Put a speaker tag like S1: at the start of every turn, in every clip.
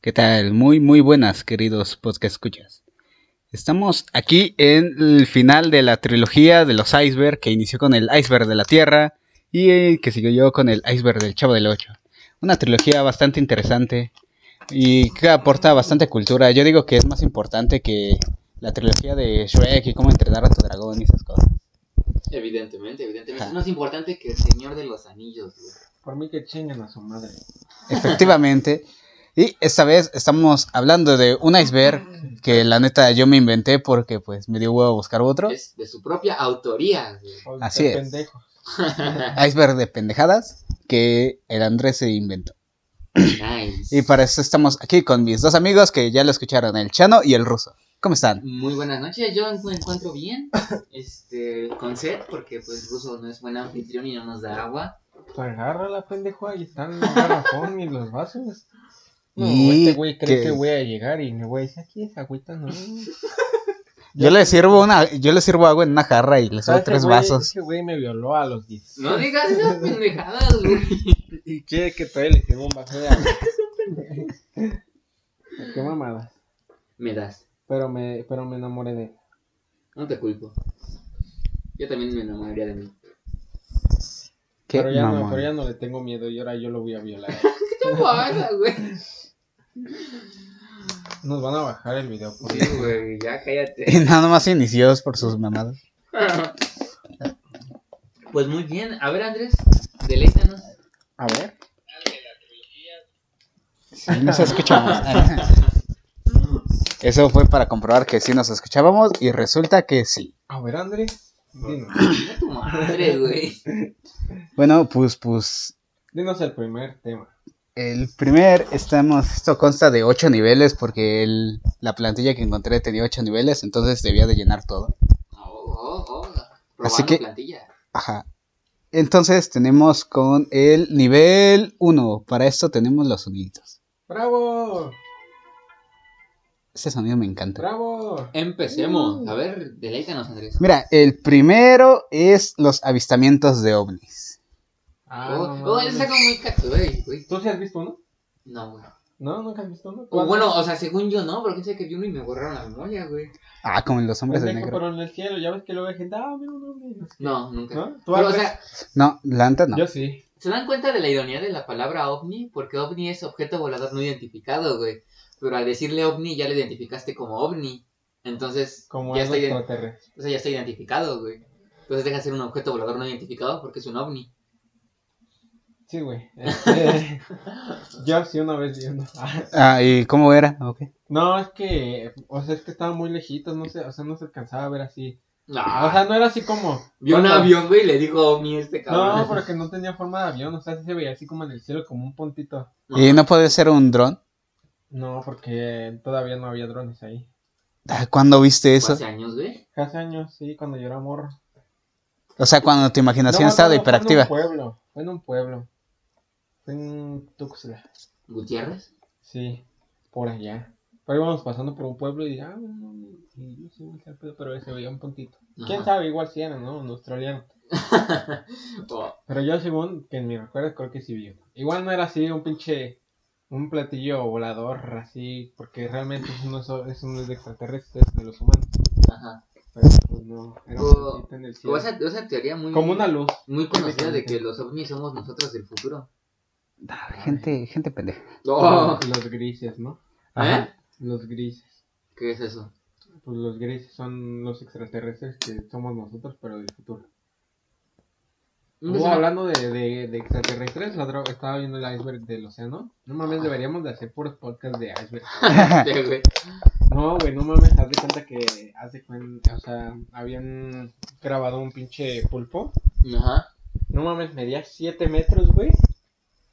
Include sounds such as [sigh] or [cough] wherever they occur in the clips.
S1: ¿Qué tal? Muy, muy buenas, queridos podcast escuchas. Estamos aquí en el final de la trilogía de los iceberg, que inició con el iceberg de la Tierra y eh, que siguió con el iceberg del Chavo del Ocho. Una trilogía bastante interesante y que aporta bastante cultura. Yo digo que es más importante que la trilogía de Shrek y cómo entrenar a tu dragón y esas cosas.
S2: Evidentemente, evidentemente.
S1: Ajá.
S2: Es más importante que el Señor de los Anillos, güey.
S3: Por mí que chinguen a su madre.
S1: Efectivamente. Y esta vez estamos hablando de un iceberg que la neta yo me inventé porque pues me dio huevo buscar otro.
S2: Es de su propia autoría,
S1: [coughs]
S2: güey.
S3: O
S1: Así
S3: de
S1: es.
S3: pendejo.
S1: Iceberg de pendejadas que el Andrés se inventó.
S2: Nice.
S1: Y para eso estamos aquí con mis dos amigos que ya lo escucharon, el Chano y el Ruso. ¿Cómo están?
S2: Muy buenas noches, yo me encuentro bien, este, con sed, porque pues Ruso no es buen anfitrión y no nos da agua.
S3: Pues agárrala, pendejo. Ahí están
S1: [laughs]
S3: el garrafón y los vasos. No,
S1: Y
S3: este güey cree
S1: que-
S3: que... voy a llegar y me voy a decir, aquí es agüita,
S1: [laughs]
S3: no.
S1: Yo les sirvo una, yo les sirvo agua en una jarra y les
S3: Ah,
S1: doy
S3: ese
S1: tres
S3: güey-
S1: vasos.
S3: Ese güey me violó a los 10.
S2: No digas esas pendejadas, güey.
S3: Y quiere que todavía le sirva un
S1: [laughs]
S3: vaso de agua. Qué mamada.
S2: Me das,
S3: Pero me, pero me enamoré de él.
S2: no te culpo. Yo también me enamoraría de mí.
S1: Qué
S3: Pero ya, no,
S1: mamón.
S3: pero ya no le tengo miedo y ahora yo lo voy a violar.
S2: ¿Qué te pasa, güey?
S3: Nos van a bajar el video. por-
S2: Sí, güey, ya cállate.
S1: [laughs] Y nada más inició por sus mamadas.
S2: Pues muy bien, a ver Andrés, deleítanos.
S3: A ver.
S1: Sí, nos escuchamos.
S3: [laughs]
S1: Eso fue para comprobar que sí nos escuchábamos y resulta que sí.
S3: A ver, Andrés. Dinos,
S2: Mira tu madre, güey.
S1: Bueno, pues, pues,
S3: dinos el primer tema.
S1: El primer, estamos, esto consta de 8 niveles porque el- la plantilla que encontré tenía 8 niveles, entonces debía de llenar todo.
S2: Oh, oh, oh. Robando
S1: Así que-
S2: plantilla.
S1: Ajá. Entonces tenemos con el nivel 1. Para esto tenemos los soniditos.
S3: ¡Bravo!
S1: Ese sonido me encanta.
S3: ¡Bravo! Mm.
S2: Empecemos. A ver, deleítanos, Andrés.
S1: Mira, el primero es los avistamientos de ovnis.
S3: Ah,
S2: oh,
S3: no
S2: oh,
S3: mames.
S2: es algo muy cacturé, güey.
S3: ¿Tú sí has visto uno?
S2: No, güey.
S3: No, nunca has visto uno.
S2: O Oh, bueno, o sea, según yo no, pero quién sabe que vi uno y me borraron la memoria, güey.
S1: Ah, como en los hombres de
S3: Pendejo,
S1: negro.
S3: Pero en el cielo, ya ves que luego hay gente. Ah, mira, no, mira.
S2: No, nunca.
S3: ¿No? ¿Tú
S2: Pero, o
S3: abres?
S2: sea,
S1: No, la neta no.
S3: Yo sí.
S2: ¿se dan cuenta de la ironía de la palabra ovni? Porque ovni es objeto volador no identificado, güey. Pero al decirle ovni ya lo identificaste como ovni. Entonces,
S3: Como
S2: ya,
S3: algo
S2: está ident-
S3: extraterrestre.
S2: o sea, ya está identificado, güey. Entonces deja de ser un objeto volador no identificado porque es un ovni.
S3: Sí, güey. Este, [laughs] yo sí una vez vi uno. [laughs] Ah,
S1: Ah, ¿y cómo era? Ok.
S3: No, es que, o sea, es que estaba muy lejitos, no sé, o sea, no se alcanzaba a ver así.
S2: No,
S3: O sea, no era así como.
S2: vio Ah, un
S3: cuando-
S2: avión, güey, y le dijo ovni a este cabrón. [laughs]
S3: No, porque no tenía forma de avión, o sea, sí se veía así como en el cielo, como un puntito.
S1: ¿Y no puede ser un dron?
S3: No, porque todavía no había drones ahí.
S1: Ah, ¿Cuándo viste
S2: Fue
S1: eso?
S2: Hace años, güey.
S3: Hace años, sí, cuando yo era morro.
S1: O sea, cuando tu imaginación
S3: No,
S1: estaba
S3: no, no,
S1: hiperactiva.
S3: Fue en un pueblo, fue en un pueblo. Fue en Tuxtla,
S2: Gutiérrez.
S3: sí, por allá. Pero íbamos pasando por un pueblo y ah, no, no, no, y yo sí volteé al pedo, pero se veía un puntito. ¿Quién
S2: Ajá.
S3: sabe? Igual si era, ¿no? Un australiano.
S2: [laughs] Oh,
S3: Pero yo según que en mi recuerdo creo que sí vi. uno. Igual no era así un pinche, un platillo volador así, porque realmente eso no es, eso no es de extraterrestres, es de los humanos.
S2: ajá.
S3: Pero pues no, era un
S2: O-
S3: puntito en el
S2: Oh, O
S3: cielo.
S2: esa, o esa teoría muy,
S3: Como una luz.
S2: muy conocida de que los ovnis somos nosotros del futuro.
S1: Ah, Gente, gente pendeja.
S2: Oh,
S3: Los grises, ¿no?
S2: ¿Eh?
S3: Los grises.
S2: ¿Qué es eso?
S3: Pues los grises son los extraterrestres que somos nosotros, pero del futuro.
S2: Nunca
S3: Uh,
S2: se me-
S3: hablando de, de- de extraterrestres, la otra- estaba viendo el iceberg del océano. No mames, deberíamos de hacer puros podcasts de iceberg.
S2: Sí, güey.
S3: No, güey, no mames, haz de cuenta que hace cuenta, o sea, habían grabado un pinche pulpo.
S2: Ajá.
S3: No mames, medía 7 metros, güey.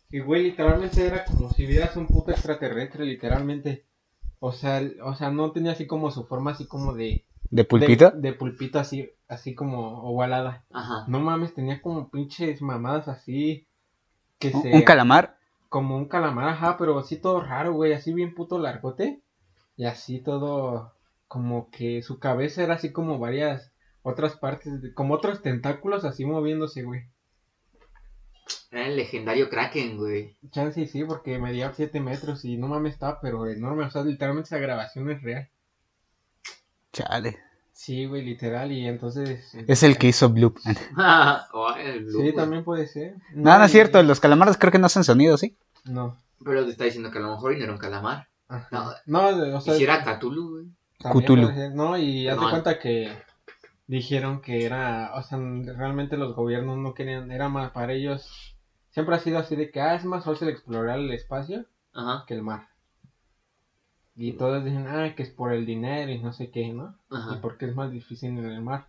S3: Y güey, literalmente era como si vieras un puto extraterrestre, literalmente. O sea, el- o sea, no tenía así como su forma así como de
S1: ¿De
S3: de-
S1: pulpito?
S3: De, pulpito así, así como ovalada.
S2: Ajá.
S3: No mames, tenía como pinches mamadas así. Que
S1: Un-
S3: se.
S1: ¿Un calamar?
S3: como un calamar, ajá, pero así todo raro, güey. Así bien puto largote. Y así todo. Como que su cabeza era así como varias otras partes. de- como otros tentáculos así moviéndose, güey.
S2: Era el legendario Kraken, güey.
S3: Chance y sí, porque medía 7 metros y no mames, estaba pero enorme. O sea, literalmente esa grabación es real.
S1: Chale.
S3: Sí, güey, literal. Y entonces.
S1: Es el que hizo Bloop.
S2: [laughs] Oh, el Blue,
S3: Sí,
S2: güey.
S3: también puede ser.
S1: No, no es
S3: y-
S1: cierto, los calamares creo que no hacen sonido, ¿sí?
S3: No.
S2: Pero te está diciendo que a lo mejor y no era un calamar.
S3: Ajá.
S2: No.
S3: No, de- o sea.
S2: Y si era Cthulhu, güey.
S3: también
S1: Cthulhu.
S3: puede ser, No, y hace
S2: No.
S3: cuenta que dijeron que era. O sea, realmente los gobiernos no querían. Era más para ellos. Siempre ha sido así de que, ah, es más fácil explorar el espacio
S2: Ajá,
S3: que el mar. Y todos dicen, ah, que es por el dinero y no sé qué, ¿no? Y
S2: ajá,
S3: porque es más difícil en el mar.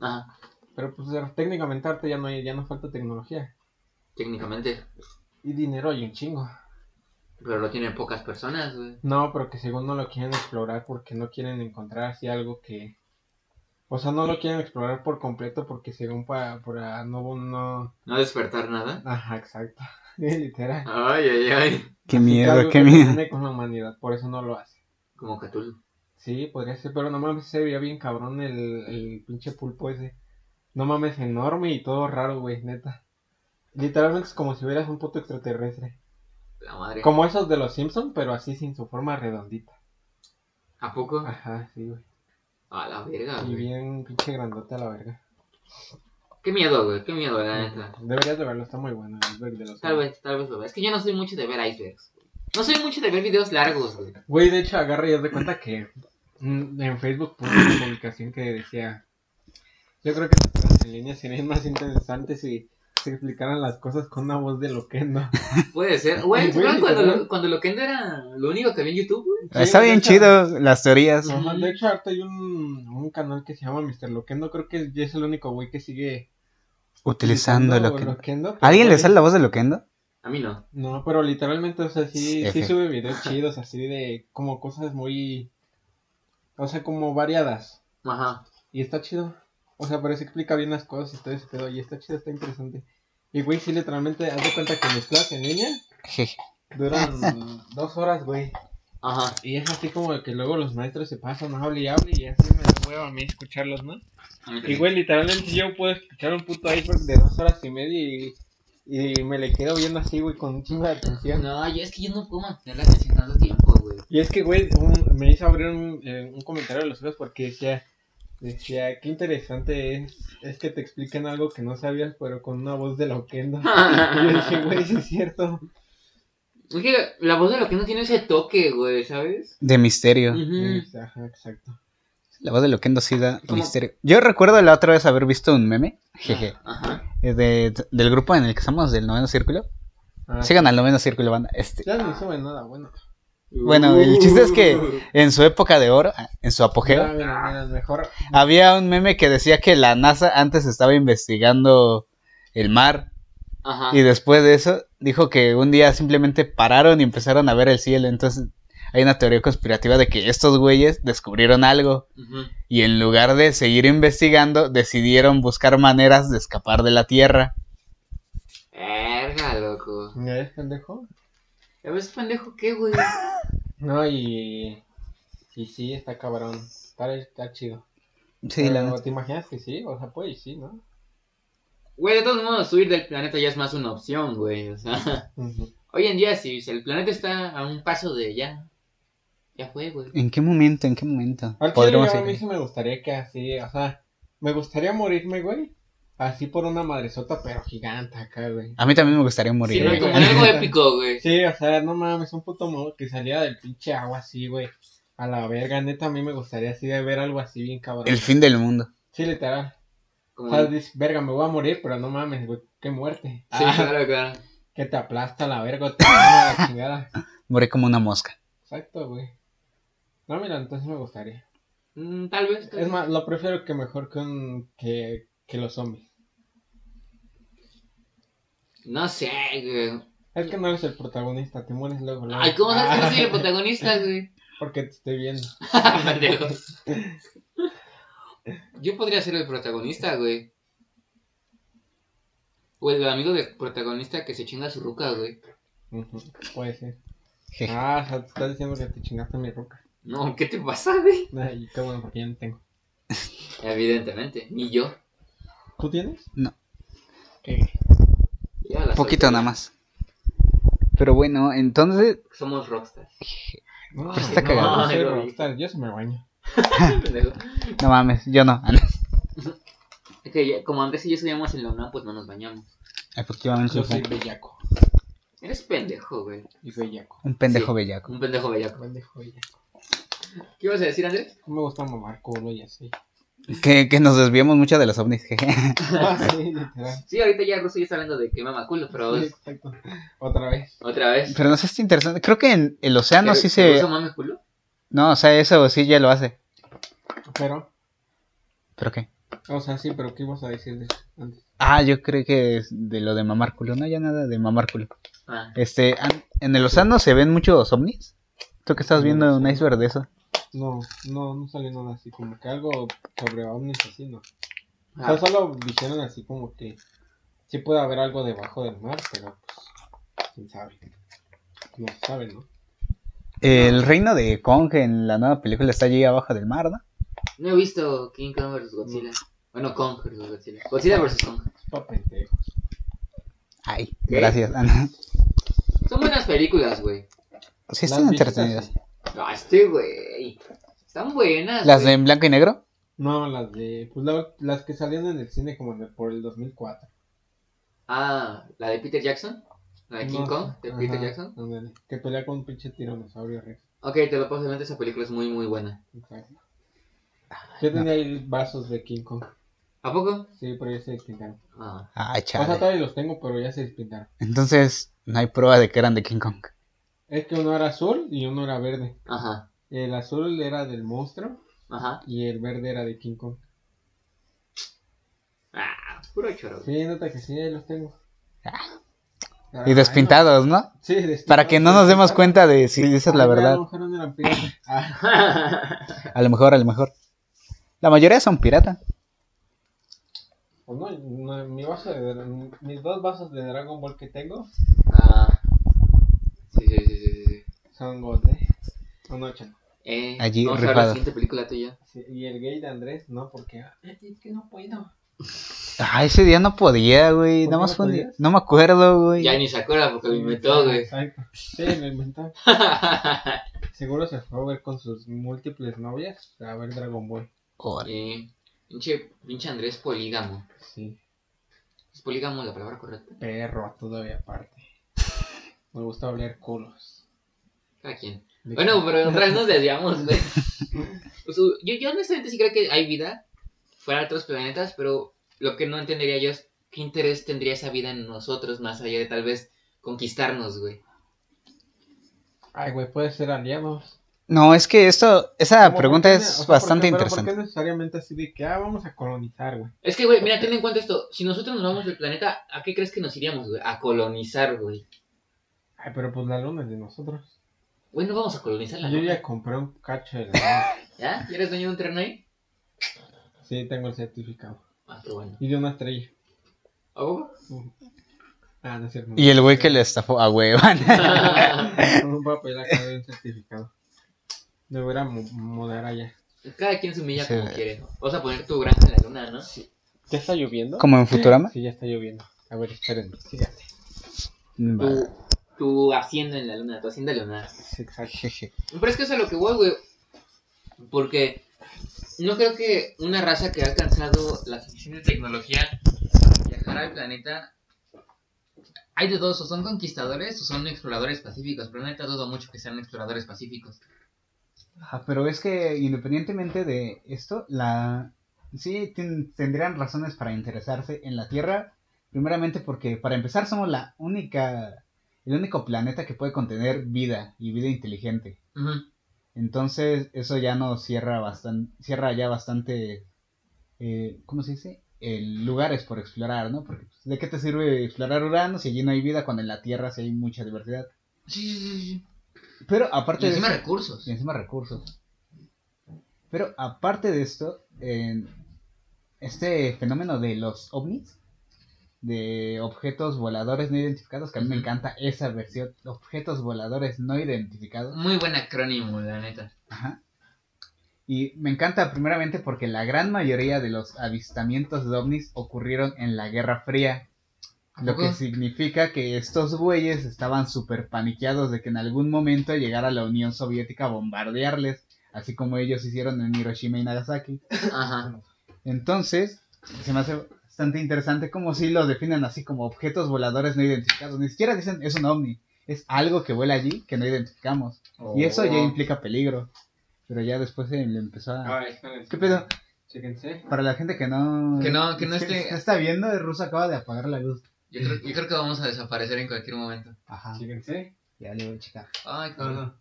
S2: ajá.
S3: Pero pues técnicamente ahorita ya no, hay, ya no falta tecnología.
S2: Técnicamente.
S3: Y dinero hay un chingo.
S2: Pero lo tienen pocas personas, güey.
S3: No, pero que según no lo quieren explorar porque no quieren encontrar así algo que... O sea, no lo quieren explorar por completo porque según para, para no, no...
S2: No despertar nada.
S3: Ajá, exacto. [laughs] Literal.
S2: Ay, ay, ay.
S1: Qué
S3: Así que
S1: miedo,
S3: algo
S1: qué
S3: que
S1: miedo.
S3: termine con la humanidad, por eso no lo hace.
S2: Como Cthulhu.
S3: Sí, podría ser, pero no mames, se veía bien cabrón el, el pinche pulpo ese. No mames, enorme y todo raro, güey, neta. Literalmente es como si hubieras un puto extraterrestre.
S2: La madre.
S3: Como esos de los Simpsons, pero así sin su forma redondita.
S2: ¿A poco?
S3: Ajá, sí, güey.
S2: A la verga,
S3: Y
S2: güey.
S3: bien pinche grandote a la verga.
S2: Qué miedo, güey. Qué miedo, la neta.
S3: Deberías de verlo, está muy bueno. el iceberg de los
S2: Tal vez, tal vez lo vea. Es que yo no soy mucho de ver icebergs. güey. No soy mucho de ver videos largos, güey.
S3: Güey, de hecho, agarra y haz de cuenta que mm, en Facebook puse
S2: [coughs]
S3: una publicación que decía: Yo creo que las pruebas en línea serían más interesantes si se explicaran las cosas con una voz de
S2: [laughs]
S3: loquendo.
S1: [laughs]
S2: Puede ser. Güey, ¿se
S3: Güey,
S2: acuerdan cuando,
S3: literal.
S2: lo- cuando Loquendo era lo único que había en YouTube, güey?
S1: Ah, Está
S3: Sí,
S1: bien
S3: de hecho-
S1: chido las teorías.
S3: Ajá, de hecho, ahorita hay un, un canal que se llama Mr. Loquendo. Creo que es el único güey que sigue
S1: Utilizando lo
S3: o
S1: que...
S3: Loquendo, pero
S1: ¿Alguien le
S3: güey,
S1: sale la voz de Loquendo?
S2: A mí no.
S3: No, pero literalmente, o sea, sí, sí
S1: F.
S3: sube videos chidos, así de como cosas muy. O sea, como variadas.
S2: Ajá.
S3: Y está chido. O sea, pero se explica bien las cosas y todo ese pedo. Y está chido, está interesante. Y güey, sí, literalmente, haz de cuenta que mis clases en línea
S1: Jeje.
S3: duran dos horas, güey.
S2: Ajá.
S3: Y es así como que luego los maestros se pasan, hable y hable. Y así me da hueva a mí escucharlos, ¿no? Y güey, literalmente yo puedo escuchar un puto iceberg de dos horas y media y, y me le quedo viendo así, güey, con un chingo de atención.
S2: No, yo es que yo no puedo mantener la atención tanto tiempo, güey.
S3: Y es que, güey, un- me hizo abrir un, eh, un comentario de los otros porque decía, decía, qué interesante es, es que te expliquen algo que no sabías, pero con una voz
S1: [laughs]
S3: de loquendo. Y yo dije, güey, sí es cierto.
S2: Es que la voz de Loquendo tiene ese toque, güey, ¿sabes?
S1: De misterio.
S2: Ujú.
S3: Es- Ajá, exacto.
S1: La voz de Loquendo sí da
S2: ¿Cómo?
S1: misterio. Yo recuerdo la otra vez haber visto un meme. Jeje.
S2: Ah. Ajá.
S1: eh, de- del grupo en el que estamos, del noveno círculo.
S3: Ah,
S1: Sigan al noveno círculo, banda. Este,
S3: Ya no sube nada, bueno.
S1: Bueno, el chiste es que- en su época de oro, ah, en su apogeo,
S3: Mira, mira, mira, mejor.
S1: había un meme que decía que la NASA antes estaba investigando el mar
S2: Ajá.
S1: y después de eso dijo que un día simplemente pararon y empezaron a ver el cielo. Entonces hay una teoría conspirativa de que estos güeyes descubrieron algo
S2: Ujú.
S1: y en lugar de seguir investigando decidieron buscar maneras de escapar de la Tierra.
S2: Verga, loco.
S3: ¿Me ves, pendejo?
S2: ¿Ya ves pendejo qué, güey?
S3: No, y. Y sí, está cabrón. Está, está chido.
S1: Sí, la
S3: Pero,
S1: neta.
S3: ¿Te imaginas que sí? O sea, pues sí, ¿no?
S2: Güey, de todos modos, huir del planeta ya es más una opción, güey. O sea, [laughs]
S3: Ujú.
S2: hoy en día, si el planeta está a un paso de ya, ya fue, güey.
S1: ¿En qué momento? ¿En qué momento?
S3: Al chile,
S1: Podremos
S3: yo a mí
S1: ir.
S3: sí me gustaría que así, o sea, me gustaría morirme, güey. Así por una madresota, pero gigante acá, güey.
S1: A mí también me gustaría morir.
S2: Sí, güey,
S1: güey.
S2: como
S3: [laughs]
S2: algo épico, güey.
S3: Sí, o sea, no mames, un puto modo que salía del pinche agua así, güey. A la verga, neta, a mí me gustaría así de ver algo así bien cabrón.
S1: [laughs] El fin del mundo.
S3: Sí, literal. O
S2: Como...
S3: sea,
S2: Sí,
S3: dices, verga, me voy a morir, pero no mames, güey, qué muerte. Ah,
S2: claro, claro.
S3: que te aplasta la verga, o te manda la chingada.
S1: Morí como una mosca.
S3: Exacto, güey. No, mira, entonces me gustaría.
S2: Mm, tal vez. tal
S3: Es
S2: vez.
S3: más, lo prefiero que mejor que, un- que, que los zombies.
S2: No sé, güey.
S3: Es que no eres el protagonista, te mueres luego. luego.
S2: Ay, ¿cómo sabes que no soy el
S3: Ah,
S2: protagonista,
S3: [laughs]
S2: güey? [laughs]
S3: Porque te estoy viendo.
S2: Pendejo. Yo podría ser el protagonista, güey. O el amigo del protagonista que se chinga su ruca, güey.
S3: Ujú, Puede ser.
S1: Jeje.
S3: Ah, o sea, te estás diciendo que te chingaste mi roca.
S2: No, ¿qué te pasa, güey?
S3: Ay, qué bueno, porque ya no tengo.
S2: Evidentemente, ni yo.
S3: ¿Tú tienes?
S1: No.
S3: ¿Qué?
S2: Ya la
S1: poquito nada más. Pero bueno, entonces.
S2: Somos rockstars.
S3: No,
S1: Pues Está
S3: no,
S1: cagado.
S3: yo soy
S2: Ay, güey.
S3: rockstar, yo se me baño.
S2: Luego,
S1: No mames, yo no. [laughs]
S2: es que ya- como Andrés y yo estudiamos en la UNAM, pues no nos bañamos.
S1: Efectivamente,
S3: Yo soy
S1: fue
S3: bellaco.
S2: Eres pendejo, güey.
S3: Y bellaco.
S1: un pendejo
S2: Sí.
S1: bellaco.
S2: Un pendejo bellaco.
S3: Pendejo bellaco.
S2: ¿Qué ibas a decir, Andrés?
S3: No me gusta mamar culo y así. [laughs]
S1: Que, que nos desviamos mucho de los ovnis. [laughs] jeje.
S3: Ah, sí, literal.
S2: Sí, ahorita ya Russo ya está hablando de que mama culo, pero
S3: Sí,
S2: es-
S3: exacto. Otra vez.
S2: otra vez.
S1: Pero no sé si es interesante. Creo que en el océano sí
S2: ¿Que
S1: se.
S2: Russo mame culo?
S1: No, o sea, eso sí ya lo hace.
S3: Pero,
S1: ¿Pero qué?
S3: o sea, sí, pero ¿qué ibas a decir de eso antes?
S1: Ah, yo creo que es de lo de mamárculo. No, ya nada de mamárculo.
S2: Ah,
S1: Este, an- en el océano se ven muchos ovnis. ¿Tú que estás
S3: No,
S1: viendo
S3: no
S1: un
S3: sé.
S1: iceberg de eso?
S3: No, no, no salió nada así, como que algo sobre ovnis así, no. O
S2: ah,
S3: sea, solo dijeron así como que sí puede haber algo debajo del mar, pero pues, quién sabe. No se sabe, ¿no?
S1: El reino de Kong en la nueva película está allí abajo del mar, ¿no?
S2: no he visto King Kong vs Godzilla. Bueno, Kong vs Godzilla. Godzilla vs Kong.
S3: Es pa' pendejos.
S1: Ay,
S2: ¿Qué?
S1: gracias. [laughs] Ana.
S2: Son buenas películas, güey.
S1: Sí,
S3: Las
S1: están
S3: viejitas,
S1: entretenidas.
S3: sí.
S2: Ah, este güey. Están buenas.
S1: ¿Las de
S2: güey.
S1: en blanco y negro?
S3: No, las de. Pues la- las que salieron en el cine como en el- por el 2004.
S2: Ah, la de Peter Jackson. La de King
S3: No,
S2: Kong, de
S3: ajá,
S2: Peter Jackson.
S3: ándale, que pelea con un pinche tiranosaurio rex.
S2: Ok, te lo paso adelante. Esa película es muy, muy buena.
S3: Exacto.
S1: Ah,
S3: Yo tenía ahí vasos de King Kong.
S2: ¿A poco?
S3: Sí, pero ya se despintaron.
S2: Ah.
S1: Ah,
S3: O sea,
S1: chale.
S3: todavía los tengo, pero ya se despintaron.
S1: Entonces, no hay prueba de que eran de King Kong.
S3: Es que uno era azul y uno era verde.
S2: Ajá.
S3: El azul era del monstruo
S2: Ajá.
S3: y el verde era de King Kong.
S2: Ah, puro choro. güey.
S3: Sí, nota que sí, ahí los tengo. Ah,
S1: Y despintados, ¿no?
S3: Sí, despintados.
S1: Para que no nos demos cuenta de si dices la
S3: Ay,
S1: verdad.
S3: A lo mejor no eran piratas. Ah,
S1: A lo mejor, a lo mejor. La mayoría son pirata.
S3: pues no, no, mi vaso de dra- mis dos vasos de Dragon Ball que tengo
S2: ah. Sí, sí, sí, sí, sí.
S3: son Gold, ¿eh? Son ocho.
S2: Eh,
S1: Allí,
S2: vamos a ver la
S1: rifado.
S2: siguiente película tuya.
S3: Sí, y el gay de Andrés, no, porque. ah, Es que no puedo.
S1: Ah, ese día no podía, güey.
S3: ¿Por
S1: Nada
S3: qué
S1: más
S3: no
S1: fue un día-
S3: podías?
S1: No me acuerdo, güey.
S2: Ya ni se acuerda porque lo inventó, güey.
S3: Exacto. Sí,
S2: [laughs]
S3: lo inventó. Seguro se fue a ver con sus múltiples novias a ver Dragon Ball.
S1: Órale.
S2: Eh, pinche, pinche Andrés polígamo.
S3: Sí,
S2: ¿Es polígamo la palabra correcta?
S3: perro todavía aparte. Me gusta oler culos.
S2: Cada quien. Bueno, pero otra vez nos
S1: [laughs]
S2: desviamos, güey. O sea, yo, yo honestamente sí creo que hay vida fuera de otros planetas, pero lo que no entendería yo es qué interés tendría esa vida en nosotros más allá de tal vez conquistarnos, güey.
S3: Ay, güey, puede ser aliados.
S1: No, es que esto, esa
S3: Como
S1: pregunta
S3: por qué,
S1: es
S3: o sea,
S1: bastante
S3: porque- pero
S1: interesante.
S3: ¿Por qué necesariamente así de que, ah, vamos a colonizar, güey?
S2: Es que, güey, mira, ten en cuenta esto. Si nosotros nos vamos del planeta, ¿a qué crees que nos iríamos, güey? A colonizar, güey.
S3: Ay, pero pues la luna es de nosotros.
S2: Güey, no vamos a colonizar la
S3: Yo
S2: luna.
S3: ya compré un cacho de
S1: [laughs]
S3: la luna.
S2: ¿Ya? ¿Ya eres dueño de un terreno ahí?
S3: Sí, tengo el certificado.
S2: Ah, qué bueno.
S3: Y de una estrella.
S2: ¿A poco?
S3: Ah, no es cierto.
S1: Y el güey que le estafó a huevan.
S3: Con [laughs] un papel acá de un certificado. Me voy a mu- mudar allá.
S2: [laughs] Cada quien se humilla
S1: Sí.
S2: como quiere. Vas a poner tu granja en la luna, ¿no?
S3: ¿Ya está lloviendo?
S1: [laughs] Como en Futurama.
S3: Sí, ya está lloviendo. A ver, espérenme. Síganse.
S1: Va.
S2: Tu, tu hacienda en la luna, tu hacienda lunar.
S3: Sí, exacto.
S1: Jeje.
S2: Pero es que eso es a lo que voy, güey. Porque no creo que una raza que ha alcanzado la suficiente tecnología para viajar al planeta. Hay de dos, o son conquistadores o son exploradores pacíficos. Pero neta dudo mucho que sean exploradores pacíficos.
S1: Ah, pero es que independientemente de esto, la sí ten- tendrían razones para interesarse en la Tierra. Primeramente porque para empezar somos la única, el único planeta que puede contener vida y vida inteligente.
S2: Ujú.
S1: Entonces eso ya nos cierra bastante, cierra ya bastante, eh, ¿cómo se dice? Eh, lugares por explorar, ¿no? Porque pues, ¿de qué te sirve explorar Urano si allí no hay vida cuando en la Tierra sí hay mucha diversidad?
S2: Sí, sí, sí, sí.
S1: Pero
S2: Y
S1: aparte de
S2: encima
S1: eso-
S2: recursos.
S1: y encima recursos. Pero aparte de esto, en este fenómeno de los ovnis, de objetos voladores no identificados, que a mí me
S2: Ujú.
S1: encanta esa versión, objetos voladores no identificados.
S2: Muy buen acrónimo, la neta.
S1: Ajá. Y me encanta primeramente porque la gran mayoría de los avistamientos de ovnis ocurrieron en la Guerra Fría. Lo que
S2: Ujú.
S1: significa que estos güeyes estaban súper paniqueados de que en algún momento llegara la Unión Soviética a bombardearles, así como ellos hicieron en Hiroshima y Nagasaki. [laughs]
S2: Ajá.
S1: Entonces, se me hace bastante interesante como si los definen así como objetos voladores no identificados. Ni siquiera dicen es un ovni, es algo que vuela allí que no identificamos. Y eso
S3: Oh.
S2: Oh.
S1: ya implica peligro. Pero ya después se le empezó a...
S4: Ah, espérense.
S1: ¿Qué pedo?
S4: Chéquense.
S1: Para la gente que no...
S2: Que no- que
S1: [laughs]
S2: no esté-
S1: está viendo, el ruso acaba de apagar la luz.
S2: Yo creo, yo creo que vamos a desaparecer en cualquier momento.
S1: Ajá,
S4: Chéquense.
S1: ya le voy a checar.
S2: Ay, cabrón.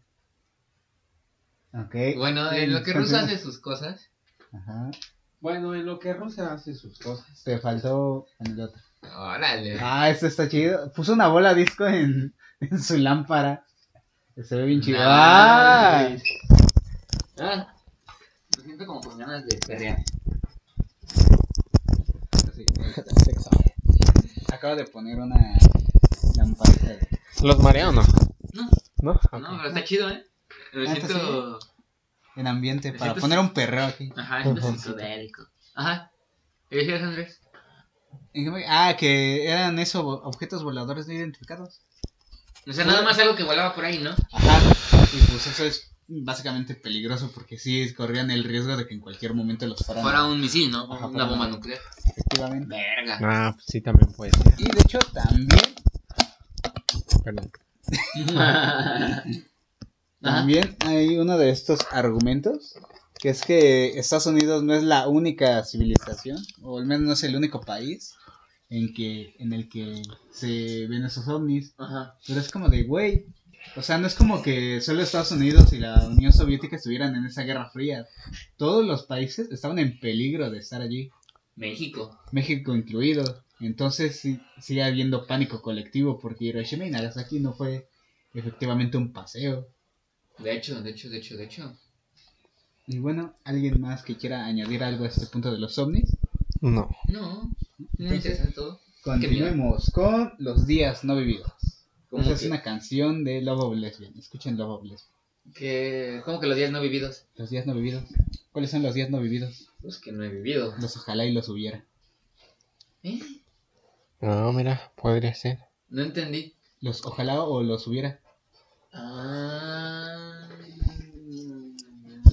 S4: Ajá.
S1: Ok.
S2: Bueno, en lo que Rus
S1: Continúa.
S2: hace sus cosas.
S1: Ajá.
S4: Bueno, en lo que Rusia hace sus cosas.
S2: Pues,
S1: Te faltó en el otro.
S2: Órale.
S1: Ah, esto está chido. Puso una bola disco en, [laughs] en su lámpara. Se ve bien chido.
S2: Nice.
S1: ¡Ah!
S2: Ah, me siento como con ganas de perrear.
S1: Sí, sexo. Acabo de poner una lamparita. de-
S4: ¿Los marea o no?
S2: No,
S4: No.
S2: no, pero está chido, ¿eh? Me
S1: Ah, está
S2: siento...
S1: En ambiente para
S2: Siento-
S1: poner un perreo aquí.
S2: Ajá, siento sensodélico. Ajá. ¿Y decías, Andrés?
S1: ¿En qué me- Ah, que eran esos objetos voladores no identificados.
S2: O sea, nada más algo que volaba por ahí, ¿no?
S1: Ajá. Y pues eso es básicamente peligroso porque sí corrían el riesgo de que en cualquier momento los fueran.
S2: Fuera un misil, ¿no?
S1: Ajá,
S2: Una
S1: fuera
S2: bomba
S1: un-
S2: nuclear.
S1: Efectivamente. [laughs]
S2: Verga.
S4: Ah, pues sí, también puede ser.
S1: Y de hecho también
S4: Perdón.
S2: Ajá.
S1: También hay uno de estos argumentos, que es que Estados Unidos no es la única civilización, o al menos no es el único país en, que, en el que se ven esos ovnis.
S2: Ajá.
S1: Pero es como de, güey, o sea, no es como que solo Estados Unidos y la Unión Soviética estuvieran en esa guerra fría. Todos los países estaban en peligro de estar allí,
S2: México.
S1: México incluido. Entonces sí, sigue habiendo pánico colectivo porque Hiroshima y Nagasaki no fue efectivamente un paseo.
S2: De hecho, de hecho, de hecho, de hecho.
S1: Y bueno, ¿alguien más que quiera añadir algo a este punto de los ovnis?
S4: No.
S2: No. No me
S1: Entonces,
S2: interesa todo.
S1: pues, Continuemos con Los días no vividos.
S2: ¿Cómo
S1: Esa es
S2: que?
S1: una canción de Love of Lesbian. Escuchen Love of Lesbian.
S2: Que... ¿Cómo que los días no vividos?
S1: Los días no vividos. ¿Cuáles son los días no vividos?
S2: Los que no he vivido.
S1: Los ojalá y los hubiera.
S2: ¿Eh?
S4: No, mira, podría ser.
S2: No entendí.
S1: Los ojalá o los hubiera.
S2: Ah.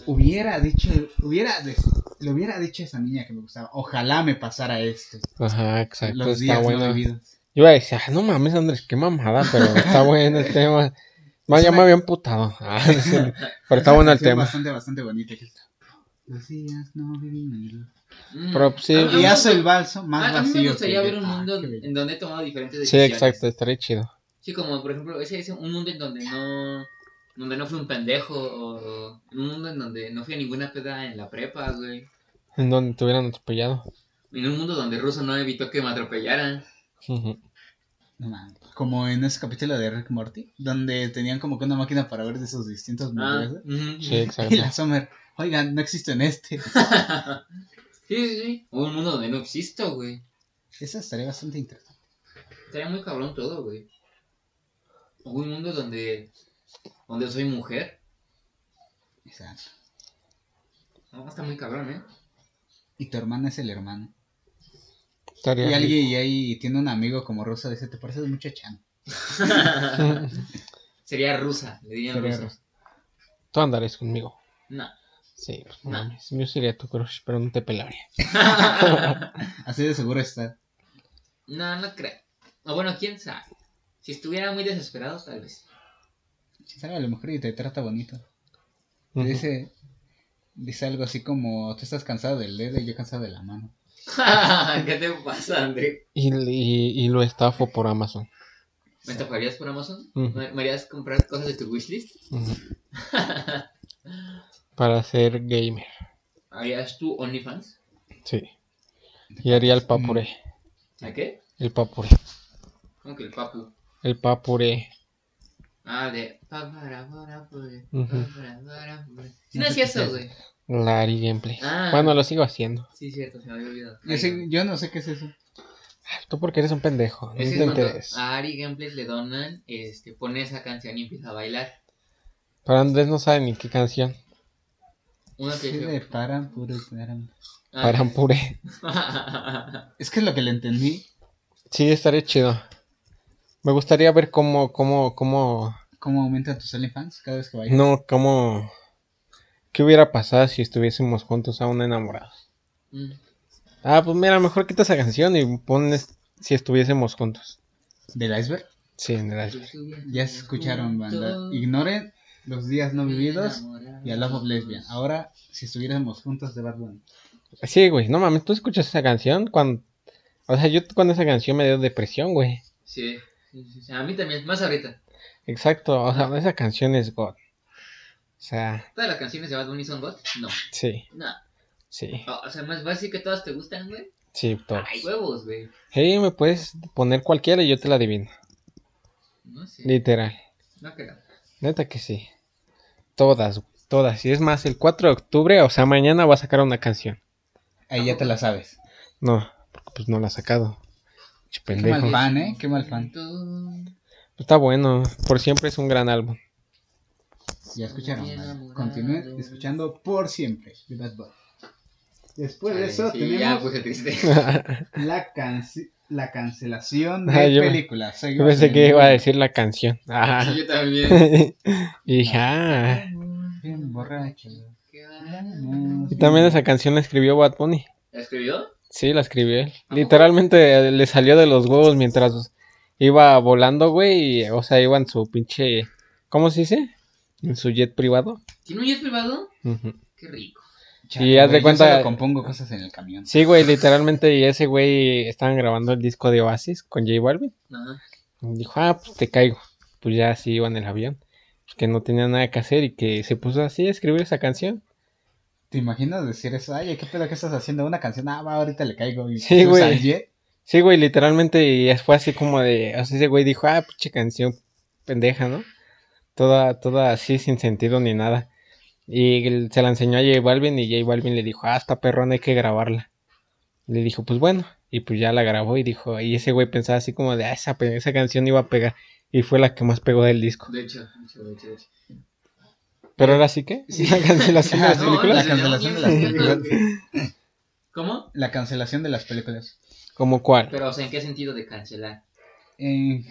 S1: Hubiera dicho, hubiera, de- le hubiera dicho a esa niña que me gustaba. Ojalá me pasara esto.
S4: Ajá, exacto.
S1: Los
S4: pues, está
S1: días no
S4: bueno.
S1: vividos.
S4: Yo iba a decir, ah, no mames, Andrés, qué mamada, pero está bueno el tema. Más ya me había emputado. [laughs] Ah, sí, pero está
S1: Es una
S4: bueno el
S1: canción
S4: tema.
S1: Bastante, bastante bonita. Los días no vividos.
S2: Mm.
S4: Pero pues, sí,
S2: A mí-
S1: Y hace el balso
S2: a,
S1: más
S2: a mí
S1: vacío.
S2: me gustaría
S1: que-
S2: ver un
S1: Ah,
S2: mundo
S1: qué bello.
S2: en donde he tomado diferentes
S4: sí,
S2: decisiones.
S4: exacto, estaría chido.
S2: Sí, como por ejemplo, ese es un mundo en donde no donde no fui un pendejo o un mundo en donde no fui a ninguna peda en la prepa, güey.
S4: En donde te hubieran atropellado.
S2: En un mundo donde Russo no evitó que me atropellaran.
S4: Ujú.
S1: No mames. Como en ese capítulo de Rick Morty, donde tenían como que una máquina para ver de sus distintos
S2: Ah,
S1: mundos.
S2: ujú.
S4: Sí, exacto.
S1: Y la Summer, oigan, no existe en este. [laughs]
S2: sí, sí, sí. O un mundo donde no existo, güey.
S1: Eso estaría bastante interesante.
S2: Estaría muy cabrón todo, güey. O un mundo donde donde soy mujer.
S1: Exacto.
S2: No, está muy cabrón, ¿eh?
S1: Y tu hermana es el hermano.
S4: Estaría
S1: Y
S4: rico.
S1: alguien y ahí tiene un amigo como ruso, dice, te pareces mucho a Chan.
S2: Sería rusa, le dirían
S1: Sería
S2: rusa.
S1: ruso.
S4: Tú andarías conmigo.
S2: No.
S4: Sí, pues,
S2: No.
S4: no mames. Yo sería tu crush, pero no te pelaría.
S1: Así de seguro está.
S2: no, no creo. O bueno, quién sabe. Si estuviera muy desesperado, tal
S1: [laughs]
S2: vez.
S1: Si sabe a lo mejor y te trata bonito. Te
S4: Ujú.
S1: dice, dice algo así como, tú estás cansado del dedo y yo cansado de la mano.
S2: ¿Qué te pasa, André?
S4: Y, y- y lo estafo por Amazon.
S2: ¿Me toparías por Amazon?
S4: Ujú.
S2: ¿Me, me harías comprar cosas de tu wishlist?
S4: Ujú. Para ser gamer.
S2: ¿Harías tú OnlyFans?
S4: Sí. Y haría el papuré.
S2: Mm. ¿A qué?
S4: El papuré.
S2: Como que el papu.
S4: El papuré.
S2: Ah, de. pa, para, para, para,
S4: Ujú.
S2: pa, para, para, para. Sí,
S1: No
S2: no
S1: sé qué sea
S2: es cierto,
S1: eso.
S2: güey.
S4: Lari Gameplay.
S2: Ah.
S4: Bueno, lo sigo haciendo.
S2: Sí, cierto, se me había olvidado.
S1: Yo, sé- yo no sé qué es eso.
S4: Tú porque eres un pendejo. No
S2: Ese
S4: te
S2: es ah. cuando
S4: enteres.
S2: a Ari Gameplays le donan, este, pone esa canción y empieza a bailar.
S4: Pero Andrés no sabe ni qué canción.
S2: Una que
S1: Sí,
S2: dice-
S1: de paran, puro, paran.
S2: Ah.
S4: Parampuré.
S1: Es que es lo que le entendí.
S3: Sí, estaría chido. Me gustaría ver cómo, cómo, cómo,
S1: ¿Cómo aumentan tus OnlyFans cada vez que vayas?
S3: no, cómo, qué hubiera pasado si estuviésemos juntos aún enamorados.
S2: [laughs] Mm.
S3: Ah, pues mira, mejor quita esa canción y pones si estuviésemos juntos.
S1: ¿Del iceberg?
S3: Sí, en el iceberg.
S1: Ya se escucharon, banda. Ignoren los días no vividos y a Love of Lesbian. Ahora, si estuviéramos juntos de Bad Bunny.
S3: Sí, güey, no mames, tú escuchas esa canción cuando, o sea, yo cuando esa canción me dio depresión, güey.
S2: Sí, sí, sí, sí. A mí también, más ahorita.
S3: Exacto, o sea, esa canción es God. O sea,
S2: ¿Todas las canciones de Bad Bunny son God? No.
S3: sí,
S2: No.
S3: sí,
S2: O o sea, más fácil que todas te gustan, güey.
S3: sí, todo.
S2: Ay, huevos, güey.
S3: Hey, me puedes poner cualquiera y yo te la adivino.
S2: No sé.
S3: Literal.
S2: No creo.
S3: Neta que sí. Todas, todas. Y es más, el 4 de octubre, o sea, mañana va a sacar una canción.
S1: Ahí ya te la sabes.
S3: No, porque pues no la ha sacado. Che,
S1: Qué
S3: pendejo.
S1: mal fan, ¿eh? Qué mal fan.
S3: Está bueno, por siempre es un gran álbum. [laughs]
S1: Ya escucharon, banda. Continúen escuchando por siempre de Bad Bunny. Después de Pues, eso
S2: Sí, ya
S1: tenemos
S2: puse triste.
S1: la, canci- la cancelación
S3: [laughs] Ah,
S1: de
S3: yo-
S1: películas. Soy
S3: Yo pensé
S1: Batman.
S3: que iba a decir la canción. [laughs] [laughs] Ah.
S2: Sí, yo también.
S3: y dije, ah.
S1: [laughs] Bien borracho.
S2: Qué bárbaro.
S3: Y también esa canción la escribió Bad Bunny.
S2: ¿La escribió?
S3: Sí, la escribió él. Literalmente eh, le salió de los huevos mientras iba volando, güey. y, O sea, iba en su pinche. ¿Cómo se dice? En su jet privado.
S2: ¿Tiene un jet privado?
S3: Ujú.
S2: Qué rico.
S1: Chale,
S3: Y haz
S1: güey,
S3: de
S1: yo
S3: cuenta-
S1: solo compongo cosas en el camión.
S3: Sí, güey, literalmente. Y ese güey estaban grabando el disco de Oasis con J Balvin.
S2: Ajá.
S3: Y dijo, ah, pues te caigo. Pues ya así iba en el avión. Pues que no tenía nada que hacer y que se puso así a escribir esa canción.
S1: ¿Te imaginas decir eso? Ay, ¿qué pedo que estás haciendo? Una canción, ah, va, ahorita le caigo. Y
S3: Sí,
S1: subes al
S3: güey.
S1: jet.
S3: Sí, güey, literalmente. Y fue así como de. O sea, ese güey dijo, ah, pinche canción pendeja, ¿no? Toda, toda así sin sentido ni nada. Y él se la enseñó a J Balvin y J Balvin le dijo, ah, está perrón, hay que grabarla. Le dijo, pues bueno. Y pues ya la grabó y dijo, y ese güey pensaba así como de, ah, esa, pe- esa canción iba a pegar. Y fue la que más pegó del disco.
S2: De hecho, de hecho, de hecho. de hecho.
S3: Pero ahora sí que, [laughs]
S2: Sí.
S3: la cancelación de las
S1: No,
S3: películas.
S1: la cancelación de las películas.
S2: ¿Cómo?
S1: La cancelación de las películas.
S3: ¿Como cuál?
S2: Pero, o sea, ¿en qué sentido de cancelar?
S1: Eh,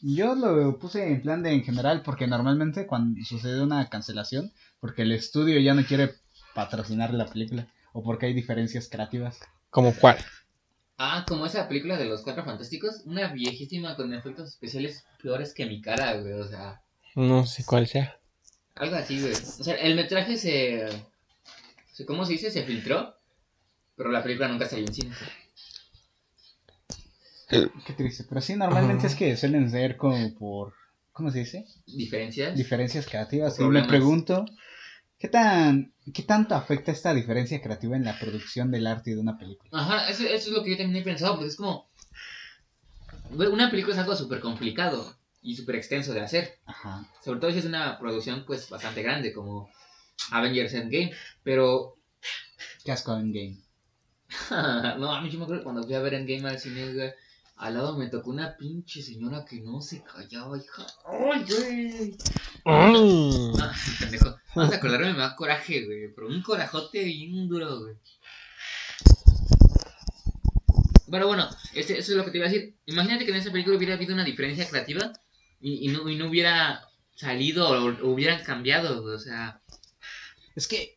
S1: yo lo puse en plan de en general, porque normalmente cuando sucede una cancelación, porque el estudio ya no quiere patrocinar la película, o porque hay diferencias creativas.
S3: ¿Como cuál?
S2: Ah, como esa película de los cuatro fantásticos, una viejísima con efectos especiales peores que mi cara, güey, o sea,
S3: No sé cuál sea.
S2: algo así, güey. O sea, el metraje se, se- ¿cómo se dice? Se filtró, pero la película nunca salió en cine.
S1: Qué triste. Pero sí, normalmente
S3: Ajá.
S1: es que suelen ser como por, ¿cómo se dice?
S2: ¿Diferencias?
S1: Diferencias creativas. Y me
S2: Problemas.
S1: pregunto, ¿qué, tan, ¿qué tanto afecta esta diferencia creativa en la producción del arte y de una película?
S2: Ajá, eso, eso es lo que yo también he pensado, porque es como, güey, una película es algo súper complicado y súper extenso de hacer.
S1: Ajá.
S2: Sobre todo si es una producción pues bastante grande como Avengers Endgame. Pero
S1: Casco en game.
S2: [laughs] no, a mí yo me acuerdo que cuando fui a ver Endgame al cine, güey, al lado me tocó una pinche señora que no se callaba, hija. ¡Ay, güey!
S3: Ay.
S2: Ah, pendejo. Vas a acordarme, me da coraje, güey. Pero un corajote bien duro, güey. Pero bueno, este, eso es lo que te iba a decir. Imagínate que en esa película hubiera habido una diferencia creativa y, y no, y no hubiera salido o, o hubieran cambiado, güey, o sea.
S1: Es que,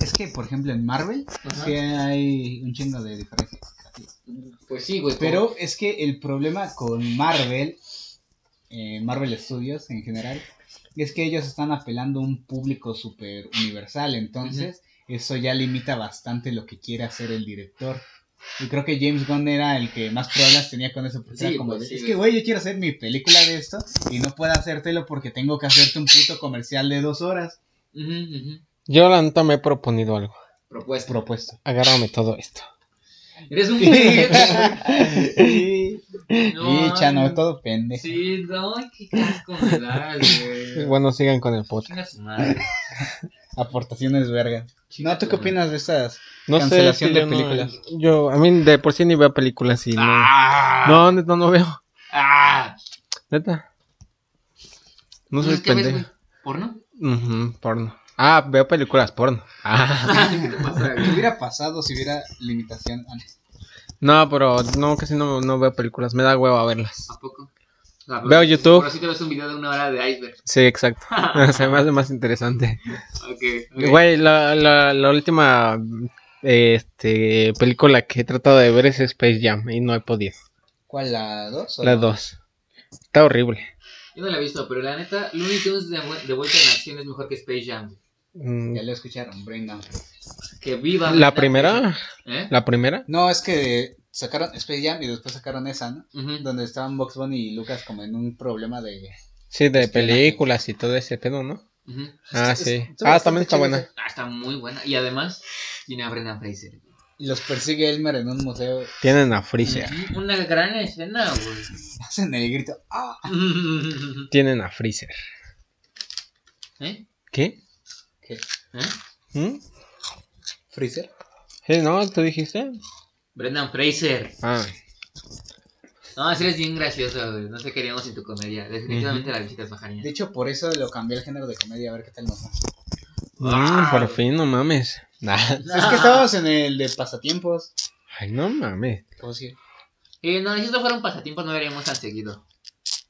S1: es que, por ejemplo, en Marvel
S2: ajá.
S1: sí hay un chingo de diferencias.
S2: Pues sí, güey.
S1: Pero es que el problema con Marvel, eh, Marvel Studios en general, es que ellos están apelando a un público súper universal, entonces eso ya limita bastante lo que quiere hacer el director. Y creo que James Gunn era el que más problemas tenía con eso, porque
S2: Sí,
S1: era como,
S2: pues,
S1: de,
S2: sí,
S1: es
S2: güey.
S1: que, güey, yo quiero hacer mi película de esto y no puedo hacértelo porque tengo que hacerte un puto comercial de dos horas.
S2: Ujú, ujú.
S3: Yo la neta me he proponido algo.
S2: Propuesta. [laughs]
S1: Propuesto.
S3: Agárrame todo esto.
S2: Eres un [laughs]
S1: y,
S2: No,
S1: Chano, todo pendejo.
S2: Sí, no, ay, qué casco me das,
S1: [laughs]
S2: güey.
S3: Bueno, sigan con el podcast.
S2: Chinga su madre.
S1: Aportaciones verga.
S2: Chinga
S1: No, ¿tú
S2: tu
S1: qué
S2: madre.
S1: opinas de estas?
S3: No sé, es
S1: Cancelación
S3: que
S1: de
S3: yo no-
S1: películas.
S3: yo, a mí de por sí ni veo películas y no-
S2: Ah,
S3: no, neta, no veo.
S2: ah.
S3: Neta. No soy
S2: Entonces, ¿qué ves,
S3: pendejo.
S2: güey?
S3: [laughs]
S2: ¿Porno? [laughs]
S3: Ujú, porno. Ah, veo películas porno. Ah,
S2: ¿Qué pasa,
S1: ¿Qué
S2: güey?
S1: hubiera pasado si hubiera limitación? Ah,
S3: No, pero no, casi no, no veo películas. Me da hueva verlas.
S2: ¿A poco? O sea,
S3: Veo YouTube.
S2: Pero sí te ves un video de una hora de iceberg.
S1: [laughs]
S3: Sí, exacto. [laughs] Se me hace más interesante.
S2: Ok. ok.
S3: Güey, la, la, la última este, película que he tratado de ver es Space Jam y no he podido.
S1: ¿Cuál, la 2?
S3: Las dos. Está horrible.
S2: Yo no la he visto, pero la neta, Looney Tunes de, vu- de vuelta en acción es mejor que Space Jam.
S3: Mm,
S1: Ya lo escucharon, Brenda.
S2: Que viva.
S3: ¿La
S2: Brenda.
S3: primera?
S2: ¿Eh?
S3: ¿La primera?
S1: No, es que sacaron Space Jam y después sacaron esa, ¿no?
S2: Ujú.
S1: Donde estaban Box Bunny y Lucas como en un problema de...
S3: Sí, de
S1: Es que Este, la-
S3: películas y todo ese pedo, ¿no?
S2: Ujú.
S3: Ah,
S1: es-
S3: sí.
S1: estuvo
S3: Ah,
S1: bastante
S3: también está
S1: chido
S3: buena.
S1: ese.
S2: Ah, está muy buena. Y además, tiene a Brendan Fraser.
S1: Y los persigue Elmer en un museo. [laughs]
S3: Tienen a Freezer.
S2: Ujú, Una gran escena, güey. [laughs]
S1: Hacen el grito. ¡Ah!
S3: Tienen a Freezer.
S2: ¿Eh?
S3: ¿Qué?
S1: ¿Qué?
S2: ¿Eh?
S3: ¿Mm?
S1: ¿Freezer?
S3: Sí, ¿No? ¿Tú dijiste?
S2: Brendan Fraser.
S3: Ah,
S2: No, si eres bien gracioso, güey. No te queríamos en tu comedia. Definitivamente la visitas bajaría.
S1: De hecho, por eso lo cambié al género de comedia, a ver qué tal nos va. Ah.
S3: mm, por
S2: Wow.
S3: fin, no mames. [laughs] Nah.
S1: Es
S2: Ah.
S1: que estábamos en el de pasatiempos. Oh,
S3: Ay, no mames.
S1: ¿Cómo si?
S2: Eh, no, si esto fuera un pasatiempo, no veríamos tan seguido.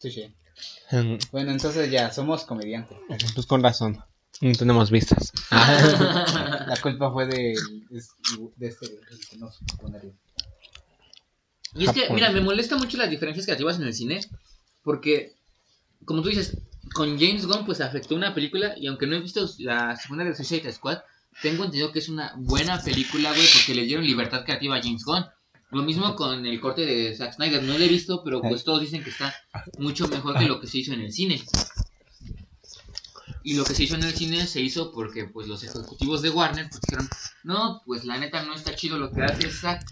S1: Touché.
S3: Mm,
S1: Bueno, entonces ya, somos comediantes.
S3: Pues con razón. No tenemos vistas.
S1: La culpa fue de, es- de este el que no este, supo ponerlo.
S2: Y es que,
S3: Japón.
S2: mira, me molesta mucho las diferencias creativas en el cine. Porque, como tú dices, con James Gunn, pues afectó una película. Y aunque no he visto la segunda de Suicide Squad, tengo entendido que es una buena película, güey, porque le dieron libertad creativa a James Gunn. Lo mismo con el corte de Zack Snyder. No lo he visto, pero pues todos dicen que está mucho mejor que lo que se hizo en el cine. Y lo que se hizo en el cine se hizo porque pues los ejecutivos de Warner pues, dijeron, no, pues la neta no está chido lo que hace Zack.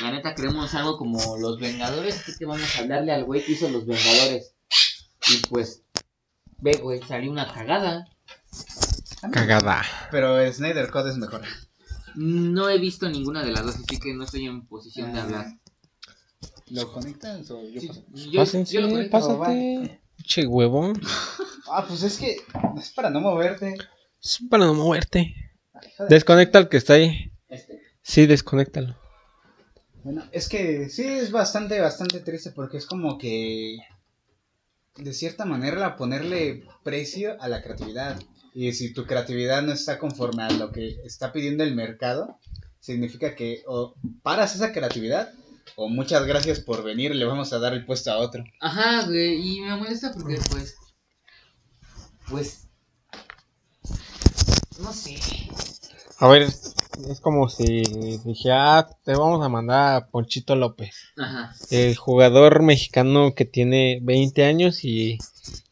S2: La neta queremos algo como Los Vengadores, así que vamos a hablarle al güey que hizo Los Vengadores. Y pues, ve, güey, salió una cagada.
S3: Cagada.
S1: Pero el Snyder Code es mejor.
S2: No he visto ninguna de las dos, así que no estoy en posición de hablar.
S1: ¿Lo conectan o yo paso?
S2: Yo,
S3: Pasen,
S2: yo lo
S3: sí,
S2: conecto.
S3: pásate. Che huevo.
S1: Ah, pues es que es para no moverte.
S3: Es para no moverte.
S1: Ay, hija Ah, de-
S3: Desconecta al que está ahí.
S1: Este.
S3: Sí, desconéctalo.
S1: Bueno, es que sí es bastante, bastante triste porque es como que de cierta manera ponerle precio a la creatividad. Y si tu creatividad no está conforme a lo que está pidiendo el mercado, significa que o paras esa creatividad o muchas gracias por venir, le vamos a dar el puesto a otro.
S2: Ajá, güey, y me molesta porque pues... Pues... No sé.
S3: A ver, es como si dije, ah, te vamos a mandar a Ponchito López,
S2: Ajá.
S3: el jugador mexicano que tiene 20 años y,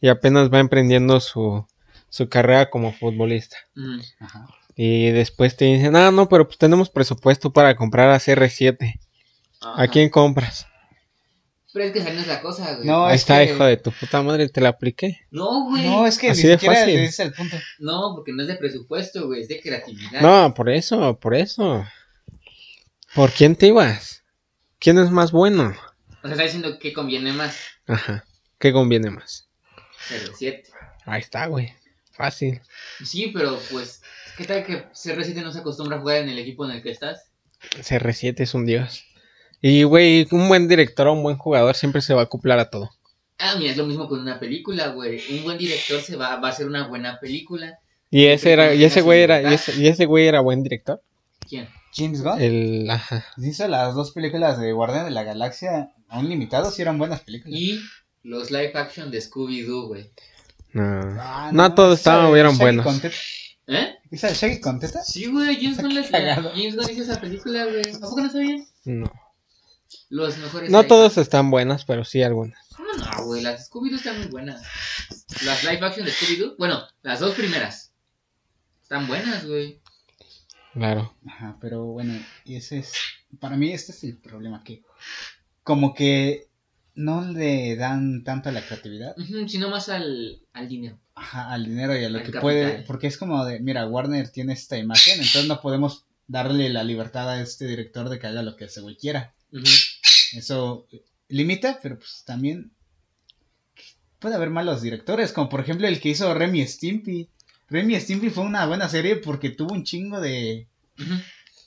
S3: y apenas va emprendiendo su, su carrera como futbolista.
S2: Ujú.
S1: Ajá.
S3: Y después te dicen, ah, no, pero pues tenemos presupuesto para comprar a CR7.
S2: Ajá.
S3: ¿A quién compras?
S2: Pero es que esa no es la cosa, güey.
S1: No,
S3: Ahí
S1: es
S3: está,
S1: que-
S3: hijo de tu puta madre, te la apliqué.
S2: No, güey.
S1: No, es que
S3: Así
S1: ni
S3: de
S1: siquiera
S3: fácil.
S1: le dices el punto.
S2: No, porque no es de presupuesto, güey, es de creatividad.
S3: No, por eso, por eso. ¿Por quién te ibas? ¿Quién es más bueno?
S2: O sea, está diciendo que conviene más.
S3: Ajá, ¿qué conviene más?
S2: 07.
S3: Ahí está, güey. Fácil.
S2: Sí, pero pues, ¿qué tal que CR7 no se acostumbra a jugar en el equipo en el que estás?
S3: CR7 es un dios. Y, güey, un buen director o un buen jugador siempre se va a acoplar a todo.
S2: Ah, mira, es lo mismo con una película, güey. Un buen director se va, va a hacer una buena película.
S3: Y ese era, y ese güey era, y
S2: Ah.
S3: ese, y ese güey era buen director.
S2: ¿Quién?
S1: James Gunn
S3: El, ajá.
S1: hizo las dos películas de Guardián de la Galaxia, aún limitados, y eran buenas películas.
S2: Y los live action de Scooby-Doo, güey.
S3: No.
S1: Ah,
S3: No todos
S1: esa de
S3: estuvieron
S1: Shaggy
S3: buenos.
S1: con teta-
S2: ¿Eh?
S1: ¿Esa de Shaggy con teta?
S2: Sí, güey, James Gunn, la-
S1: Cagado.
S2: James Gunn hizo esa película, güey. ¿A poco no sabías?
S3: No.
S2: Los mejores.
S3: No
S2: live
S3: todos están buenas, pero sí algunas.
S2: ¿Cómo no, Ah, güey? Las de Scooby-Doo están muy buenas. Las live action de Scooby-Doo, bueno, las dos primeras. Están buenas, güey.
S3: Claro.
S1: Ajá, pero bueno, y ese es. Para mí, este es el problema: que como que no le dan tanto a la creatividad,
S2: Ujú, Sino más al, al dinero.
S1: ajá, al dinero y a lo
S2: Al
S1: que
S2: capital.
S1: puede. Porque es como de: mira, Warner tiene esta imagen, entonces no podemos darle la libertad a este director de que haga lo que ese güey quiera.
S2: Ujú.
S1: Eso eh, limita, pero pues también puede haber malos directores, como por ejemplo el que hizo Remy Stimpy. Remy Stimpy fue una buena serie porque tuvo un chingo de,
S2: Ujú.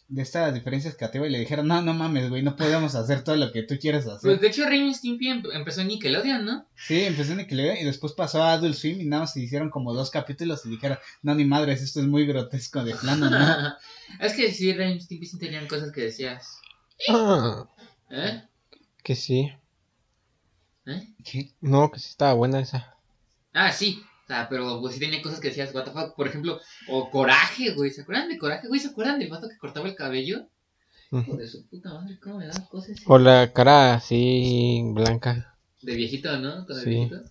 S1: de estas diferencias que ateo y le dijeron, no, no mames, güey, no podemos hacer todo lo que tú quieres hacer.
S2: Pues [laughs] de hecho, Ren y Stimpy em- empezó en Nickelodeon, ¿no? [laughs]
S1: Sí, empezó en Nickelodeon y después pasó a Adult Swim y nada más se hicieron como dos capítulos y dijeron, no, ni madres, esto es muy grotesco de plano,
S2: [laughs]
S1: ¿no?
S2: es que sí, Ren y Stimpy sí tenían cosas que decías. ¿Eh?
S4: que sí.
S2: ¿Eh?
S1: ¿Qué?
S4: No, que sí estaba buena esa.
S2: Ah, sí. O sea, pero pues sí tenía cosas que decías, what the fuck, por ejemplo, o coraje, güey, ¿se acuerdan de coraje, güey? ¿Se acuerdan del vato que cortaba el cabello? Hijo de su puta madre, cómo me daba cosas ese-
S4: O la cara así blanca.
S2: de viejito, ¿no? Con el
S4: Sí.
S2: viejito.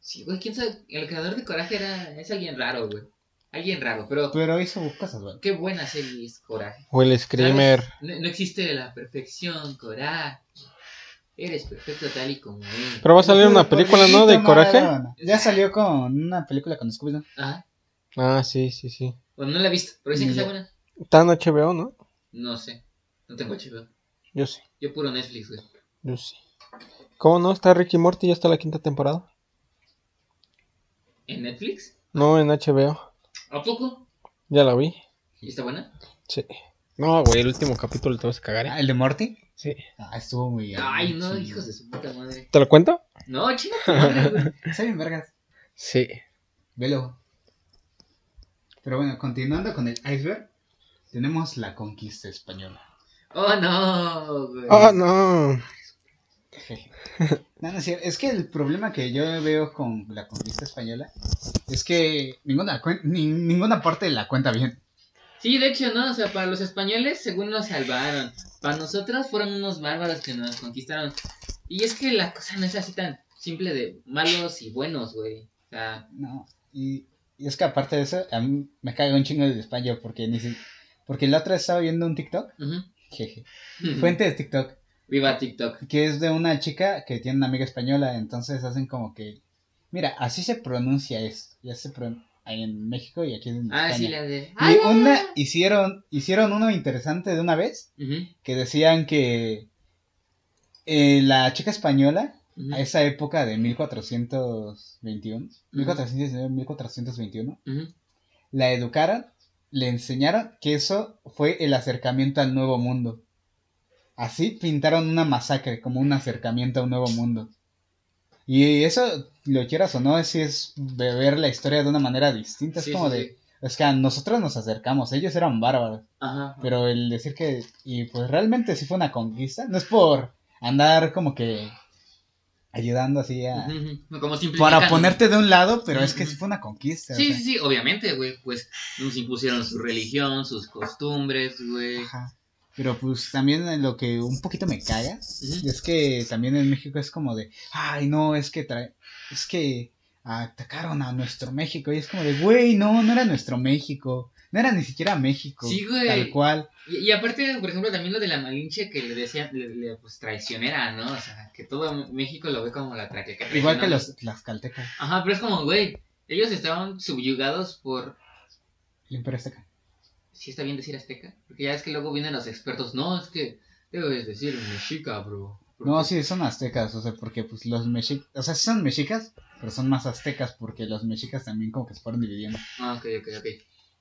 S2: Sí, güey, quién sabe, el creador de coraje era, es alguien raro, güey. Alguien raro, pero
S1: Pero hizo cosas, güey.
S2: qué buena serie es coraje.
S4: O el screamer.
S2: ¿Sabes? No, no existe la perfección, coraje. Eres perfecto tal y como eres.
S4: Pero va a salir una película, ¿no? De
S1: Pobrecito,
S4: coraje.
S1: Maradona. Ya salió con una película con Scooby-Doo.
S2: Ajá.
S4: Ah, sí, sí, sí.
S2: Bueno, no la he visto, pero dicen que
S1: Ni
S2: está
S1: yo.
S2: buena.
S4: Está en HBO, ¿no?
S2: No sé. No tengo chido.
S4: Yo sí,
S2: Yo puro Netflix, güey.
S4: yo sí. ¿Cómo no? Está Ricky Morty ya está la quinta temporada.
S2: ¿En Netflix?
S4: No, en HBO.
S2: ¿A poco?
S4: Ya la vi.
S2: ¿Y está buena?
S4: Sí. No, güey, el último capítulo te vas a cagar, ¿eh?
S1: Ah, ¿El de Morty?
S4: Sí.
S1: Ah, estuvo muy bien.
S2: Ay, no,
S1: Sí.
S2: hijos de su puta madre.
S4: ¿Te lo cuento?
S2: No, chinga tu madre, güey.
S1: Está bien, vergas.
S4: Sí.
S1: Velo. Pero bueno, continuando con el iceberg, tenemos la conquista española. [laughs]
S2: Oh, no, güey.
S4: Ah, no.
S1: No, no es cierto. Es que el problema que yo veo con la conquista española es que ninguna, cuen- ni- ninguna parte la cuenta bien.
S2: Sí, de hecho, no, o sea, para los españoles, según nos salvaron. Para nosotros fueron unos bárbaros que nos conquistaron. Y es que la cosa no es así tan simple de malos y buenos, güey. O sea,
S1: No. Y, y es que aparte de eso, a mí me caga un chingo de España porque ni si- porque la otra vez estaba viendo un TikTok,
S2: ujú.
S1: jeje, fuente de TikTok,
S2: Viva TikTok.
S1: que es de una chica que tiene una amiga española, entonces hacen como que, mira, así se pronuncia esto, ya se pronuncia en México y aquí en Mm, España.
S2: Ah, sí, la de.
S1: Y
S2: ¡Ay, ay,
S1: una,
S2: ay!
S1: hicieron, hicieron uno interesante de una vez,
S2: Ujú,
S1: que decían que eh, la chica española,
S2: ujú,
S1: a esa época de 1421, 1419, 1421,
S2: ujú.
S1: la educaron, le enseñaron que eso fue el acercamiento al nuevo mundo. Así pintaron una masacre como un acercamiento a un nuevo mundo. Y eso, lo quieras o no, es, es beber la historia de una manera distinta. Es
S2: Sí,
S1: como
S2: sí,
S1: de,
S2: sí.
S1: es que a nosotros nos acercamos, ellos eran bárbaros.
S2: Ajá.
S1: Pero el decir que. Y pues realmente sí fue una conquista. No es por andar como que. Ayudando así a.
S2: Ujú, ujú. Como simplificando.
S1: Para ponerte de un lado, pero es que sí fue una conquista. o
S2: Sí,
S1: sea.
S2: sí, sí, obviamente, güey. Pues nos impusieron su religión, sus costumbres, güey.
S1: Ajá. Pero pues también en lo que un poquito me caga.
S2: Ujú.
S1: Es que también en México es como de. Ay, no, es que trae. Es que atacaron a nuestro México. Y es como de, güey, no, no era nuestro México. No era ni siquiera México.
S2: Sí, güey.
S1: Tal cual.
S2: Y, y aparte, por ejemplo, también lo de la Malinche que le decían, le, le, pues traicionera, ¿no? O sea, que todo México lo ve como la tra que traicionó.
S1: Igual que los tlaxcaltecas.
S2: Ajá, pero es como, güey, ellos estaban subyugados por...
S1: El imperio azteca.
S2: Si está bien decir azteca, porque ya es que luego vienen los expertos, no, es que debes decir mexica, bro. porque-
S1: No, sí, son aztecas, o sea, porque pues los mexicas, o sea, sí son mexicas, pero son más aztecas porque los mexicas también como que se fueron dividiendo.
S2: Ah, ok, ok, ok.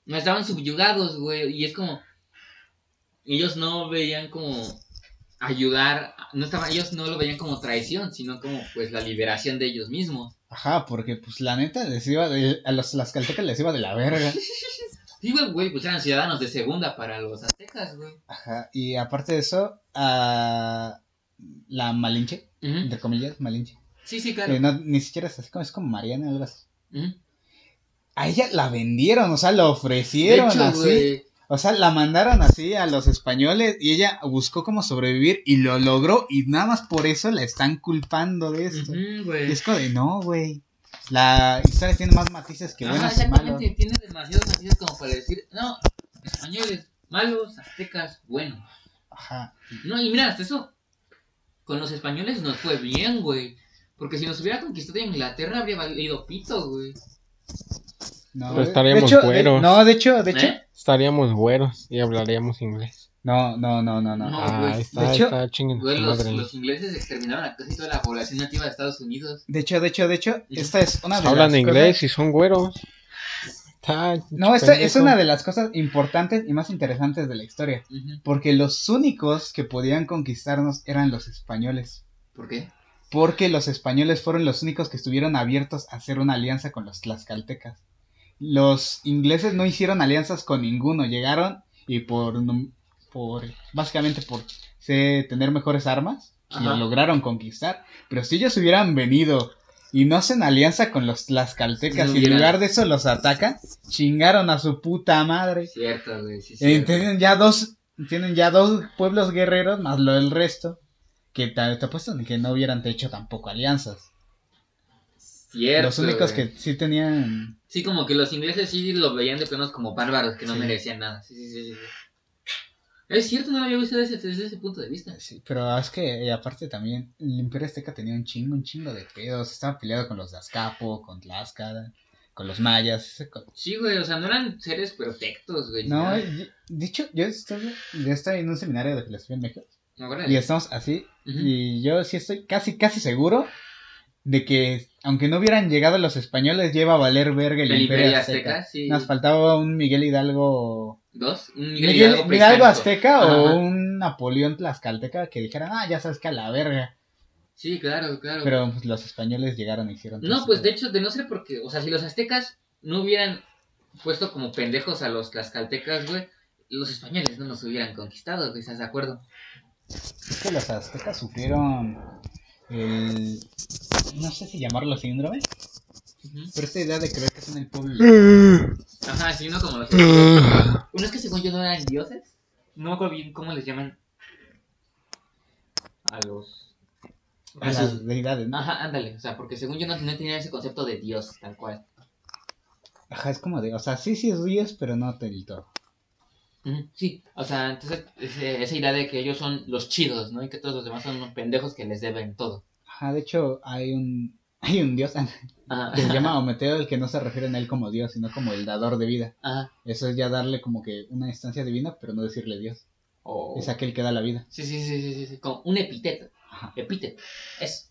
S2: No, estaban subyugados, güey, y es como... Ellos no veían como ayudar, no estaban, ellos no lo veían como traición, sino como pues la liberación de ellos mismos.
S1: Ajá, porque pues la neta les iba, de- a los tlaxcaltecas les iba de la verga.
S2: [laughs] Sí, güey, güey, pues eran ciudadanos de segunda para los aztecas, güey.
S1: Ajá, y aparte de eso, a la malinche, entre comillas, malinche,
S2: Sí, sí,
S1: que
S2: claro.
S1: no, ni siquiera es así como, es como Mariana, algo así.
S2: Ujú.
S1: A ella la vendieron, o sea, la
S2: De
S1: ofrecieron
S2: hecho,
S1: así.
S2: güey,
S1: O sea, la mandaron así a los españoles y ella buscó cómo sobrevivir y lo logró y nada más por eso la están culpando de esto.
S2: ujú,
S1: Y
S2: güey.
S1: es como de no, güey. La historia tiene más matices que
S2: Ajá,
S1: buenos y malos.
S2: exactamente, tiene demasiados matices como para decir, no, españoles malos, aztecas buenos.
S1: Ajá.
S2: No, y mira, hasta eso, con los españoles nos fue bien, güey. Porque si nos hubiera conquistado Inglaterra habría valido pito, güey.
S1: No,
S4: Pero
S1: güey.
S4: estaríamos
S1: de hecho,
S4: güeros.
S1: de- no, de hecho, de hecho.
S2: ¿Eh?
S4: Estaríamos güeros y hablaríamos inglés.
S1: No, no, no, no, no.
S2: No.
S4: ah,
S2: güey.
S4: ahí está,
S1: De
S4: ahí
S1: hecho,
S4: está, chinguen su
S2: Güey, los,
S4: madre.
S2: los ingleses exterminaron a casi toda la población nativa de Estados Unidos.
S1: De hecho, de hecho, de hecho,
S2: Sí.
S1: esta es una de
S4: Hablan
S1: las
S4: inglés
S1: cosas-
S4: y son güeros. Está
S1: No, esta es
S4: pendejo.
S1: una [laughs] de las cosas importantes y más interesantes de la historia.
S2: Ujú.
S1: Porque los únicos que podían conquistarnos eran los españoles.
S2: ¿Por qué?
S1: Porque los españoles fueron los únicos que estuvieron abiertos a hacer una alianza con los tlaxcaltecas. Los ingleses no hicieron alianzas con ninguno, llegaron y por, num- por básicamente por sé, tener mejores armas, pues, lo
S4: Ajá.
S1: lograron conquistar. Pero si ellos hubieran venido y no hacen alianza con los tlaxcaltecas
S2: No
S1: y en
S2: hubieran-
S1: lugar de eso los atacan, chingaron a su puta madre.
S2: Cierto, güey. Sí,
S1: Eh,
S2: cierto.
S1: tienen ya dos tienen ya dos pueblos guerreros más lo del resto que ta- te, apuesto que no hubieran hecho tampoco alianzas
S2: Cierto,
S1: los únicos
S2: güey.
S1: que sí tenían
S2: Sí, como que los ingleses sí lo veían de planos como bárbaros que no
S1: Sí.
S2: merecían nada. Sí, sí, sí, sí, sí. Es cierto, no lo había visto desde, ese- desde ese punto de vista.
S1: sí, pero es que eh, aparte también el imperio azteca tenía un chingo un chingo de pedos estaba peleado con los de Azcapo con Tlaxcala con los mayas ese co-
S2: Sí, güey, o sea, no eran seres perfectos, güey.
S1: no
S2: nada.
S1: eh, y- dicho yo estoy yo estoy en un seminario de filosofía en México
S2: Ahora-
S1: y estamos así
S2: Ujú.
S1: Y yo sí estoy casi, casi seguro de que, aunque no hubieran llegado los españoles, lleva a valer verga el,
S2: El
S1: Imperio Azteca.
S2: sí.
S1: Nos faltaba un Miguel Hidalgo.
S2: Dos, un
S1: Miguel,
S2: Hidalgo
S1: Miguel Hidalgo
S2: británico.
S1: Azteca
S2: Ajá.
S1: o un Napoleón Tlaxcalteca que dijeran, ah, ya sabes que a la verga.
S2: Sí, claro, claro.
S1: Pero pues, los españoles llegaron e hicieron. todo
S2: No,
S1: ese
S2: pues de
S1: pedo.
S2: hecho, de no ser porque, o sea, si los aztecas no hubieran puesto como pendejos a los tlaxcaltecas, güey, los españoles no nos hubieran conquistado, güey, ¿estás de acuerdo?
S1: Es que los aztecas sufrieron el. No sé si llamarlo síndrome,
S2: Ujú.
S1: pero esta idea de creer que son el pueblo.
S2: Ajá, sí, no como los Uno es que según yo no eran dioses. No me acuerdo bien cómo les llaman. A los.
S1: a las deidades, ¿no?
S2: Ah, Ajá, ándale. O sea, porque según yo no, no tenía ese concepto de dios, tal cual.
S1: Ajá, es como de. O sea, sí, sí es Dios, pero no del todo.
S2: Ujú, Sí, o sea, entonces ese- esa idea de que ellos son los chidos, ¿no? Y que todos los demás son unos pendejos que les deben todo.
S1: Ajá, de hecho, hay un, [laughs] hay un dios que
S2: Ajá.
S1: se llama Ometeo, el que no se refiere a él como dios, sino como el dador de vida.
S2: [laughs] Ajá.
S1: Eso es ya darle como que una instancia divina, pero no decirle dios.
S2: O-
S1: Es aquel que da la vida.
S2: Sí, sí, sí, sí, sí, sí, Como un epíteto.
S1: Ajá.
S2: Epíteto. Eso.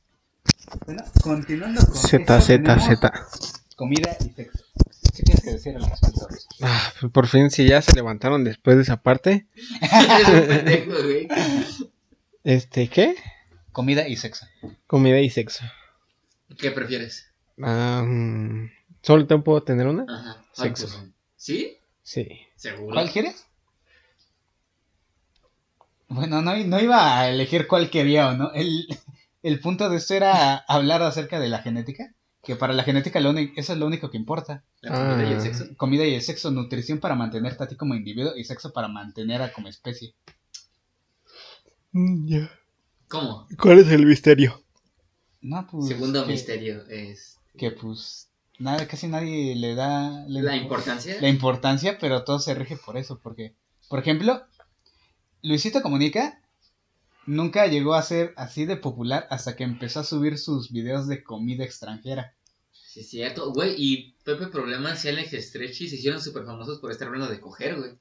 S1: Bueno, continuando con esto, tenemos comida y sexo. ¿Qué tienes que decir al respecto?
S4: Ah, pues, por fin, si ya se levantaron después de esa parte.
S2: Eres un pendejo, güey.
S4: Este, ¿qué?
S1: Comida y sexo.
S4: Comida y sexo.
S2: ¿Qué prefieres?
S4: Ah, mm, ¿Solo te puedo tener una?
S2: Ajá. Ay,
S4: Sexo.
S2: pues, ¿Sí?
S4: Sí.
S2: Seguro.
S1: ¿Cuál quieres? Bueno, no, no iba a elegir cuál quería o no. El, [laughs] el punto de esto era hablar acerca de la genética. Que para la genética lo uni- eso es lo único que importa.
S2: ¿La comida y el
S4: Ah.
S2: sexo?
S1: comida y el sexo, nutrición para mantenerte a ti como individuo y sexo para mantener a como especie.
S2: ¿Cómo?
S4: ¿Cuál es el misterio?
S1: No, pues.
S2: Segundo
S1: que,
S2: misterio es
S1: Que pues nada, casi nadie le da le-
S2: la importancia.
S1: la importancia, pero todo se rige por eso, porque, por ejemplo, Luisito Comunica nunca llegó a ser así de popular hasta que empezó a subir sus videos de comida extranjera.
S2: Sí, es cierto, güey. Y Pepe Problemas y Alex Stretchy se hicieron súper famosos por estar hablando de coger, güey.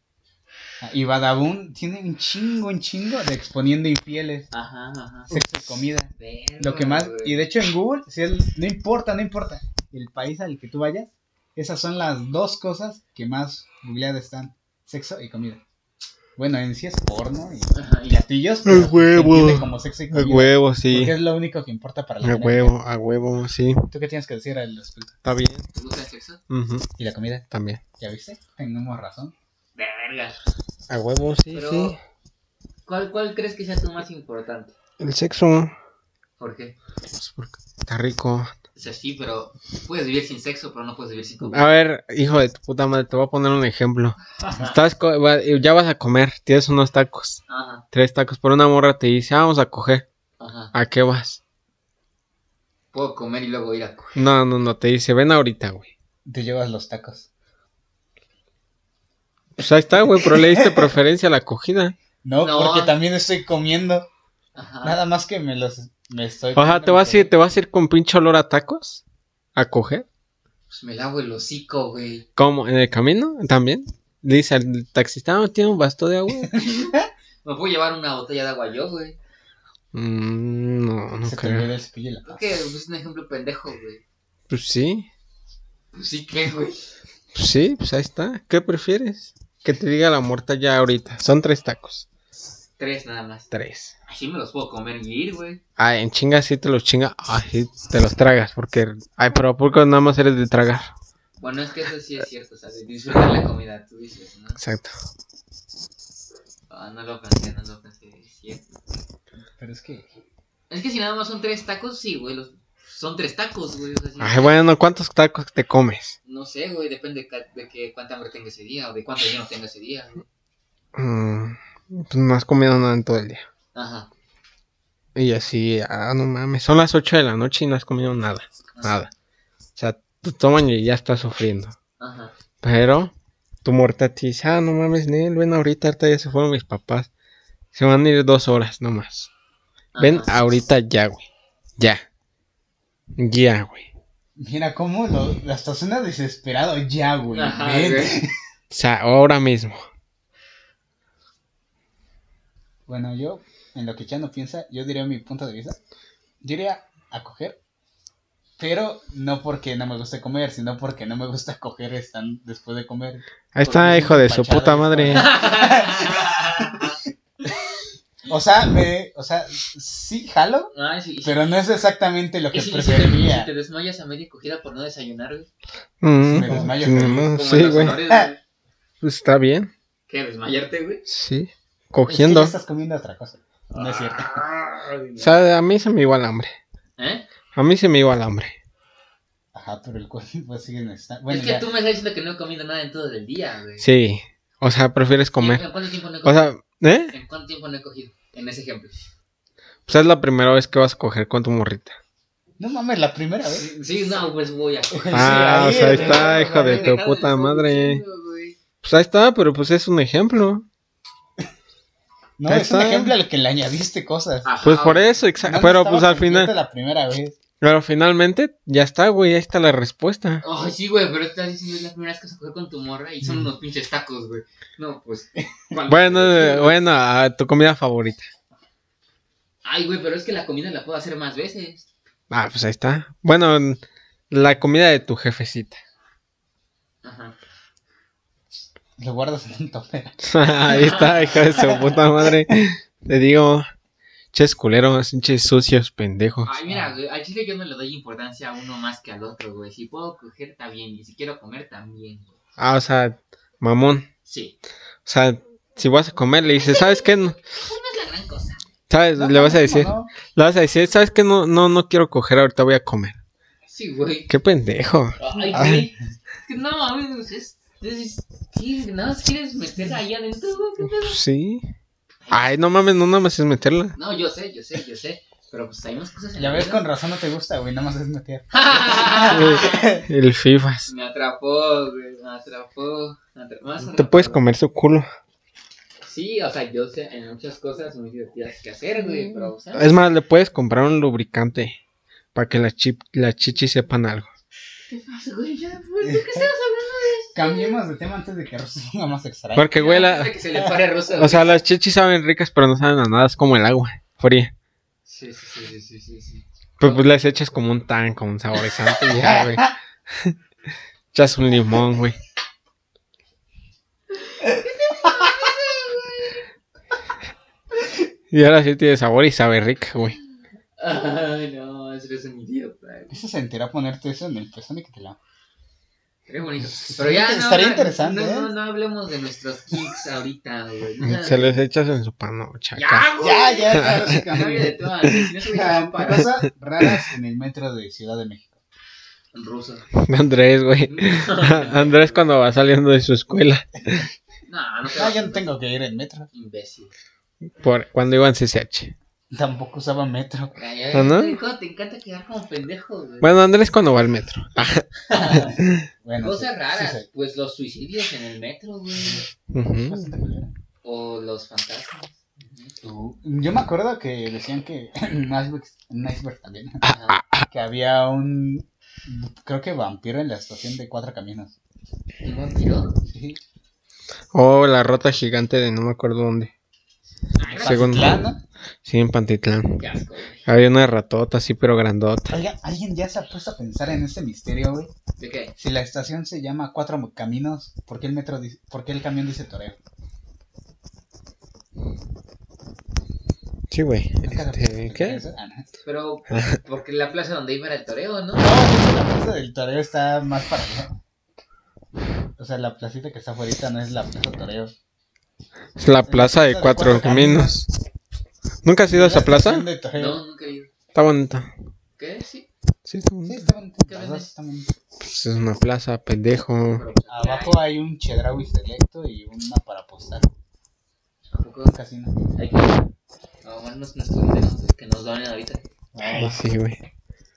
S1: Ah, Y Badabun tiene un chingo, un chingo de exponiendo infieles,
S2: Ajá, ajá.
S1: sexo y comida.
S2: Verga,
S1: Lo que más,
S2: güey.
S1: y de hecho en Google, si es- no importa, no importa, el país al que tú vayas, esas son las dos cosas que más googleadas están, sexo y comida. Bueno, en sí es porno y
S2: Ajá, y-
S1: platillos, pero se
S4: huevo.
S1: entiende como sexo y
S4: A
S1: comida,
S4: huevo, sí.
S1: porque es lo único que importa para la
S4: A
S1: gente.
S4: huevo, a huevo, sí.
S1: ¿Tú qué tienes que decir al respecto?
S4: Está bien.
S2: ¿Te gusta el sexo?
S4: Ujú,
S1: ¿Y la comida?
S4: También.
S1: ¿Ya viste? Tenemos razón.
S2: Verga.
S4: A huevo, sí,
S2: Pero,
S4: sí.
S2: ¿cuál, ¿cuál crees que sea tu más importante?
S4: El sexo.
S2: ¿Por qué?
S4: pues, porque Está rico.
S2: O sea, sí, pero puedes vivir sin sexo, pero no puedes vivir sin comer.
S4: A ver, hijo de tu puta madre, te voy a poner un ejemplo.
S2: Ah,
S4: Estás co- va- ya vas a comer, tienes unos tacos,
S2: Ajá,
S4: tres tacos, pero una morra te dice, "Ah, vamos a coger.
S2: ajá.
S4: ¿A qué vas?
S2: Puedo comer y luego ir a coger.
S4: No, no, no, te dice, ven ahorita, güey.
S1: Te llevas los tacos.
S4: Pues ahí está, güey, pero le diste preferencia a la cogida.
S1: No,
S2: No. Ah.
S1: porque también estoy comiendo,
S2: Ajá.
S1: nada más que me los... Me estoy
S4: O sea,
S1: comiendo
S4: ¿te vas, a
S1: mi
S4: ir, ¿te vas a ir con pinche olor a tacos? ¿A coger?
S2: Pues me lavo el hocico, güey.
S4: ¿Cómo? ¿En el camino? ¿También? Le Dice al taxista, no, tiene un basto de
S1: [laughs]
S4: agua.
S2: Me puedo llevar una botella de agua yo, güey.
S4: Mm, no,
S1: comida.
S4: no
S1: Se te
S4: creo.
S1: olvida el cepillo y la
S2: Ah. Creo que es un ejemplo pendejo, güey.
S4: Pues sí.
S2: Pues sí, ¿qué, güey?
S4: Pues
S3: Sí, pues ahí está. ¿Qué prefieres? Que te diga la muerta ya ahorita. Son tres tacos.
S2: Tres nada más.
S3: Tres.
S2: Así me los puedo comer y ir, güey.
S3: Ah, en chinga sí te los chinga. Ah, sí, te los tragas. Porque. Ay, pero porque nada más eres de tragar.
S2: Bueno, es que eso sí es cierto, o sea, de disfrutar la comida, tú dices, ¿no?
S3: Exacto.
S2: Ah, no lo pensé, no lo pensé, es cierto.
S1: Pero es que.
S2: Es que si nada más son tres tacos, sí, güey, los... son tres tacos, güey. o sea, sí.
S3: Ay, bueno, ¿cuántos tacos te comes?
S2: No sé, güey, depende ca- de que cuánta hambre tenga ese día o de cuánto lleno tenga ese día. güey.
S3: Mm, pues no has comido nada en todo el día.
S2: Ajá.
S3: Y así, ah, no mames. Son las 8 de la noche y no has comido nada. Nada. O sea, te toman y ya estás sufriendo.
S2: Ajá.
S3: Pero tu muerta te dice, ah, no mames, Nel, ven ahorita, ahorita ya se fueron mis papás. Se van a ir dos horas nomás. Ven
S2: ajá.
S3: ahorita ya, güey. Ya. Ya, güey.
S1: Mira cómo lo, hasta suena desesperado ya, güey.
S2: Ajá,
S1: ven.
S2: güey.
S3: O sea, ahora mismo.
S1: Bueno, yo, en lo que ya no piensa, yo diría mi punto de vista. Yo iría a coger, pero no porque no me guste comer, sino porque no me gusta [laughs] coger están después de comer. Porque
S3: Ahí está,
S1: es
S3: hijo de su
S1: despachado,
S3: puta
S1: hijo. [laughs]
S3: madre.
S1: O sea, me, o sea, sí jalo,
S2: Ay, sí, y si-
S1: pero no es exactamente lo
S2: y
S1: que
S2: si- y si te- y si
S1: preferiría.
S2: te desmayas a media cogida por no desayunar, güey.
S3: Mm,
S1: Me desmayo,
S3: sí,
S1: güey.
S3: no,
S2: Como en
S3: sí,
S2: los
S3: güey.
S2: honores, güey.
S3: Pues está bien.
S2: ¿Qué? ¿Desmayarte, güey?
S3: Sí.
S1: Es que ya
S3: Cogiendo.
S1: estás comiendo otra cosa. No es cierto.
S2: Ah.
S3: O sea, a mí se me iba el hambre.
S2: ¿Eh?
S3: A mí se me iba el hambre.
S1: Ajá, pero el cuerpo [laughs] pues sigue necesitando. Bueno,
S2: es que
S1: ya.
S2: tú me estás diciendo que no he comido nada en todo el día, güey.
S3: Sí. O sea, prefieres comer.
S2: ¿En cuánto tiempo no he
S3: O
S2: cogido?
S3: sea, ¿eh?
S2: ¿En cuánto tiempo no he cogido? En ese ejemplo.
S3: Pues es la primera vez que vas a coger con tu morrita.
S1: No mames, la primera vez.
S2: Sí, no, pues voy a.
S3: Ah,
S1: Sí,
S3: o sea,
S1: güey.
S3: ahí está, hijo de tu
S2: Dejado
S3: puta
S2: estar
S3: madre.
S2: diciendo, güey.
S3: Pues ahí está, pero pues es un ejemplo.
S1: No,
S3: Ahí
S1: es un
S3: está.
S1: ejemplo al que le añadiste
S3: [laughs]
S1: cosas.
S2: Ajá,
S3: Pues por
S2: güey.
S3: eso, exacto.
S1: No
S3: pero
S1: Ah, estaba
S3: pues al
S1: consciente
S3: final.
S1: La Ah, primera vez.
S3: Pero finalmente, ya está, güey. Ahí está la respuesta.
S2: Ay, sí, güey, pero esta vez sí es la primera vez que se coge con tu morra y son unos pinches tacos, güey. No, pues. ¿cuál?
S3: Bueno, eh, bueno, a tu comida favorita.
S2: Ay, güey, pero es que la comida la puedo hacer más veces.
S3: Ah, pues ahí está. Bueno, n- la comida de tu jefecita. [laughs]
S2: Ajá.
S1: Lo guardas en un tope.
S3: ahí está, hijo de su puta madre. Te digo, ches culeros, ches sucios, pendejos.
S2: Ay, mira, güey, al chile yo no le doy importancia a uno más que al otro, güey. Si puedo coger, está bien. Y si quiero comer, también, güey.
S3: Ah, o sea, mamón.
S2: Sí.
S3: O sea, si vas a comer, le dices, ¿sabes qué? No-
S2: Pues no es la gran cosa.
S3: ¿Sabes?
S1: No,
S3: le vas a
S1: no,
S3: decir,
S1: no.
S3: le vas a decir, ¿sabes qué? No, no, no quiero coger, ahorita voy a comer.
S2: Sí, güey.
S3: Qué pendejo.
S2: Ay,
S3: Ay.
S2: güey. Es que No, mames, es. es- Sí, nada más quieres meter ahí adentro, güey. ¿qué pedo?
S3: Pues Sí. Ay, no mames, no nada más
S2: [laughs]
S3: es meterla.
S2: No, yo sé, yo sé, yo sé. Pero pues hay más cosas en
S1: Ya
S2: la
S1: ves,
S2: vida.
S1: con razón no te gusta, güey. Nada más es meter.
S2: Ah,
S3: El FIFAs.
S2: me atrapó, güey, me atrapó. Me atrapó. Más
S3: Te
S2: atrapado.
S3: puedes comer su culo.
S2: Sí, o sea, yo sé, en muchas cosas muy divertidas que hacer, güey, pero, o sea,
S3: Es más, le puedes comprar un lubricante para que las chip, las chichis sepan algo.
S2: ¿qué pasa, güey? Ya, güey, ¿de pues, qué estabas
S1: Cambiemos de tema antes de que se ponga más extraño.
S3: Porque, güey,
S2: hablando?
S3: la-
S2: Que se le pare a Rosa,
S3: o sea, las chichis saben ricas, pero no saben a nada, es como el agua fría.
S2: Sí, sí, sí, sí, sí, sí.
S3: Pues, pues les echas como un tan, como un saborizante y ya, güey. Echas un limón, güey. Y ahora sí tiene sabor y sabe rica, güey.
S2: Ay, no, eso es un idiota, güey.
S1: Eso sentirá ponerte eso en el pezón y que te la.
S2: Qué bonito. Pero ya, no,
S1: Estaría
S2: no,
S1: interesante,
S2: no,
S1: ¿eh?
S2: no, no hablemos de nuestros kicks ahorita,
S3: [laughs]
S2: güey. No,
S3: Se los echas en su panocha. acá.
S2: Ya, Ah, güey.
S1: Ya, ya, claro, se cambió.
S2: Cambia de tema, güey,
S1: [laughs]
S2: si no se me
S1: Ah,
S2: para.
S1: Cosas raras en el metro de Ciudad de México.
S3: [laughs]
S2: Rosa.
S3: Andrés, güey. [laughs] Andrés cuando va saliendo de su escuela.
S2: No, no te
S1: No,
S2: vas
S1: Ah, yo no tengo que ir en metro.
S2: Imbécil.
S3: Por cuando iba en CCH.
S1: Tampoco usaba metro.
S2: Ay,
S3: ¿Ah,
S2: ay,
S3: no?
S2: ay, hijo, este Te encanta quedar como pendejo, güey.
S3: Bueno, Andrés cuando va al metro.
S1: Bueno,
S2: Cosas
S1: sí,
S2: raras,
S1: sí, sí.
S2: pues los suicidios en el metro, güey.
S3: Ujú.
S1: Bastante culero.
S2: O los fantasmas.
S1: Uh, Yo me acuerdo que decían que [laughs] en iceberg, en iceberg también, [laughs]
S3: Ah,
S2: Ajá.
S1: que había un, creo que vampiro en la estación de Cuatro Caminos.
S2: ¿Un vampiro?
S1: Sí.
S3: O la rota gigante de no me acuerdo dónde.
S2: Ay,
S3: Según-
S1: Pacitlán, ¿no?
S3: Sí, en Pantitlán.
S2: Qué asco, güey.
S3: Había una ratota así, pero grandota.
S1: Oiga, ¿alguien ya se ha puesto a pensar en este misterio, güey?
S2: ¿De qué?
S1: Si la estación se llama Cuatro Caminos, ¿por qué el metro dice- por qué el camión dice Toreo?
S3: Sí, güey.
S1: ¿Nunca se puso a
S3: Este,
S1: pensar en
S3: ¿Qué?
S1: eso? Ah, no. [laughs]
S2: Pero porque la plaza donde iba era el toreo, ¿no?
S1: No, la plaza del Toreo está más para allá. O sea, la placita que está afuera no es la plaza Toreo.
S3: Es la plaza de cuatro caminos. ¿Nunca has ido a esa
S1: La
S3: plaza?
S1: estación de Toreo.
S2: No, nunca he ido.
S3: Está bonita.
S2: ¿Qué? Sí.
S3: Sí, está
S1: Sí,
S3: bonita.
S1: está bonito.
S2: ¿Qué
S1: Las
S2: venden?
S1: dos están bonitas.
S3: Pues es una plaza, pendejo.
S2: Pero, pues,
S1: Ah, Abajo hay un Chedraui selecto y una para apostar.
S2: ay, ¿a poco
S1: Un casino.
S2: hay que ahogarnos nuestros dedos pues, que nos donen ahorita?
S3: Ay, sí, güey.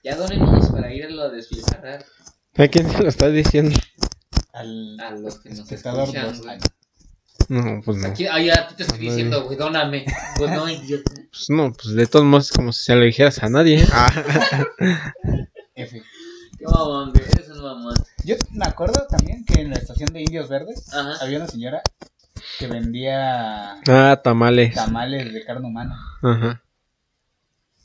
S2: Ya donenos para ir a lo de despilfarrar
S3: ¿A quién se lo estás diciendo?
S1: Al
S2: a los Ah, que nos
S1: espectador
S2: escuchan,
S1: dos
S2: güey.
S1: años.
S3: No, pues no.
S2: Aquí, ay, ya te estoy
S3: Ándale.
S2: diciendo, güey, dóname. Pues no, idiota.
S3: Pues no, pues de todos modos es como si se lo dijeras a nadie. Ah,
S1: F.
S2: Qué mamón, güey, eres un mamón.
S1: Yo me acuerdo también que en la estación de Indios Verdes
S2: Ajá.
S1: había una señora que vendía
S3: ah, tamales.
S1: tamales de carne humana.
S3: Ajá.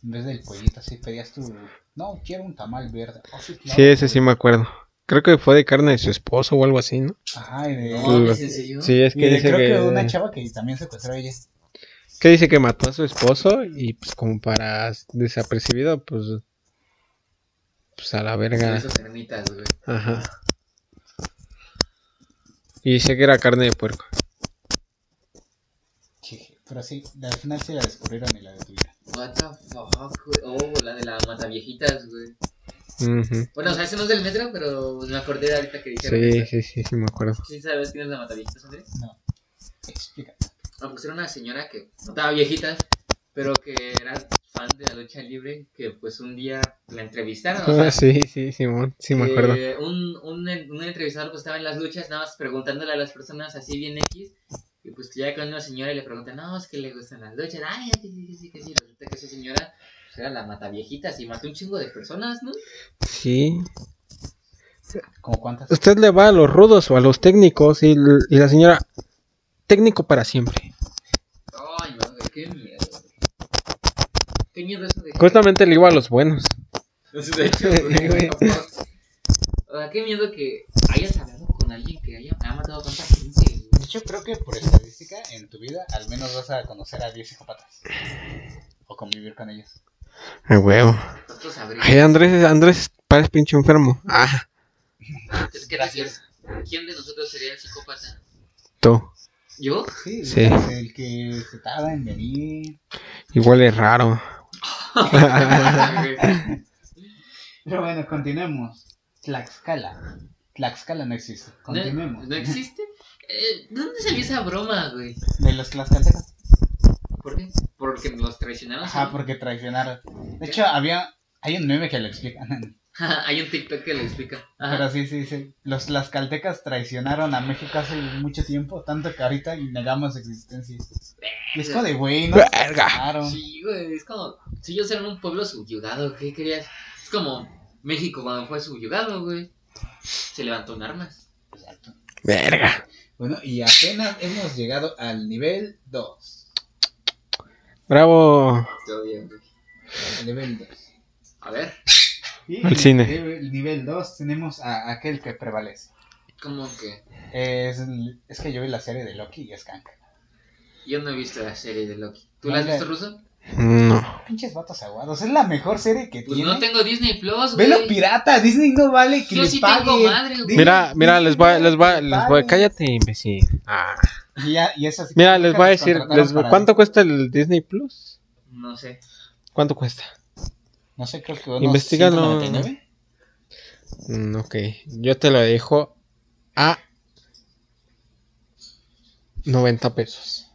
S1: En vez del pollito, así pedías tu. No, quiero un tamal verde. Oh, sí, claro.
S3: Sí, ese sí me acuerdo. Creo que fue de carne de su esposo o algo así, ¿no?
S1: Ajá, y de.
S2: No, ¿es en serio?
S3: Sí, es
S1: y
S3: que
S1: de-
S3: dice
S1: creo que, una
S3: que,
S1: chava que también secuestró a ella.
S3: que dice que mató a su esposo y pues como para desapercibido, pues pues a la
S2: Son
S3: verga.
S2: esas ermitas, güey.
S3: Ajá. Y dice que era carne de puerco.
S1: Sí, pero sí, al final sí la descubrieron y la detuvieron.
S2: What the fuck, güey. Oh, la de la mataviejitas, güey.
S3: Ujú.
S2: Bueno, o sea, ese no es del metro, pero me acordé de ahorita que dijeron.
S3: Sí,
S2: eso.
S3: sí, sí, sí me acuerdo.
S2: ¿Sí sabes quién es la mataviejitas, Andrés?
S1: No. Explica.
S2: No, pues era una señora que no estaba viejita, pero que era fan de la lucha libre, que pues un día la entrevistaron. o sea,
S3: [laughs] Ah, sí, sí, Simón, sí me
S2: que
S3: acuerdo.
S2: Un, un, un entrevistador pues estaba en las luchas, nada más preguntándole a las personas así bien X, y pues ya con una señora y le pregunta, no, es que le gustan las luchas, ay, que sí, que sí, que sí, resulta que esa señora pues, era la mataviejitas y mató un chingo de personas, ¿no?
S3: Sí.
S1: ¿Como cuántas?
S3: Usted le va a los rudos o a los técnicos y, l- y la señora técnico para siempre.
S2: Ay, no, güey, qué miedo. güey. Qué miedo eso de...
S3: Justamente le iba a los buenos.
S2: Entonces, [laughs] de hecho,
S3: Sí, güey.
S2: O sea, qué miedo que hayas hablado con alguien que haya ha matado tanta gente. güey.
S1: De hecho, Pues creo que por estadística, en tu vida al menos vas a conocer a 10 psicopatas. O convivir con ellos.
S3: A huevo.
S2: Nosotros sabríamos.
S3: Ay, Andrés, Andrés, pares pinche enfermo. Ah,
S2: ¿Qué decir? ¿Quién de nosotros sería el psicópata?
S3: tú.
S2: ¿Yo?
S1: Sí,
S3: Sí.
S1: es el que se tarda en venir.
S3: Igual es [laughs] raro.
S2: Ah,
S1: Pero bueno, continuemos. Tlaxcala. Tlaxcala no existe.
S2: ¿No,
S1: Continuemos.
S2: ¿No existe? Eh, ¿Dónde salió esa broma, güey?
S1: De los tlaxcaltecas.
S2: ¿Por qué? Porque los traicionaron.
S1: Ajá,
S2: ¿no?
S1: porque traicionaron. De hecho, había. Hay un meme que lo explica.
S2: [laughs] Hay un TikTok que lo explica.
S1: Pero
S2: Ajá.
S1: sí, sí, sí. Los tlaxcaltecas traicionaron a México hace mucho tiempo, tanto que ahorita negamos su existencia. Y es como de güey, ¿no?
S3: Verga.
S1: Claro.
S2: Sí, güey, es como. Si ellos eran un pueblo subyugado, ¿qué querías? Es como México cuando fue subyugado, güey. Se levantó en armas.
S1: Exacto.
S3: Verga.
S1: Bueno, y apenas hemos llegado al nivel 2.
S3: Bravo.
S2: Todo bien, güey.
S1: Nivel 2.
S2: A ver,
S3: Al cine.
S1: El nivel 2 tenemos a aquel que prevalece.
S2: como que
S1: Es, es que yo vi la serie de Loki y es Kank.
S2: yo no he visto la serie de Loki. ¿Tú
S1: No,
S2: la has
S1: la-
S2: visto, Ruso?
S3: No.
S1: Pinches vatos aguados. Es la mejor serie que
S2: Pues
S1: tiene.
S2: no tengo Disney Plus, güey.
S1: Velo pirata. Disney no vale que
S2: Yo
S1: le
S2: sí
S1: pague.
S2: tengo madre, güey.
S1: Disney-
S3: Mira, mira, les voy, a- les voy, a-
S1: Disney
S3: les
S1: no
S3: voy. a-
S1: vale.
S3: Cállate, imbécil. Ah.
S1: Y ya- y eso sí que
S3: Mira,
S1: nunca
S3: les voy a
S1: los
S3: decir,
S1: contrataron
S3: les-
S1: para-
S3: ¿cuánto cuesta el Disney Plus?
S2: No sé.
S3: ¿Cuánto cuesta?
S1: No sé, creo que unos
S3: Investígalo.
S1: 199.
S3: Mm, ok, yo te lo dejo a 90 pesos.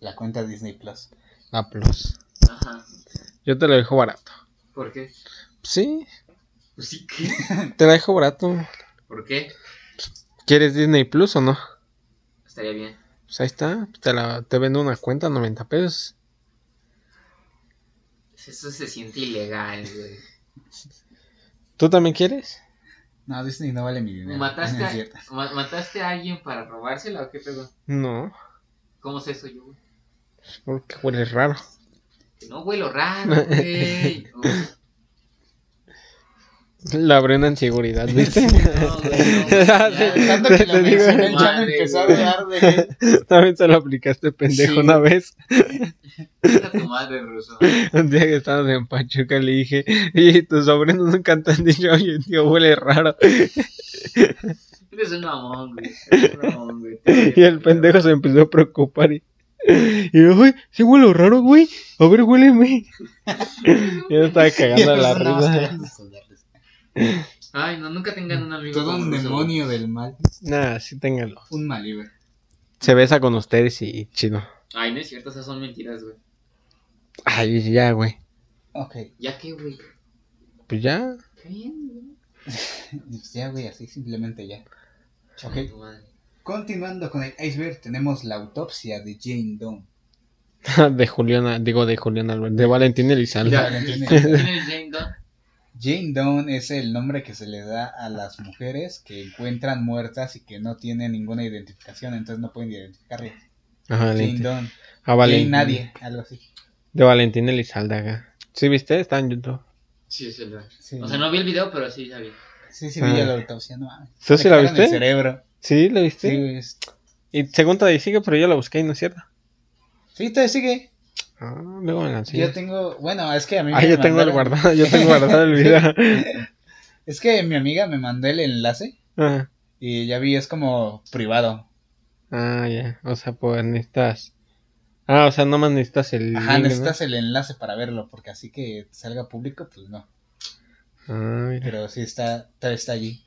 S1: La cuenta Disney Plus.
S3: A plus.
S2: Ajá.
S3: Yo te lo dejo barato.
S2: ¿Por qué?
S3: Sí,
S2: Pues sí, ¿qué?
S3: te la dejo barato.
S2: ¿Por qué?
S3: ¿Quieres Disney Plus o no?
S2: Estaría bien.
S3: Pues ahí está, te, la, te vendo una cuenta a 90 pesos.
S2: Eso se siente ilegal, güey.
S3: ¿Tú también quieres?
S1: No, Disney [laughs] no vale mi dinero.
S2: ¿Mataste
S1: No es
S2: a,
S1: cierto.
S2: ma- ¿Mataste a alguien para robársela o qué pedo?
S3: No.
S2: ¿Cómo sé eso yo, güey?
S3: Porque huele raro.
S2: No
S1: [laughs]
S2: huelo raro, güey. Oh,
S3: Lo abrieron en seguridad, ¿viste?
S2: [laughs] no, güey, no, güey, ya,
S1: Tanto
S3: Te
S1: que la
S3: digo-
S1: mencioné, ya me
S2: Madre,
S1: empezó a
S2: güey.
S1: hablar de...
S3: También se lo aplicaste, pendejo,
S1: Sí.
S3: una vez.
S2: chinga tu madre, ruso.
S3: Un día que estábamos en Pachuca le dije, y tus sobrinos nunca te han dicho, oye, tío, huele raro.
S2: Eres un mamón, güey. Eres un mamón, güey.
S3: [laughs] Y el pendejo se empezó a preocupar y... Y uy, sí huele raro, güey. A ver,
S1: [laughs]
S3: huéleme. Yo me estaba cagando la risa.
S2: Ay, no, nunca tengan un amigo.
S1: Todo
S2: como
S1: un
S2: ruso,
S1: demonio del mal.
S3: Nah, sí téngalo.
S1: Un malibre.
S3: Se besa con ustedes y, y chido.
S2: güey. Ay, no es cierto, esas son mentiras, güey.
S3: Ay, ya, güey.
S1: Ok.
S2: Ya que, güey.
S3: Pues ya. [laughs]
S2: Está bien, güey.
S1: Pues ya, güey, así simplemente ya.
S2: Chinga tu madre.
S1: Continuando con el iceberg, tenemos la autopsia de Jane Doe.
S3: De Juliana, digo de Juliana, Álvarez, de Valentín Elizalde.
S2: ¿Quién es Jane Doe?
S1: Jane Doe es el nombre que se le da a las mujeres que encuentran muertas y que no tienen ninguna identificación, entonces no pueden identificarlas.
S3: Ajá,
S1: Jane
S3: Valentín.
S1: Doe,
S3: A
S1: Jane
S3: Valentín.
S1: Nadie, algo así.
S3: De Valentín Elizalde acá. ¿Sí viste? Está en YouTube.
S2: Sí, es el
S1: Sí,
S2: O sea, no vi el video, pero sí, ya vi.
S1: sí, sí, vi
S3: Ah.
S1: la autopsia, no mames.
S3: ¿Tú
S1: Me
S3: sí la
S1: cagaron
S3: viste?
S1: el cerebro.
S3: ¿Sí? ¿Lo
S1: Sí,
S3: viste?
S1: güey, es-
S3: Y según te sigue, pero yo la busqué y no es cierta.
S1: sí, todavía sigue.
S3: Ah, luego me la enseñas.
S1: Yo tengo, bueno, es que a mí
S3: Ah,
S1: me
S3: yo tengo el
S1: mandaron-
S3: guardado, yo tengo
S1: [laughs]
S3: guardado el video.
S1: Es que mi amiga me mandó el enlace
S3: Ah,
S1: y ya vi, es como privado.
S3: ah, ya. O sea, pues necesitas. Ah, o sea, nomás necesitas el.
S1: Ajá,
S3: link, ¿no?
S1: necesitas el enlace para verlo, porque así que salga público, pues no.
S3: Ah, mira.
S1: Pero sí está, todavía está allí.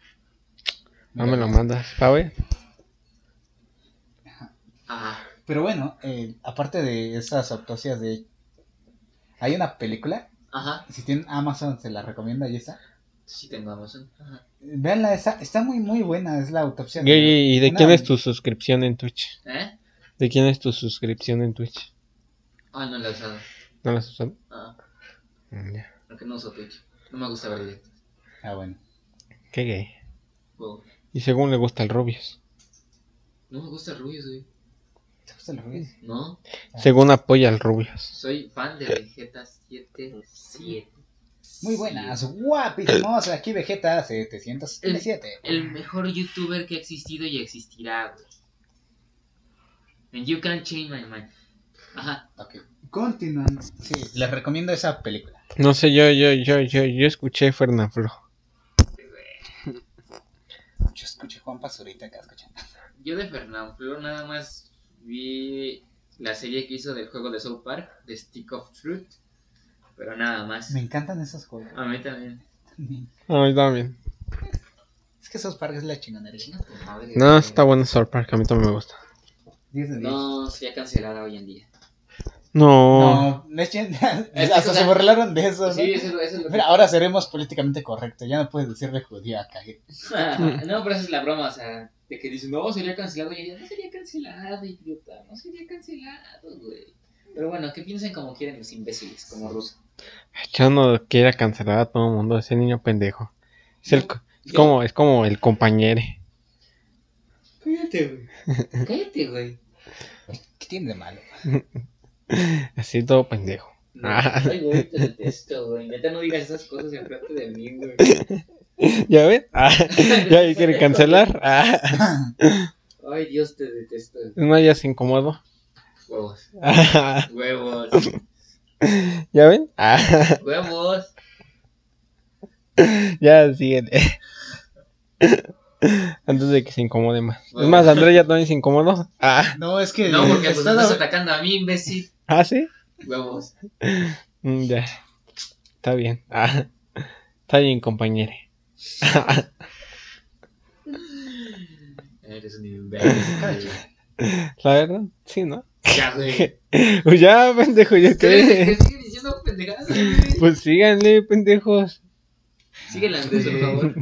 S3: No Ah, me lo mandas, ¿eh? pa' ver.
S2: Ajá.
S1: Pero bueno, eh, aparte de esas autopsias de... Hay una película,
S2: Ajá.
S1: si tienen Amazon se la recomiendo, ahí está.
S2: Sí, tengo Amazon. Ajá.
S1: Veanla, está, está muy muy buena, es la autopsia.
S3: ¿Y, y- y de
S1: una-
S3: quién es tu suscripción en Twitch?
S2: ¿Eh?
S3: ¿De quién es tu suscripción en Twitch?
S2: Ah, no la he usado.
S3: ¿No las usan?
S2: Ah,
S3: Mm, ya.
S2: porque no uso Twitch. No me gusta ver directo.
S1: Ah, bueno.
S3: Qué gay.
S2: Wow.
S3: Y según le gusta el Rubius.
S2: No me gusta Rubius, güey.
S1: ¿Te gusta el Rubius?
S2: No,
S1: Ah.
S3: Según apoya al Rubius.
S2: soy fan de Vegeta 77.
S1: Muy buenas, guapísimos, aquí Vegeta
S2: Eh.
S1: 737.
S2: El mejor youtuber que ha existido y existirá, güey. And you can change my mind. Ajá.
S1: Ok, continuando. Sí, les recomiendo esa película.
S3: No sé, yo, yo, yo, yo, yo escuché Fernaflo.
S1: Yo escuché Juan Pazurita acá escuchando.
S2: Yo de Fernanfloo nada más vi la serie que hizo del juego de South Park, de Stick of Truth. Pero nada más.
S1: Me encantan esos juegos. [laughs]
S2: A mí también.
S3: A mí también.
S1: Es que esos parques es la chingonería.
S2: Chinga tu madre,
S3: No,
S2: güey.
S3: está bueno South Park, a mí también me gusta.
S1: 10 de 10.
S2: No, sería cancelada hoy en día.
S3: No.
S1: No, no [laughs] echen- hasta
S2: eso, o
S1: se
S2: sea,
S1: burlaron de eso. ¿no?
S2: Sí, eso, es lo- eso es lo que
S1: Mira, ahora seremos políticamente correctos. Ya no puedes decirle judío a Kage.
S2: [laughs]
S3: Mm.
S2: no, pero esa es la broma, o sea, de que dicen, no, sería cancelado. Y ella, no sería cancelado, idiota, no sería cancelado, güey. Pero bueno, que piensen como quieren los imbéciles, como ruso.
S3: Yo no quiera cancelar a todo el mundo, ese niño pendejo. Es, el co- es
S2: Yo-
S3: como, es como el compañero.
S2: Cállate, güey. Cállate, güey.
S1: ¿Qué tiene de [laughs] malo?
S3: Así todo pendejo.
S2: No,
S3: Ah.
S2: Ay, güey, te detesto, güey. Neta, no digas esas cosas enfrente de mí, güey.
S3: [laughs] ¿Ya ven? Ah, [laughs] ya ahí quiere cancelar. [laughs] Ah,
S2: Ay, Dios, te detesto.
S3: no, ya se incomodó. [laughs]
S2: Huevos.
S3: Ah, [laughs]
S2: Huevos.
S3: ¿Ya ven? Ah, [laughs]
S2: Huevos.
S3: ya siguen. [laughs] Antes de que se incomode más. Es más, Andrés ya también se incomodó. Ah,
S1: No, es que.
S2: No, porque pues
S1: está-
S2: estás atacando a mí, imbécil.
S3: ¿ah sí?
S2: Huevos.
S3: Mm, Ya. Está bien. [laughs] Ah, está bien, compañero.
S2: Eres un imbécil.
S3: [laughs] La verdad, sí, ¿no?
S2: Ya, güey.
S3: [laughs] Pues ya, pendejo, ya
S2: ¿Qué?
S3: que.
S2: Sigue diciendo pendejadas, güey.
S3: Pues síganle, pendejos.
S2: Síguela, Andrés, por [laughs] favor.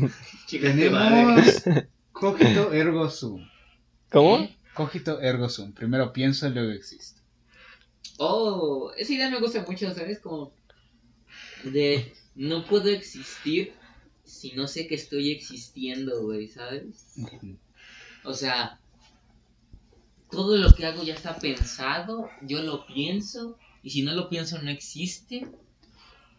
S2: Chicas, de madre.
S1: Tenemos. [laughs] Cogito ergo sum.
S3: ¿Cómo?
S1: Cogito ergo sum. Primero pienso, luego existo.
S2: Oh, esa idea me gusta mucho, ¿sabes? Como de no puedo existir si no sé que estoy existiendo, güey, ¿sabes? O sea, todo lo que hago ya está pensado, yo lo pienso, y si no lo pienso no existe.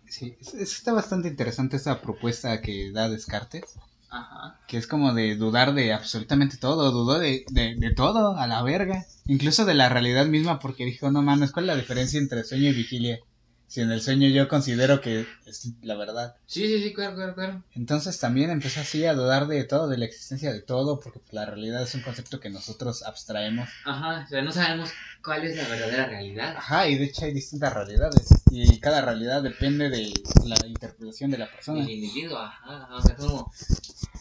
S1: Sí, es- es- está bastante interesante esa propuesta que da Descartes,
S2: Ajá.
S1: que es como de dudar de absolutamente todo, dudó de, de, de todo, a la verga, incluso de la realidad misma, porque dijo, no mames, ¿cuál es la diferencia entre sueño y vigilia? Si en el sueño yo considero que es la verdad.
S2: Sí, sí, sí, claro, claro, claro.
S1: Entonces también empezó así a dudar de todo, de la existencia de todo, porque pues, la realidad es un concepto que nosotros abstraemos.
S2: Ajá, o sea, no sabemos cuál es la verdadera realidad.
S1: Ajá, y de hecho hay distintas realidades, y cada realidad depende de la interpretación de la persona.
S2: El individuo, ajá, o sea, como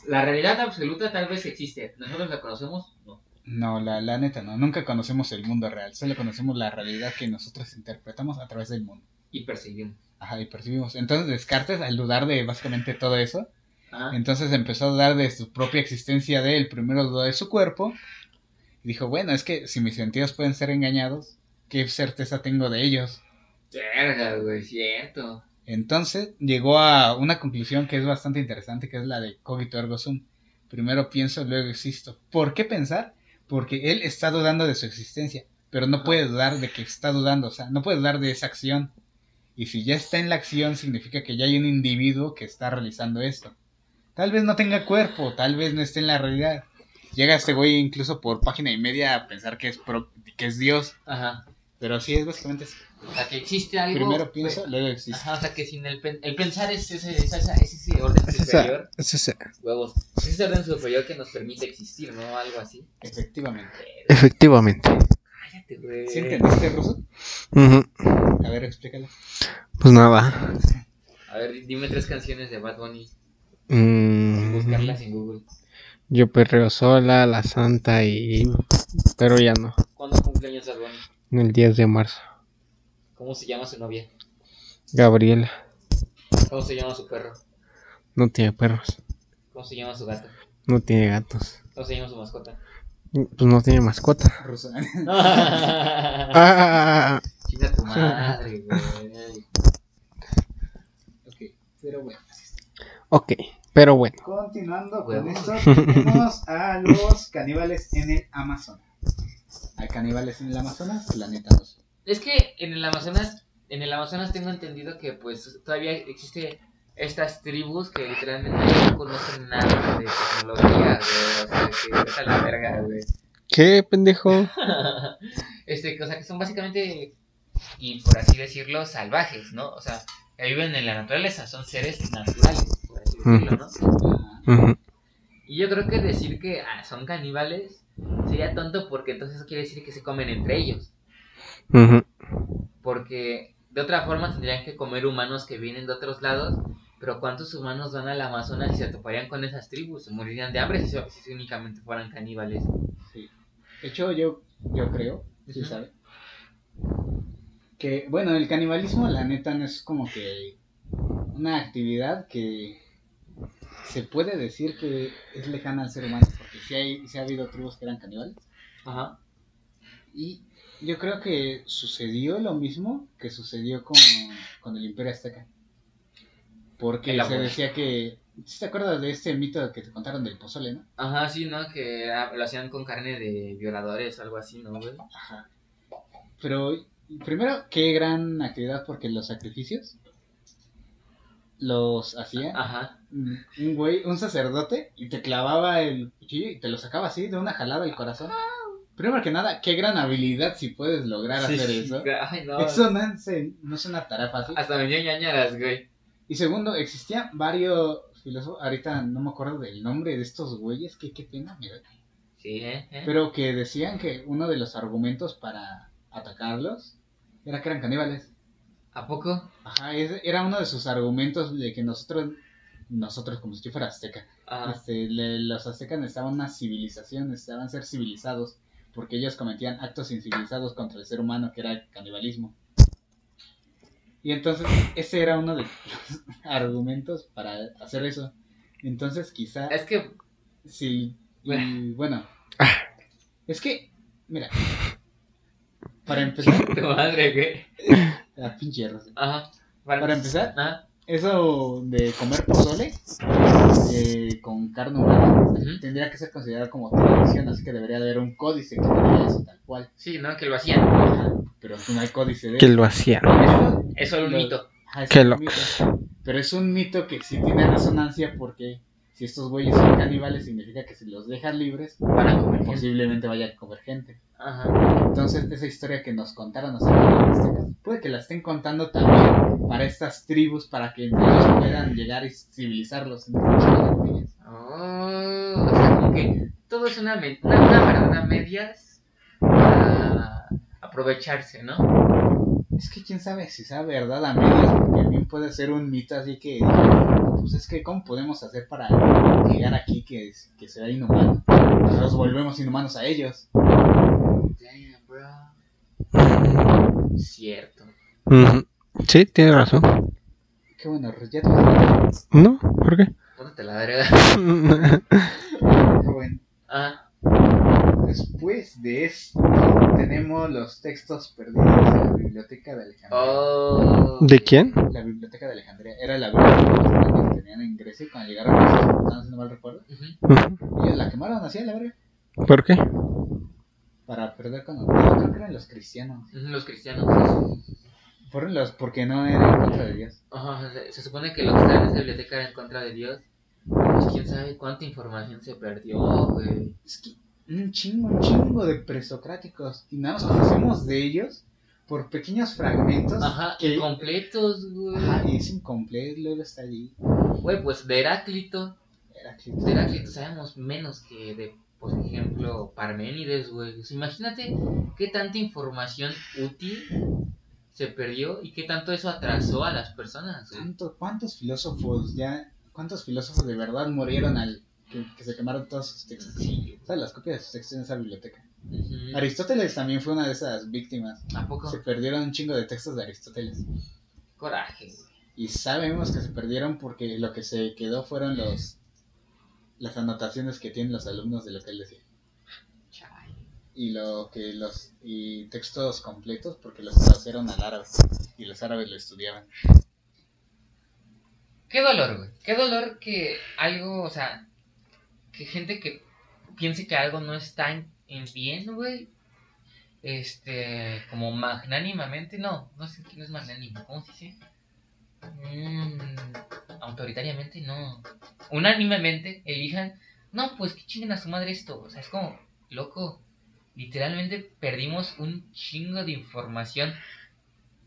S2: la realidad absoluta tal vez existe, nosotros la conocemos, no.
S1: No, la, la neta no, nunca conocemos el mundo real, solo conocemos la realidad que nosotros interpretamos a través del mundo.
S2: y perseguimos.
S1: Ajá, y percibimos. Entonces Descartes, al dudar de básicamente todo eso,
S2: Ajá.
S1: entonces empezó a dudar de su propia existencia de él, primero dudó de su cuerpo, y dijo, bueno, es que si mis sentidos pueden ser engañados, ¿qué certeza tengo de ellos?
S2: Verga, güey, cierto.
S1: Entonces llegó a una conclusión que es bastante interesante, que es la de cogito ergo sum. Primero pienso, luego existo. ¿Por qué pensar? Porque él está dudando de su existencia, pero no
S2: Ajá.
S1: puede dudar de que está dudando, o sea, no puede dudar de esa acción. Y si ya está en la acción, significa que ya hay un individuo que está realizando esto. Tal vez no tenga cuerpo, tal vez no esté en la realidad. Llega este güey incluso por página y media a pensar que es, pro- que es Dios,
S2: Ajá.
S1: pero sí es básicamente eso.
S2: O sea, que existe algo.
S1: Primero
S2: pues,
S1: pienso, luego existo.
S2: Ajá, o sea, que sin el, pen- el pensar es ese, es esa- es ese orden superior. Huevos. Es ese orden superior que nos permite existir, ¿no? Algo así.
S1: Efectivamente.
S3: Efectivamente.
S2: Cállate, güey.
S1: ¿Sí entendiste ruso?
S3: Ujú.
S1: A ver, explícalo.
S3: Pues nada.
S2: A ver, di- dime tres canciones de Bad Bunny.
S3: Mm,
S2: Buscarlas en Google.
S3: yo perreo sola, la santa y... Pero ya no.
S2: ¿Cuándo cumpleaños Bad Bunny?
S3: El 10 de marzo.
S2: ¿Cómo se llama su novia?
S3: Gabriela.
S2: ¿Cómo se llama su perro?
S3: No tiene perros.
S2: ¿Cómo se llama su gato?
S3: No tiene gatos.
S2: ¿Cómo se llama su mascota? [laughs]
S3: Pues no tiene mascota.
S1: Ruso. [laughs]
S3: Ah,
S2: Chinga tu madre, güey.
S1: ok, pero bueno.
S3: ok, pero bueno.
S1: Continuando con
S2: Huevos.
S1: esto, tenemos a los caníbales en el Amazonas. Hay caníbales en el Amazonas, planeta 2.
S2: Es que en el Amazonas, en el Amazonas tengo entendido que pues todavía existe estas tribus que literalmente no conocen nada de tecnología, güey. O sea, que vete a la verga, güey. [laughs]
S3: ¿Qué, pendejo?
S2: este, o sea, que son básicamente, y por así decirlo, salvajes, ¿no? O sea, que viven en la naturaleza, son seres naturales, por así decirlo, ¿no?
S1: Ah,
S3: Ujú.
S2: Y yo creo que decir que ah, son caníbales sería tonto porque entonces eso quiere decir que se comen entre ellos.
S3: Ujú.
S2: Porque de otra forma tendrían que comer humanos que vienen de otros lados. Pero ¿cuántos humanos van al Amazonas y se toparían con esas tribus? Se morirían de hambre si, so- si únicamente fueran caníbales.
S1: De hecho, yo, yo creo, sí
S2: Ujú.
S1: sabe, que, bueno, el canibalismo, la neta, no es como que una actividad que se puede decir que es lejana al ser humano, porque sí, hay, sí ha habido tribus que eran caníbales.
S2: Ajá.
S1: Y yo creo que sucedió lo mismo que sucedió con, con el Imperio Azteca. Porque
S2: El
S1: se
S2: amor.
S1: decía que. ¿sí ¿Te acuerdas de este mito que te contaron del pozole, no?
S2: Ajá, sí, ¿no? Que era- lo hacían con carne de violadores o algo así, ¿no, güey?
S1: Ajá. Pero, primero, qué gran actividad, porque los sacrificios los hacía
S2: Ajá.
S1: un güey, un sacerdote, y te clavaba el cuchillo y te lo sacaba así de una jalada al corazón. Primero que nada, qué gran habilidad si puedes lograr
S2: Sí,
S1: hacer
S2: sí,
S1: eso.
S2: Ay, no.
S1: Eso no, se- no es una tarea fácil.
S2: Hasta me dio ñañaras, güey.
S1: Y segundo, existían varios filósofos, ahorita no me acuerdo del nombre de estos güeyes, que qué pena, me da.
S2: Sí, ¿eh? ¿Eh?
S1: pero que decían que uno de los argumentos para atacarlos era que eran caníbales.
S2: ¿A poco?
S1: Ajá, ese era uno de sus argumentos de que nosotros, nosotros como si yo fuera azteca,
S2: Ajá.
S1: este, le- los aztecas necesitaban una civilización, necesitaban ser civilizados, porque ellos cometían actos incivilizados contra el ser humano, que era el canibalismo. Y entonces, ese era uno de los [laughs] argumentos para hacer eso. Entonces, quizá,
S2: Es que
S1: sí, y bueno, es que, mira, para empezar,
S2: pues, [laughs] tu madre, güey.
S1: la pinche rosa.
S2: Ajá.
S1: Para empezar,
S2: Ajá.
S1: eso de comer pozole eh, con carne humana
S2: Ujú.
S1: tendría que ser considerado como tradición, así que debería haber un códice que diga eso tal cual.
S2: Sí, ¿no? Que lo hacían.
S1: Ajá, Pero no hay códice de
S3: que lo hacían.
S2: Eso es solo un
S1: Lo-
S2: mito.
S1: Ajá, es
S3: que
S1: un
S3: lo-
S1: mito. Pero es un mito que sí tiene resonancia porque si estos güeyes son caníbales significa que si los dejas libres
S2: Van a comer
S1: Pues
S2: gente.
S1: posiblemente vaya a comer gente.
S2: Ajá.
S1: Entonces, esa historia que nos contaron acerca de los aztecas, puede que la estén contando también para estas tribus, para que entre ellos puedan llegar y civilizarlos. entre muchas comillas.
S2: Oh, o sea, como que todo es una, me- una, una verdad a medias para aprovecharse, ¿no?
S1: Es que quién sabe si sea verdad a medias, porque bien puede ser un mito, así que, pues es que, ¿cómo podemos hacer para llegar aquí que, es- que sea inhumano? Nos volvemos inhumanos a ellos.
S2: Damn, bro. Cierto.
S3: Ujú. Sí, tiene razón.
S1: Qué bueno, ya te
S3: ¿No? ¿Por [laughs] qué?
S2: Póntate la verga.
S1: Qué bueno.
S2: Ah,
S1: Después de esto, tenemos los textos perdidos de la Biblioteca de Alejandría.
S2: oh.
S3: ¿De quién?
S1: la biblioteca de Alejandría era la biblioteca que tenían en Grecia y cuando llegaron los espartanos, si no mal recuerdo,
S2: Ujú.
S3: Ujú.
S1: ellos la quemaron así a la verga
S3: ¿Por qué?
S1: para perder conocimiento. Creo que eran los cristianos.
S2: Ujú, Los cristianos.
S1: Fueron los porque no eran contra de Dios.
S2: Ajá, se, se supone que lo que está en esa biblioteca era en contra de Dios. Pues quién sabe cuánta información se perdió, güey.
S1: Es que un chingo, un chingo de presocráticos y nada más conocemos de ellos por pequeños fragmentos.
S2: Ajá,
S1: que-
S2: incompletos, güey.
S1: Ajá, y es incompleto, luego está allí.
S2: Güey, pues de Heráclito.
S1: Heráclito.
S2: De Heráclito sabemos menos que de, por ejemplo, Parménides, güey. O sea, imagínate qué tanta información útil se perdió y qué tanto eso atrasó a las personas, güey.
S1: ¿Cuánto- ¿Cuántos filósofos ya, cuántos filósofos de verdad murieron al que, que se quemaron todos sus textos?
S2: Sí.
S1: O sea, las copias de sus textos en esa biblioteca.
S2: Ujú.
S1: Aristóteles también fue una de esas víctimas.
S2: ¿A poco?
S1: Se perdieron un chingo de textos de Aristóteles.
S2: Coraje, güey.
S1: Y sabemos que se perdieron porque lo que se quedó fueron los las anotaciones que tienen los alumnos de lo que él decía.
S2: Chale.
S1: Y lo que los y textos completos porque los tradujeron al árabe. Y los árabes lo estudiaban.
S2: Qué dolor, güey. Qué dolor que algo, o sea, que gente que piense que algo no está en, en bien, güey. Este, como magnánimamente, no, no sé quién es magnánimo, ¿cómo se dice? Mm, autoritariamente, no. Unánimemente elijan, no, pues que chinguen a su madre esto, o sea, es como, loco, literalmente perdimos un chingo de información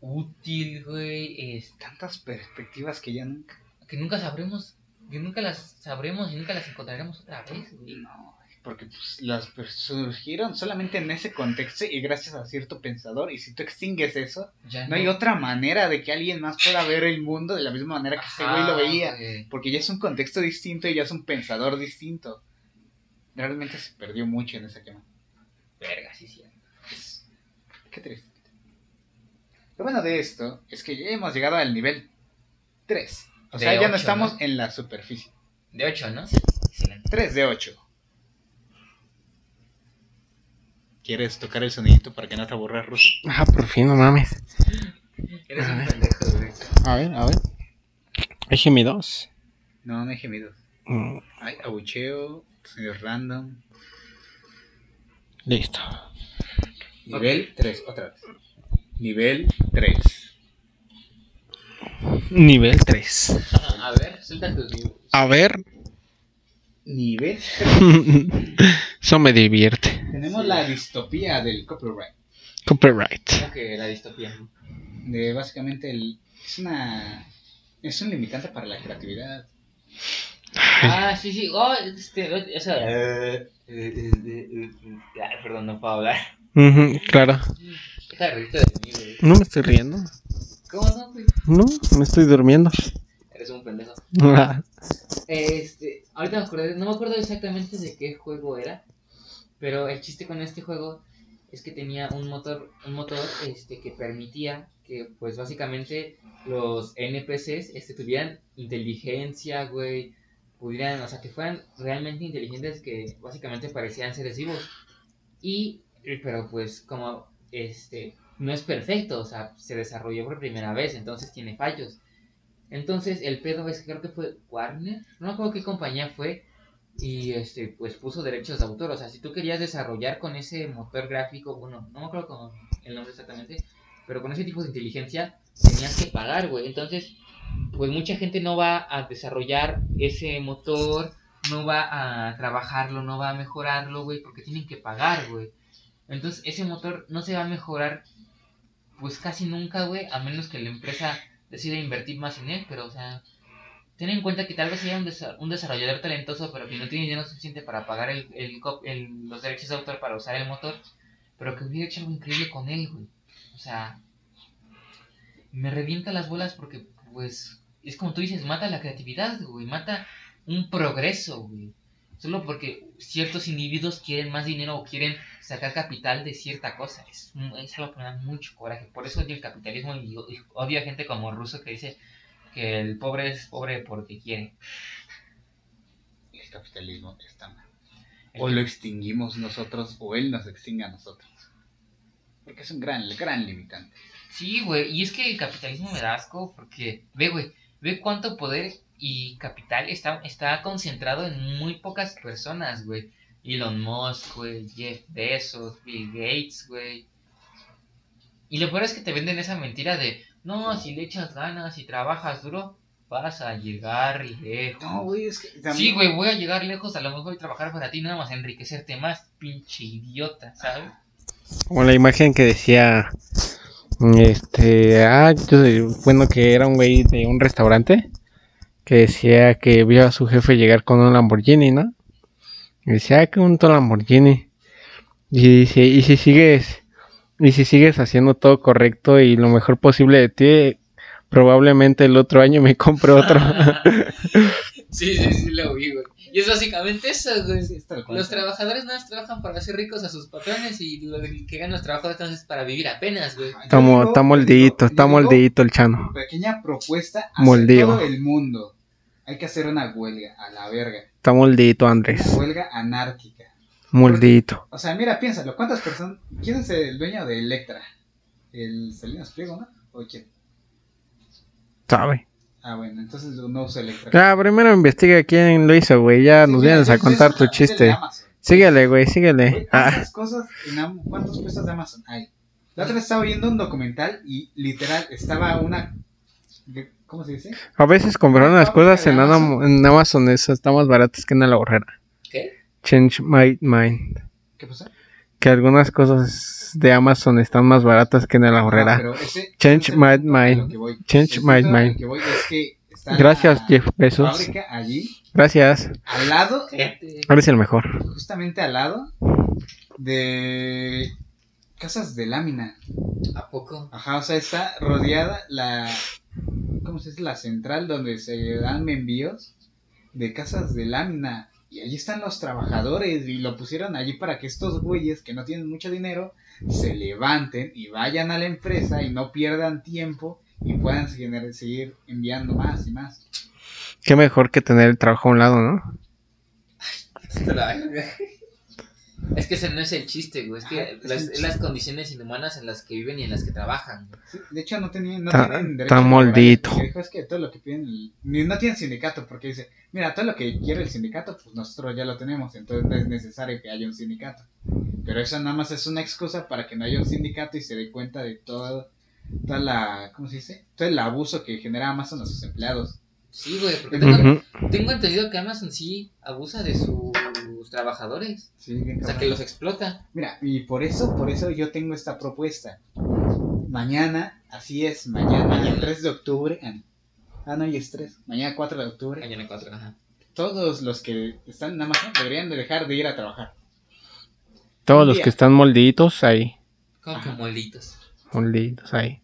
S2: útil, güey, este
S1: Tantas perspectivas que ya nunca.
S2: que nunca sabremos, que nunca las sabremos y nunca las encontraremos otra vez, güey.
S1: No, porque pues, las per- surgieron solamente en ese contexto y gracias a cierto pensador. Y si tú extingues eso,
S2: Ya
S1: No hay otra manera de que alguien más pueda ver el mundo de la misma manera que ese güey lo veía.
S2: güey.
S1: Porque ya es un contexto distinto y ya es un pensador distinto. Realmente se perdió mucho en esa quema.
S2: Verga, sí, sí.
S1: Es- Qué triste. Lo bueno de esto es que ya hemos llegado al nivel 3. O
S2: De
S1: sea, ya no
S2: ocho,
S1: estamos
S2: ¿no?
S1: en la superficie.
S2: De 8, ¿no? Excelente.
S1: 3 de 8. ¿Quieres tocar el sonidito para que no te aburras, Ruso?
S3: Ah, por fin, no mames.
S2: Eres
S1: Ah.
S2: un pendejo, güey.
S3: A ver, a ver. Es mi Mm, 2.
S1: No, no hay gemidos. Hay abucheo, sonidos random.
S3: Listo.
S1: Nivel 3, otra vez. Nivel 3.
S3: Nivel 3.
S2: A ver, suelta tus libros.
S3: A [laughs] ver.
S1: Nivel 3.
S3: Eso me divierte.
S1: Tenemos la distopía del copyright.
S3: Copyright.
S2: Creo que la distopía. ¿no?
S1: De básicamente el, es una es un limitante para la creatividad.
S2: Ah, sí, sí. Oh, este, eso. Eh, eh, eh, eh, eh, ay, perdón, no puedo hablar.
S3: Ujú, claro.
S2: Deja de reírte de mí, güey.
S3: No me estoy riendo.
S2: ¿Cómo no, güey?
S3: No, me estoy durmiendo.
S2: Eres un pendejo.
S3: Ah,
S2: Este, ahorita me acordé, no me acuerdo exactamente de qué juego era, pero el chiste con este juego es que tenía un motor, un motor este, que permitía que, pues básicamente, los NPCs este, tuvieran inteligencia, güey, pudieran, o sea, que fueran realmente inteligentes que básicamente parecían seres vivos. Y, eh, pero pues como, este, no es perfecto, o sea, se desarrolló por primera vez, entonces tiene fallos. Entonces, el pedo es que creo que fue Warner, no me acuerdo qué compañía fue, y este, pues puso derechos de autor. O sea, si tú querías desarrollar con ese motor gráfico, bueno, no me acuerdo con el nombre exactamente, pero con ese tipo de inteligencia tenías que pagar, güey. Entonces, pues mucha gente no va a desarrollar ese motor, no va a trabajarlo, no va a mejorarlo, güey, porque tienen que pagar, güey. Entonces, ese motor no se va a mejorar, pues casi nunca, güey, a menos que la empresa decida invertir más en él, pero, o sea, ten en cuenta que tal vez haya un, desa- un desarrollador talentoso, pero que no tiene dinero suficiente para pagar el, el cop- el- los derechos de autor para usar el motor, pero que hubiera hecho algo increíble con él, güey. O sea, me revienta las bolas porque, pues, es como tú dices, mata la creatividad, güey, mata un progreso, güey. Solo porque ciertos individuos quieren más dinero o quieren sacar capital de cierta cosa. Es, un- es algo que me da mucho coraje. Por eso odio el capitalismo y o- y odio a gente como Russo que dice que el pobre es pobre porque quiere.
S1: El capitalismo está mal.
S2: El
S1: O lo extinguimos nosotros o él nos extingue a nosotros. Porque es un gran, gran limitante.
S2: Sí, güey, y es que el capitalismo me da asco porque, ve, güey, ve cuánto poder y capital está, está concentrado en muy pocas personas, güey. Elon Musk, güey, Jeff Bezos, Bill Gates, güey. Y lo peor es que te venden esa mentira de, no, si le echas ganas y trabajas duro, vas a llegar lejos.
S1: No, güey, es que
S2: sí, güey, voy a llegar lejos a lo mejor y trabajar para ti, nada más enriquecerte más, pinche idiota, ¿sabes?
S3: Como la imagen que decía. Este. Ah, yo- bueno, que era un güey de un restaurante. Que decía que vio a su jefe llegar con un Lamborghini, ¿no? Y decía, ah, qué bonito Lamborghini. Y dice, y si sigues. Y si sigues haciendo todo correcto y lo mejor posible de ti, probablemente el otro año me compre otro.
S2: sí, sí, sí, lo vi, güey. Y es básicamente eso, güey.
S1: tal cual.
S2: Los trabajadores nada más trabajan para hacer ricos a sus patrones y lo de- que ganan los trabajadores entonces para vivir apenas, güey.
S1: Yo
S3: Está mo-
S1: digo-
S3: está moldito,
S1: yo
S3: está
S1: digo,
S3: moldito el chano.
S1: Pequeña propuesta a
S3: Moldeo.
S1: todo el mundo. Hay que hacer una huelga a la verga.
S3: Está moldito,
S1: Una
S3: Andrés.
S1: huelga anárquica.
S3: Moldito.
S1: O sea, mira, piénsalo. ¿Cuántas personas? ¿Quién es el dueño de Electra? ¿El Salinas Pliego, no? ¿O quién?
S3: ¿Sabe?
S1: Ah, bueno, entonces no usa Electra.
S3: Ya, Ah, primero investiga quién lo hizo, güey. Ya
S1: Sí,
S3: nos
S1: mira,
S3: vienes a
S1: es-
S3: contar
S1: es
S3: tu
S1: una- es el de
S3: chiste.
S1: Amazon.
S3: Síguele, güey, síguele.
S1: Güey,
S3: Ah,
S1: ¿Cuántas cosas en Am- cuántas cosas de Amazon hay? La otra vez estaba viendo un documental y literal estaba una. ¿Cómo se dice?
S3: a veces comprar unas
S1: Ah,
S3: cosas
S1: en
S3: en, Anam- en Amazon, eso está más baratas que en la borrera.
S2: ¿Qué?
S3: Change my mind.
S1: ¿Qué Ah, pasó?
S3: Que algunas cosas de Amazon están más baratas que en la
S1: Ah,
S3: borrera.
S1: pero ese-
S3: Change
S1: ese
S3: my
S1: es el punto a lo
S3: mind.
S1: que voy.
S3: Change
S1: El
S3: my
S1: punto a lo
S3: mind.
S1: que voy es que está
S3: Gracias,
S1: la
S3: Jeff Bezos.
S1: Fábrica allí,
S3: Gracias.
S1: al lado,
S2: Fíjate.
S3: Eres el mejor.
S1: justamente al lado de casas de lámina.
S2: ¿A poco?
S1: Ajá, o sea, está rodeada la. ¿Cómo se dice? La central donde se dan envíos de casas de lámina. Y allí están los trabajadores y lo pusieron allí para que estos güeyes que no tienen mucho dinero se levanten y vayan a la empresa y no pierdan tiempo y puedan seguir, seguir enviando más y más.
S3: Qué mejor que tener el trabajo a un lado, ¿no?
S2: Hasta la verga. Es que ese no es el chiste, güey. Es
S1: Ajá,
S2: que
S1: es
S2: las,
S1: un
S2: es las condiciones inhumanas en las que viven y en las que trabajan. güey.
S1: Sí, De hecho, no tenían. No
S3: Está-
S1: tienen
S3: está
S1: derechos laborales,
S3: moldito.
S1: porque dijo, es que todo lo que piden. el- ni- no tienen sindicato, porque dice: Mira, todo lo que quiere el sindicato, pues nosotros ya lo tenemos. Entonces no es necesario que haya un sindicato. Pero eso nada más es una excusa para que no haya un sindicato y se dé cuenta de todo. Toda la, ¿Cómo se dice? Todo el abuso que genera Amazon a sus empleados.
S2: Sí, güey, porque tengo,
S3: Ujú.
S2: tengo entendido que Amazon sí abusa de sus trabajadores.
S1: Sí, bien
S2: O sea,
S1: cabrón.
S2: que los explota.
S1: Mira, y por eso, por eso yo tengo esta propuesta. Mañana, así es, mañana,
S2: Mañana.
S1: 3 de octubre. ah, Ah, no, y es 3. Mañana 4 de octubre.
S2: Mañana cuatro, ajá.
S1: todos los que están en Amazon deberían de dejar de ir a trabajar.
S3: Todos los que están molditos ahí.
S2: Como que
S1: Ajá.
S2: molitos.
S3: Molditos ahí.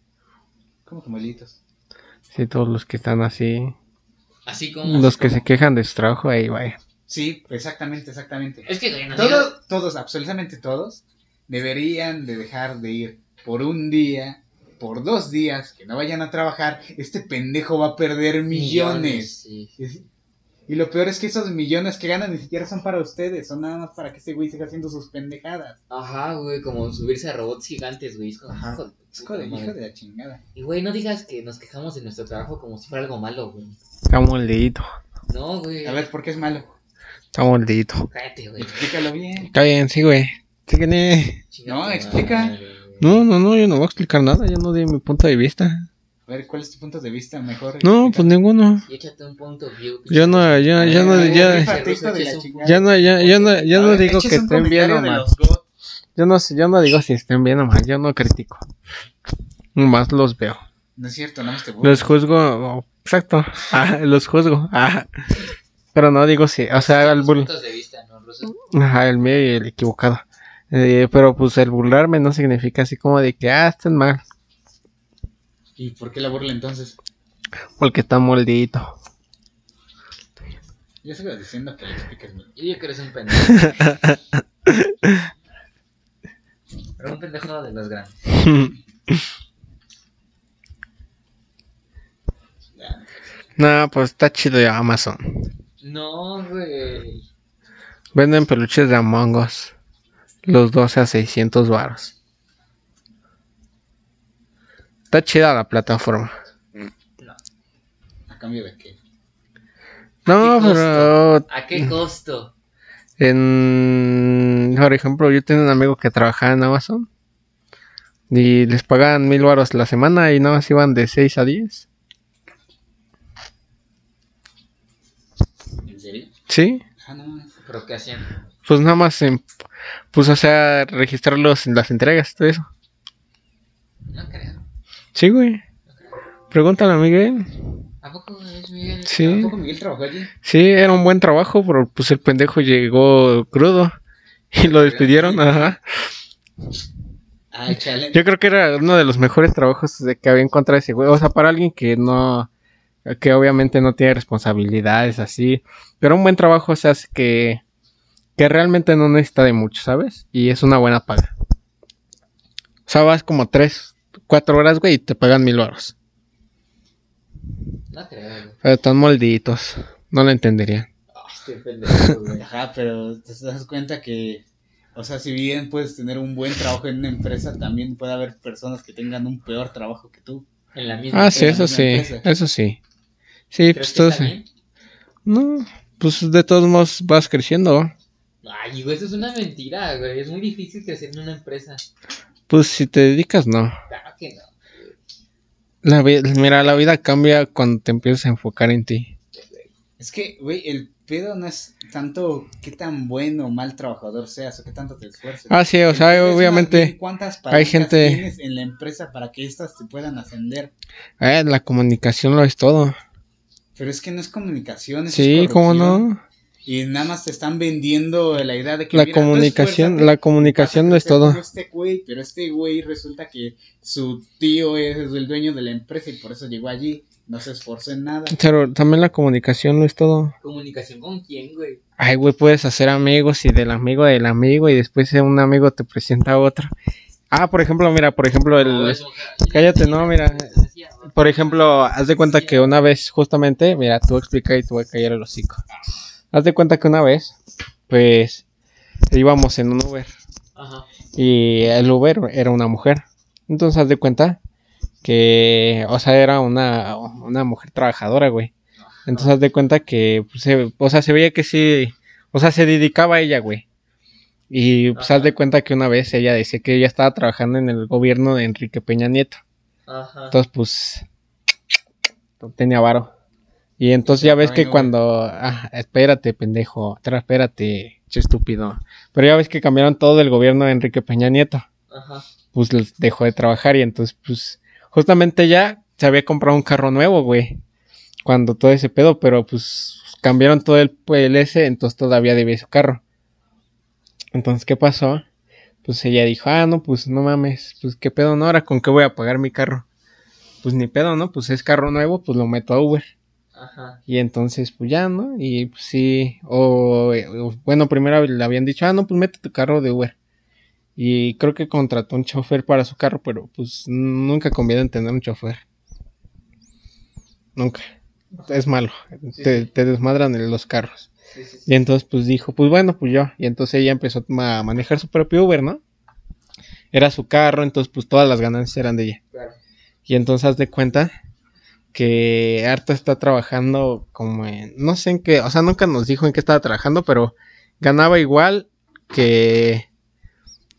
S1: Como que molitos.
S3: Sí, todos los que están así.
S2: Así como.
S3: Los que se quejan de su trabajo, ahí vaya.
S1: Sí, exactamente, exactamente.
S2: Es que, güey, no digas-
S1: Todos, todos, absolutamente todos, deberían de dejar de ir por un día, por dos días, que no vayan a trabajar. Este pendejo va a perder millones.
S2: Sí.
S1: Es- Y lo peor es que esos millones que ganan ni siquiera son para ustedes, son nada más para que ese güey siga haciendo sus pendejadas.
S2: Ajá, güey, como subirse a robots gigantes, güey. Es como,
S1: Ajá.
S2: hijo de
S1: Es hijo de,
S2: puta
S1: hijo
S2: madre.
S1: de la chingada.
S2: Y, güey, no digas que nos quejamos de nuestro trabajo como si fuera algo malo, güey.
S3: Está maldito.
S2: No, güey.
S1: A ver, ¿por qué es malo?
S3: Está maldito.
S2: Cállate, güey.
S1: Explícalo bien.
S3: Está bien, sí, güey. Sí, que ne-
S2: Chinga
S1: No,
S2: tu
S1: explica.
S2: madre, güey.
S3: No, no, no, yo no voy a explicar nada, yo no di mi punto de vista.
S1: A ver, ¿cuál es tu punto de vista mejor?
S3: No, pues ninguno.
S2: Y échate un punto view. pues,
S3: Yo no, yo, yo no,
S1: Eh,
S3: yo,
S1: Rífate, hijo de la chingada.
S3: yo no, yo, yo no, yo
S1: A
S3: no
S1: ver,
S3: digo
S1: Ah, eches
S3: que
S1: un
S3: estén bien
S1: comentario
S3: o
S1: de
S3: mal.
S1: los God.
S3: Yo no, sé- yo no digo si estén bien o mal, yo no critico. Más los veo.
S1: No es cierto, no más te burlas.
S3: Los juzgo, oh, exacto, [laughs] ah, los juzgo, ah. pero no digo si, o sea, el,
S2: Los
S3: bul-
S2: puntos de vista, ¿no, Ruso?
S3: ajá, el mío y el equivocado, Eh, pero pues el burlarme no significa así como de que, ah, están mal,
S1: ¿Y por qué la burla entonces?
S3: porque está moldito,
S1: Yo sigo diciendo que lo expliques bien.
S2: Yo digo que eres un
S3: [laughs]
S2: pendejo. Pero un pendejo de los grandes.
S3: no, pues está chido ya Amazon,
S2: No, güey.
S3: venden peluches de Among Us, los 12 a 600 varos, está chida la plataforma,
S1: ¿A cambio de qué?
S3: no,
S2: costo?
S3: pero
S2: ¿A qué costo?
S3: En, por ejemplo, yo tenía un amigo que trabajaba en Amazon y les pagaban mil baros la semana y nada más iban de 6 a 10.
S1: ¿En serio?
S3: ¿Sí?
S1: Ah, no mames.
S2: ¿Pero qué hacían?
S3: Pues nada más, en- pues o sea, registrar los- las entregas, todo eso.
S2: No creo.
S3: Sí, güey. Pregúntale a Miguel.
S2: ¿A poco es Miguel?
S3: Sí.
S1: ¿Tampoco Miguel trabajó allí?
S3: Sí, era un buen trabajo, pero pues el pendejo llegó crudo y lo despidieron, ajá.
S2: Ah,
S1: Ay, chale.
S3: Yo creo que era uno de los mejores trabajos de que había encontrado ese güey. O sea, para alguien que no. Que obviamente no tiene responsabilidades así. Pero un buen trabajo, o sea, es que. Que realmente no necesita de mucho, ¿sabes? Y es una buena paga. O sea, vas como tres, cuatro horas, güey, y te pagan mil horas.
S2: No creo, güey.
S3: Pero están molditos. No lo entendería.
S2: Ah, Este pendejo, güey.
S1: Ajá, pero te das cuenta que, o sea, si bien puedes tener un buen trabajo en una empresa, también puede haber personas que tengan un peor trabajo que tú.
S2: En la misma.
S3: Ah, sí,
S1: Pero
S3: eso
S1: no
S3: sí.
S1: empieza.
S3: Eso sí. Sí,
S2: ¿Crees
S3: pues
S2: que
S3: todo
S2: está
S3: sí.
S2: bien?
S3: No, pues de todos modos vas creciendo.
S2: Ay, güey, eso es una mentira, güey. Es muy difícil crecer en una empresa.
S3: Pues si te dedicas, no.
S2: Claro que no.
S3: La vi- mira, la vida cambia cuando te empiezas a enfocar en ti.
S1: Es que, güey, el pedo no es tanto qué tan bueno o mal trabajador seas o qué tanto te esfuerces.
S3: Ah, sí, o
S1: El
S3: sea,
S1: pedo es más bien
S3: obviamente
S1: ¿Cuántas
S3: hay
S1: hay
S3: gente-
S1: gente... tienes en la empresa para que estas te puedan ascender?
S3: eh, la comunicación lo es todo.
S1: Pero es que no es comunicación. eso
S3: Sí,
S1: es
S3: ¿cómo
S1: corrupción.
S3: no?
S1: Y nada más te están vendiendo la idea de que.
S3: La
S1: mira, tú esfuérzate,
S3: comunicación, la comunicación lo es todo.
S1: Como Este güey, pero este güey resulta que su tío es el dueño de la empresa y por eso llegó allí. No se esforzó en nada.
S3: Pero también la comunicación lo es todo.
S2: ¿Comunicación con quién, güey?
S3: Ay, güey, puedes hacer amigos y del amigo del amigo y después un amigo te presenta a otro. Ah, por ejemplo, mira, por ejemplo,
S2: No,
S3: el...
S2: eso, ja-
S3: Pues, Cállate, no, mira. Por ejemplo, haz de cuenta que una vez, justamente, mira, tú explica y tú voy a callar el hocico. Haz de cuenta que una vez, pues, íbamos en un Uber.
S2: Ajá.
S3: Y el Uber era una mujer. Entonces, haz de cuenta que, o sea, era una, una mujer trabajadora, güey. Entonces, haz de cuenta que, pues, se- o sea, se veía que sí, o sea, se dedicaba a ella, güey. Y, pues, haz
S2: Ajá.
S3: de cuenta que una vez ella decía que ella estaba trabajando en el gobierno de Enrique Peña Nieto.
S2: Ajá.
S3: Entonces, pues, no tenía varo. Y entonces ya ves que cuando... Ah, espérate, pendejo. Tra- Espérate, che estúpido. Pero ya ves que cambiaron todo el gobierno de Enrique Peña Nieto.
S2: Ajá.
S3: Pues les dejó de trabajar y entonces, pues, justamente ya se había comprado un carro nuevo, güey. Cuando todo ese pedo, pero pues cambiaron todo el, el ese, entonces todavía debía su carro. Entonces, ¿qué pasó? Pues ella dijo, ah, no, pues no mames, pues qué pedo, ¿no? Ahora con qué voy a pagar mi carro. Pues ni pedo, ¿no? Pues es carro nuevo, pues lo meto a Uber.
S2: Ajá.
S3: Y entonces, pues ya, ¿no? Y pues, sí, o, o- bueno, primero le habían dicho, ah, no, pues mete tu carro de Uber. Y creo que contrató un chofer para su carro, pero pues nunca conviene tener un chofer. Nunca. es malo. Te, te desmadran en los carros.
S2: Sí, sí, sí.
S3: Y entonces pues dijo, pues bueno, pues yo. Y entonces ella empezó a manejar su propio Uber, ¿no? Era su carro, entonces pues todas las ganancias eran de ella.
S2: Claro.
S3: Y entonces haz de cuenta que Arta está trabajando como en, no sé en qué, o sea, nunca nos dijo en qué estaba trabajando, pero ganaba igual que,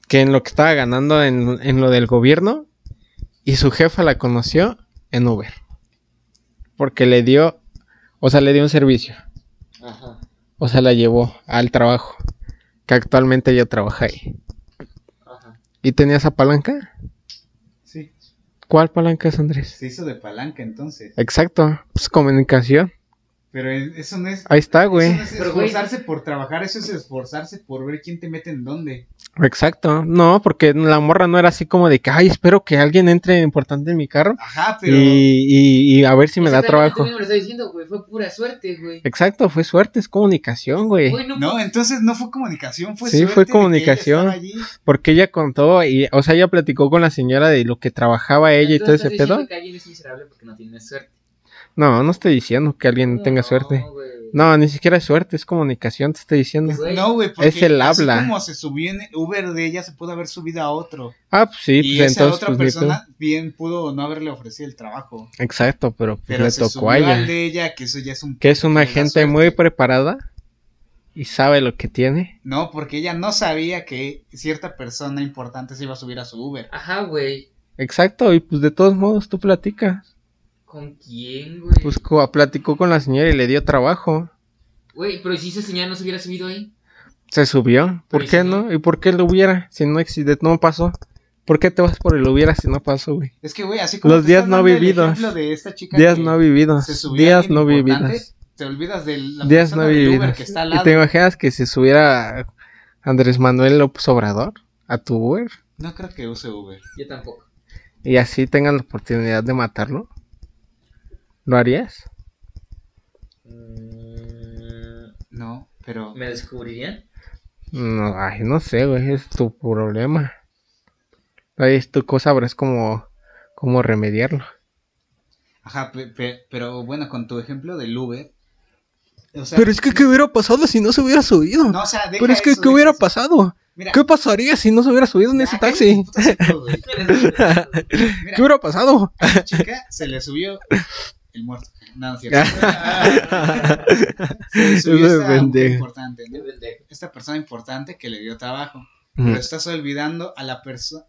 S3: que en lo que estaba ganando en, en lo del gobierno. Y su jefa la conoció en Uber. Porque le dio, o sea, le dio un servicio.
S2: Ajá.
S3: O sea, la llevó al trabajo. Que actualmente ella trabaja ahí.
S2: Ajá.
S3: ¿Y tenía esa palanca?
S1: Sí.
S3: ¿Cuál palanca es, Andrés?
S1: Se hizo de palanca entonces.
S3: Exacto, pues comunicación.
S1: Pero eso no es.
S3: Ahí está, Ah, güey.
S1: Eso no es
S2: Pero, güey.
S1: esforzarse por trabajar, eso es esforzarse por ver quién te mete en dónde.
S3: Exacto. No, porque la morra no era así como de que, ay, espero que alguien entre importante en mi carro
S1: Ajá, pero.
S3: y, y- y a ver si me da
S2: Exactamente, tú
S3: trabajo.
S2: mismo lo estás diciendo, güey. Fue pura suerte, güey.
S3: Exacto, fue suerte, es comunicación, güey.
S2: Güey, no,
S1: No, entonces no fue comunicación, fue
S3: Sí,
S1: suerte de
S3: fue
S1: que ella
S3: comunicación.
S1: estaba allí.
S3: Porque ella contó, y, o sea, ella platicó con la señora de lo que trabajaba ella y todo
S2: entonces
S3: ese
S2: estás diciendo
S3: pedo.
S2: que alguien es miserable porque no tiene suerte.
S3: No, no estoy diciendo que alguien tenga suerte.
S2: güey.
S3: No, ni siquiera es suerte, es comunicación, te estoy diciendo.
S2: Güey.
S1: No, güey, porque
S3: Es el
S1: así
S3: habla.
S1: como se subió en Uber de ella, se pudo haber subido a otro.
S3: Ah, pues sí,
S1: y
S3: pues
S1: esa
S3: entonces,
S1: otra
S3: pues ni
S1: persona bien pudo no haberle ofrecido el trabajo.
S3: pedo. Exacto, pero pues
S1: Pero
S3: le
S1: se
S3: tocó
S1: subió
S3: a
S1: al
S3: ella.
S1: de ella, que eso ya es un...
S3: Que es una
S1: le da
S3: gente
S1: suerte.
S3: muy preparada y sabe lo que tiene.
S1: No, porque ella no sabía que cierta persona importante se iba a subir a su Uber.
S2: Ajá, güey.
S3: Exacto, y pues de todos modos tú platicas.
S2: ¿Con quién, güey?
S3: Pues co- platicó con la señora y le dio trabajo.
S2: Güey, pero si esa señal no se hubiera subido ahí.
S3: Se subió. ¿Por
S1: Pues
S2: Pero
S3: qué
S2: si no-
S3: no? ¿Y por qué lo hubiera si no existe, no pasó? ¿Por qué te vas por el hubiera si no pasó, güey?
S1: Es que, güey, así como...
S3: Los
S1: te
S3: días
S1: estoy
S3: no
S1: dando el
S3: vividos.
S1: ejemplo de esta chica
S3: Días
S1: que
S3: no vividos.
S1: se subió a
S3: Días
S1: alguien
S3: no
S1: importante,
S3: vividos.
S1: Te olvidas de la
S3: Días no
S1: persona del Uber
S3: vividos.
S1: que está al
S3: ¿Y
S1: lado.
S3: te imaginas que se subiera Andrés Manuel López Obrador a tu Uber?
S1: No creo que use Uber.
S2: Yo tampoco.
S3: y así tengan la oportunidad de matarlo? ¿Lo harías?
S2: Mm,
S1: No, pero...
S2: ¿Me descubrirían?
S3: No, ay, no sé, güey, es tu problema. Ahí es tu cosa, sabrás cómo, cómo remediarlo.
S1: Ajá, pe- pe- pero bueno, con tu ejemplo del Uber... O sea,
S3: es que, ¿qué hubiera pasado si no se hubiera subido?
S1: no, o sea, deja
S3: Pero es que,
S1: eso,
S3: ¿qué
S1: deja
S3: hubiera
S1: eso.
S3: pasado?
S1: Mira,
S3: ¿Qué pasaría si no se hubiera subido en ese
S1: ay,
S3: taxi?
S1: puto, güey. ¿eh? Mira,
S3: [laughs] ¿Qué hubiera
S1: [laughs]
S3: pasado?
S1: a la chica se le subió el muerto. No, no es
S3: [laughs]
S1: cierto. se le subió
S3: Ese
S1: esta mujer
S3: pendejo.
S1: importante, ¿no? Esta persona importante que le dio trabajo. Pero estás olvidando a la persona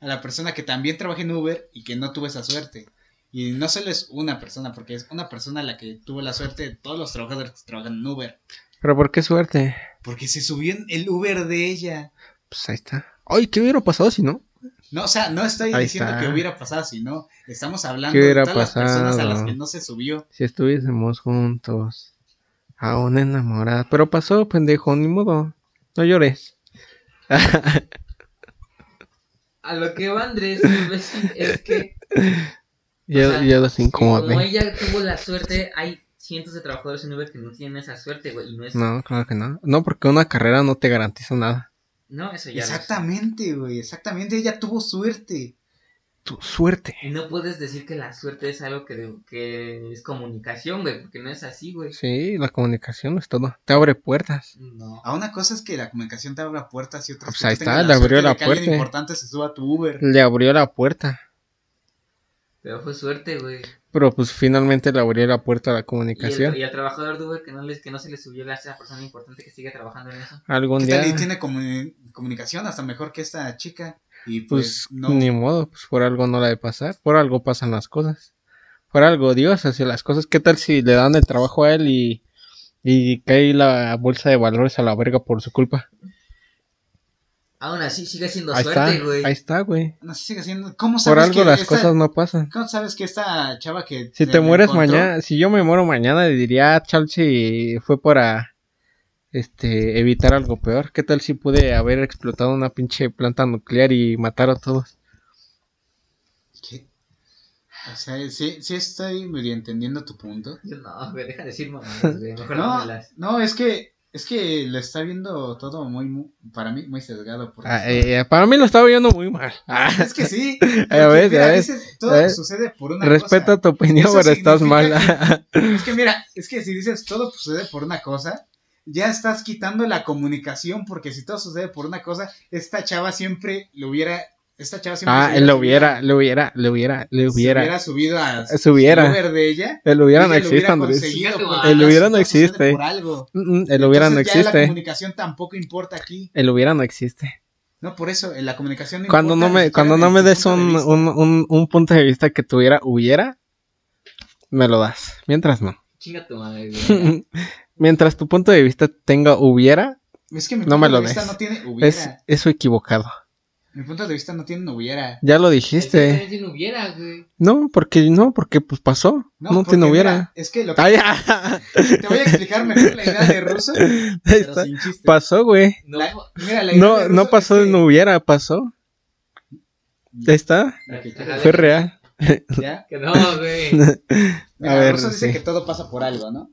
S1: a la persona que también trabaja en Uber y que no tuvo esa suerte. Y no solo es una persona, porque es una persona la que tuvo la suerte de todos los trabajadores que trabajan en Uber.
S3: Pero por qué suerte.
S1: Porque se subió en el Uber de ella.
S3: Pues ahí está. Ay, ¿qué hubiera pasado si no?
S1: No, o sea, no estoy
S3: Ahí
S1: diciendo
S3: está.
S1: que hubiera pasado, sino estamos hablando
S3: ¿Qué
S1: de
S3: hubiera
S1: todas las personas a
S3: pasado?
S1: las que no se subió.
S3: Si estuviésemos juntos, aún enamorada. Pero pasó, pendejo, ni modo. No llores.
S2: A lo que va Andrés [laughs] pues, es que
S3: Yo,
S2: Ajá.
S3: yo los
S2: como
S3: incomodé.
S2: ella tuvo la suerte, hay cientos de trabajadores en Uber que no tienen esa suerte, güey. Y no es...
S3: No, claro que no. No, porque una carrera no te garantiza nada.
S2: No, eso ya lo sé.
S1: Exactamente, güey, exactamente, ella tuvo suerte.
S3: Tu suerte.
S2: Y no puedes decir que la suerte es algo que, de- que es comunicación, güey, porque no es así, güey.
S3: Sí, la comunicación es todo. Te abre puertas.
S2: No.
S1: A una cosa es que la comunicación te abra puertas y otra
S3: Pues
S1: es que
S3: ahí
S1: tú
S3: está,
S1: tengas
S3: le abrió
S1: suerte de
S3: la
S1: que alguien
S3: puerta.
S1: importante se suba a tu Uber.
S3: Le abrió la puerta.
S2: Pero fue suerte, güey.
S3: Pero pues finalmente le abrió la puerta a la
S2: Y, el-
S3: comunicación.
S2: y al trabajador de Uber que no, les, que no se le subió la esa persona importante que sigue trabajando en eso.
S3: Algún
S1: ¿Qué
S3: día.
S1: tal y tiene comuni- comunicación hasta mejor que esta chica? Y
S3: Pues
S1: pues, no.
S3: ni modo, pues por algo no la de pasar, por algo pasan las cosas, por algo Dios hace las cosas. ¿Qué tal si le dan el trabajo a él y, y cae la bolsa de valores a la verga por su culpa?
S2: Aún así, sigue siendo
S3: Ahí
S2: suerte,
S3: está,
S2: güey.
S3: ahí está, güey.
S1: No sé, sigue siendo. ¿Cómo sabes
S3: Por algo
S1: pues que
S3: las
S1: esta-
S3: cosas no pasan.
S1: ¿Cómo sabes que esta chava que. se
S3: Si te
S1: la
S3: mueres
S1: encontró-
S3: mañana, si yo me muero mañana, le diría, "Ah, chal, si fue para este evitar algo peor. ¿Qué tal si pude haber explotado una pinche planta nuclear y matar a todos?
S1: ¿Qué? O sea, sí, sí estoy medio entendiendo tu punto.
S2: Yo No, güey, deja de decir mamadas, güey. Mejor
S1: No,
S2: dámelas.
S1: no, es que. Es que lo está viendo todo muy, muy- para mí, muy sesgado. Por
S3: Ah,
S1: eso.
S3: eh, para mí lo estaba viendo muy mal. Ah,
S1: es que sí.
S3: [laughs] Ya ves, ya
S1: mira,
S3: ves, Eh,
S1: dices, todo
S3: ya ves.
S1: sucede por una
S3: respeta
S1: cosa.
S3: Ah, tu opinión,
S1: Eso
S3: pero estás mal.
S1: significa Es que mira, es que si dices todo sucede por una cosa, ya estás quitando la comunicación, porque si todo sucede por una cosa, esta chava siempre lo hubiera. Esta
S3: [laughs]
S1: chava siempre
S3: ah,
S1: se
S3: él lo hubiera, lo hubiera, lo hubiera, lo
S1: se hubiera,
S3: hubiera.
S1: subido a
S3: Eh, se hubiera.
S1: su Uber de ella.
S3: El hubiera no
S1: ella lo
S3: existe,
S1: hubiera
S3: Andrés.
S1: conseguido,
S2: Fíjate,
S1: porque
S2: va. El
S1: todo
S3: hubiera no
S1: sucede
S3: existe.
S1: Por algo.
S3: Mm, mm, El hubiera no
S1: Entonces, ya La
S3: existe.
S1: comunicación tampoco importa aquí.
S3: El hubiera no existe.
S1: No, por eso, eh, la comunicación no
S3: Cuando
S1: importa ni
S3: no me,
S1: siquiera
S3: cuando no
S1: desde
S3: me
S1: tu
S3: des
S1: punto de
S3: un,
S1: vista.
S3: un, un, un punto de vista que tuviera hubiera, me lo das. Mientras no. [laughs]
S2: Chinga tu madre, güey.
S3: Mientras tu punto de vista tenga hubiera,
S1: Es que mi
S3: no
S1: punto
S3: me
S1: de
S3: lo
S1: vista
S3: des.
S1: no tiene hubiera.
S3: es eso equivocado.
S1: Mi punto de vista no tiene hubiera.
S3: Ya lo
S2: Eso
S3: dijiste.
S2: Este, también si no hubiera, güey.
S3: No, porque no, porque pues pasó. No, tiene
S1: porque,
S3: hubiera.
S1: mira, es que lo que
S3: Ay, ah,
S1: Te voy a explicar mejor la idea de ruso,
S3: [laughs] ahí
S1: [laughs] pero
S3: está.
S1: sin chiste.
S3: Pasó, güey.
S2: No,
S1: La- mira, la idea de
S3: No,
S1: ruso
S3: no
S1: es
S3: pasó
S1: que-
S3: de no hubiera, pasó. Ahí está.
S2: Ajá,
S3: Fue real.
S1: ¿Ya?
S2: que no, güey.
S1: Mira,
S3: ver,
S1: ruso dice
S3: sí.
S1: que todo pasa por algo, ¿no?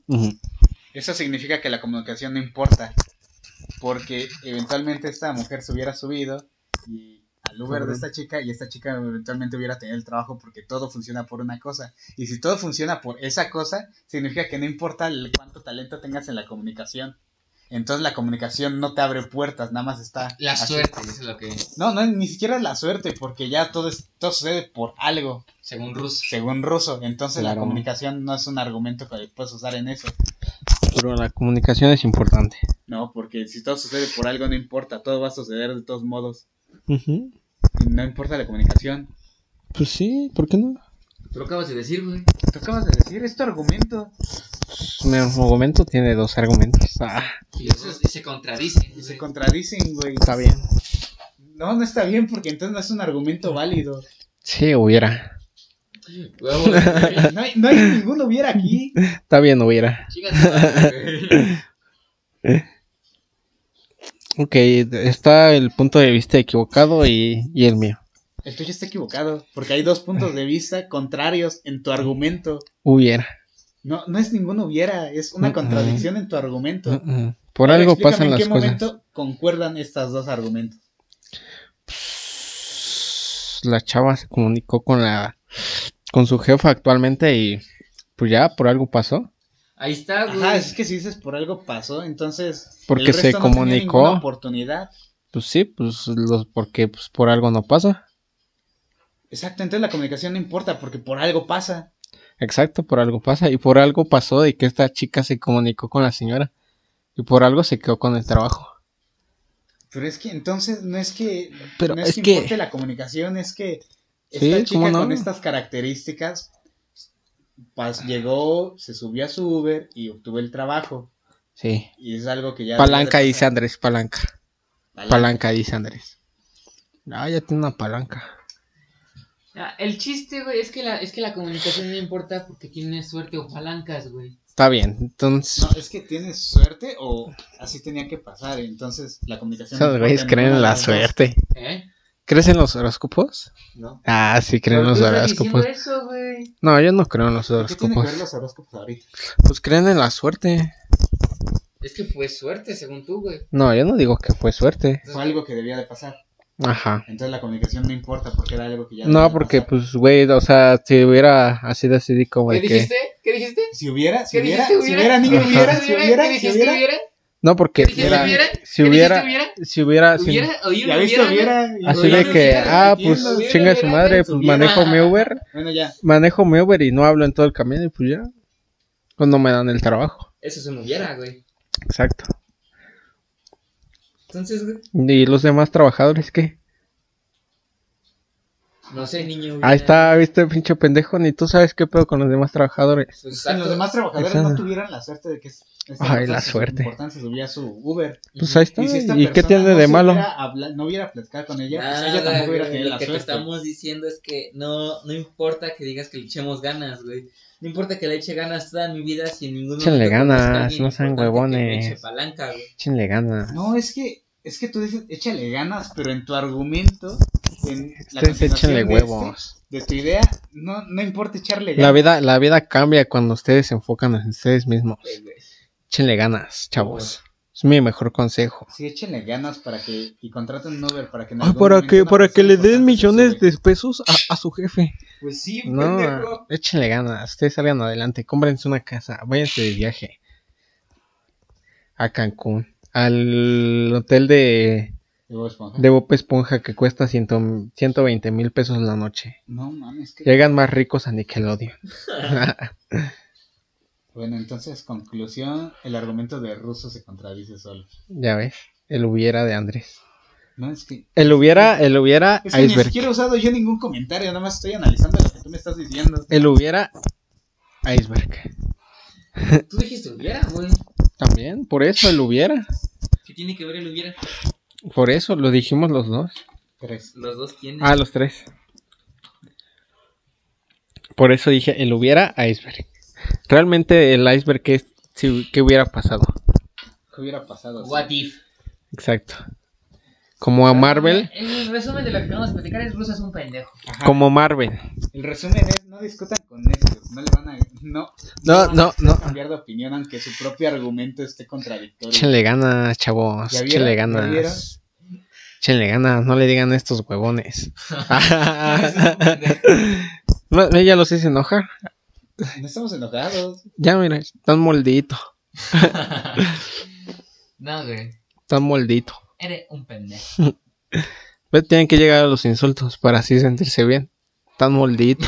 S1: Eso significa que la comunicación no importa, porque eventualmente esta mujer se hubiera subido y al Uber de
S3: Ujú.
S1: esta chica y esta chica eventualmente hubiera tenido el trabajo porque todo funciona por una cosa. Y si todo funciona por esa cosa, significa que no importa el- cuánto talento tengas en la comunicación. Entonces la comunicación no te abre puertas, nada más está...
S2: La
S1: así.
S2: suerte, eso es lo que.
S1: No, no, ni siquiera es la suerte, porque ya todo, es- todo sucede por algo,
S2: Según Russo.
S1: según Russo. Entonces la
S3: Claro.
S1: comunicación no es un argumento que puedes usar en eso.
S3: Pero la comunicación es importante.
S1: No, porque si todo sucede por algo, no importa, todo va a suceder de todos modos.
S3: Ujú.
S1: Y no importa la comunicación.
S3: Pues sí, ¿por qué no?
S2: Tú lo acabas de decir, güey.
S1: ¿Tú acabas de decir? ¿Es tu argumento?
S3: Mi argumento tiene dos argumentos. Ah,
S2: Y, eso es- y se contradice.
S1: Y se
S2: güey.
S1: contradicen, güey.
S3: está bien.
S1: No, no está bien, porque entonces no es un argumento válido.
S3: Sí, hubiera.
S2: Huevo, güey.
S1: [laughs] No hay, no hay ninguno hubiera aquí.
S3: Está bien, hubiera.
S2: Chinga tu madre, güey.
S3: Ok, está el punto de vista equivocado y, y el mío.
S1: El tuyo está equivocado, porque hay dos puntos de vista contrarios en tu argumento.
S3: Hubiera.
S1: No, no es ninguno hubiera, es una
S3: Mm,
S1: contradicción en tu argumento.
S3: Ujú. Por
S1: A ver,
S3: algo
S1: explícame
S3: pasan las
S1: ¿En qué
S3: cosas.
S1: momento concuerdan estos dos argumentos?
S3: la chava se comunicó con la con su jefa actualmente y pues ya por algo pasó
S2: Ahí está, Ah, güey.
S1: Ajá, es que si dices por algo pasó, entonces.
S3: Porque se
S1: no tenía
S3: comunicó.
S1: ninguna oportunidad.
S3: pues sí pues los porque pues por algo no pasa
S1: Exacto, entonces la comunicación no importa porque por algo pasa.
S3: exacto por algo pasa y por algo pasó de que esta chica se comunicó con la señora y por algo se quedó con el trabajo
S1: Pero es que entonces no es que.
S3: Pero
S1: no
S3: es
S1: que.
S3: que-
S1: importe la comunicación, es que.
S3: Sí,
S1: Esta
S3: ¿cómo
S1: chica
S3: no?
S1: con estas características pas-
S3: Ah.
S1: llegó, se subió a su Uber y obtuvo el trabajo.
S3: sí
S1: Y es algo que ya.
S3: palanca
S1: y
S3: dice Andrés palanca
S1: Palanca.
S3: palanca dice Andrés ah ya tiene una palanca
S2: Ah, El chiste, güey, es que, la, es que la comunicación no importa porque tienes suerte o palancas, güey.
S3: está bien entonces
S1: No, es que tienes suerte o así tenía que pasar. Entonces la comunicación. no
S3: esos güeyes
S1: importa
S3: creen en
S1: ninguna de
S3: la
S1: las dos,
S3: suerte
S2: ¿Eh?
S3: crees en los horóscopos
S1: ¿no?
S3: ah sí creen en
S2: Pero
S3: los
S2: tú estás diciendo
S3: horóscopos
S2: eso, güey.
S3: no yo no creo en los
S1: ¿Qué tiene que
S3: horóscopos
S1: ver los horóscopos ahorita?
S3: Pues creen en la suerte.
S2: Es que fue suerte, según tú, güey.
S3: No, yo no digo que fue suerte.
S1: Fue algo que debía de pasar.
S3: Ajá.
S1: Entonces la comunicación no importa porque era algo que ya. debía
S3: No,
S1: de
S3: porque
S1: pasar.
S3: pues, güey, o sea, si hubiera así decidí como
S2: ¿Qué
S3: de que...
S2: dijiste? ¿Qué dijiste?
S1: Si hubiera, si
S2: ¿Qué
S1: hubiera,
S2: dijiste?
S1: si hubiera, niño,
S3: Ajá.
S1: hubiera,
S2: ¿Qué
S1: si
S2: dijiste?
S1: hubiera,
S2: ¿Qué
S1: si
S2: dijiste?
S1: hubiera.
S2: ¿Hubiera?
S3: No, porque
S2: ¿Qué dijiste?
S3: era-
S2: ¿Hubiera?
S3: si
S2: ¿Qué
S3: hubiera... Ah,
S2: dijiste?
S3: Si hubiera... si-
S2: ¿Hubiera? ¿Hubiera? ¿Hubiera?
S1: Ya viste,
S2: güey?
S1: hubiera. y
S3: Así
S1: hubiera,
S3: de que,
S1: hubiera,
S3: ah,
S1: repitiendo.
S3: pues
S2: hubiera,
S3: chinga su
S2: hubiera,
S3: madre,
S2: hubiera,
S3: pues
S1: hubiera.
S3: manejo mi Uber,
S1: Bueno, ya.
S3: manejo mi Uber y no hablo en todo el camino y pues ya, pues no me dan el trabajo.
S2: Eso se me hubiera, güey.
S3: Exacto.
S2: Entonces, güey,
S3: ¿Y los demás trabajadores qué?
S2: no sé, niño. hubiera.
S3: Ahí está, viste, pinche pendejo, ni tú sabes qué pedo con los demás trabajadores.
S2: Pues,
S1: Si
S2: exacto.
S1: los demás trabajadores
S3: Exacto.
S1: no tuvieran la suerte de que. es- esta
S3: Ay,
S1: cosa
S3: la
S1: se-
S3: suerte.
S1: importante subía su Uber.
S3: Pues ahí está,
S1: Y, si esta
S3: ¿y qué
S1: persona
S3: tiene
S1: no
S3: de
S1: se
S3: malo?
S1: hubiera habla- no hubiera platicado con ella, pues
S2: Nada,
S1: ella tampoco hubiera
S2: güey,
S1: tenido
S2: Lo
S1: la
S2: que te
S1: suerte.
S2: estamos diciendo es que no, no importa que digas que le echemos ganas, güey. No importa que le eche ganas toda mi vida sin ningún
S3: Échenle
S2: momento conozca a
S3: ganas,
S2: alguien
S3: no sean
S2: importante que me
S3: huevones.
S2: eche palanca, güey.
S3: Echenle ganas.
S1: No, es que, es que tú dices, échale ganas, pero en tu argumento, en la
S3: Ustedes
S1: continuación
S3: échenle
S1: de
S3: huevos.
S1: este, de tu idea, no, no importa echarle
S3: La
S1: ganas.
S3: vida, la vida cambia cuando ustedes se enfocan en ustedes mismos.
S2: Pues, güey.
S3: Échenle ganas, chavos. Es mi mejor consejo.
S1: Sí, échenle ganas para que. Y contraten un Uber para que. en
S3: Ay,
S1: algún
S3: para
S1: momento
S3: que,
S1: una
S3: para que
S1: persona
S3: le den
S1: importante se
S3: millones
S1: sube.
S3: de pesos a, a su jefe.
S1: Pues [laughs] sí, pendejo.
S3: No, échenle ganas, ustedes salgan adelante, cómprense una casa, váyanse de viaje a Cancún, al hotel de,
S1: Y Bob Esponja.
S3: de Bob Esponja que cuesta ciento, 120 mil pesos la noche.
S1: No mames, que.
S3: Llegan más ricos a Nickelodeon.
S1: Bueno, entonces, conclusión: el argumento de Russo se contradice solo.
S3: ya ves, el hubiera de Andrés.
S1: No, es que.
S3: El hubiera, el hubiera
S1: Es que ni
S3: iceberg.
S1: siquiera he usado yo ningún comentario, nada más estoy analizando lo que tú me estás diciendo.
S3: El hubiera iceberg.
S2: Tú dijiste hubiera, güey.
S3: También, por eso el hubiera.
S2: ¿Qué tiene que ver el hubiera?
S3: Por eso lo dijimos los dos.
S1: Tres.
S2: Los dos tienen.
S3: Ah, los tres. Por eso dije, el hubiera iceberg. Realmente el iceberg que es si que hubiera pasado.
S1: ¿Qué hubiera pasado? si-
S2: What if?
S3: Exacto. Como a Marvel,
S2: El resumen de lo que vamos a platicar es Russo es un pendejo.
S1: Ajá.
S3: como Marvel.
S1: El resumen es: no discutan con estos, no le van a. No,
S3: No,
S1: van a
S3: no, no.
S1: cambiar de opinión aunque su propio argumento esté contradictorio.
S3: Échenle ganas, chavos.
S1: ¿Ya vieron?
S3: Échenle
S1: ¿Ya vieron?
S3: ganas. Échenle ganas, no le digan estos
S1: [laughs]
S3: huevones. no, ya los hice enojar.
S1: No estamos enojados.
S3: Ya, mira, tan moldito.
S2: no, güey.
S3: Tan moldito.
S2: Eres un pendejo.
S3: Pero tienen que llegar a los insultos para así sentirse bien. Tan moldito.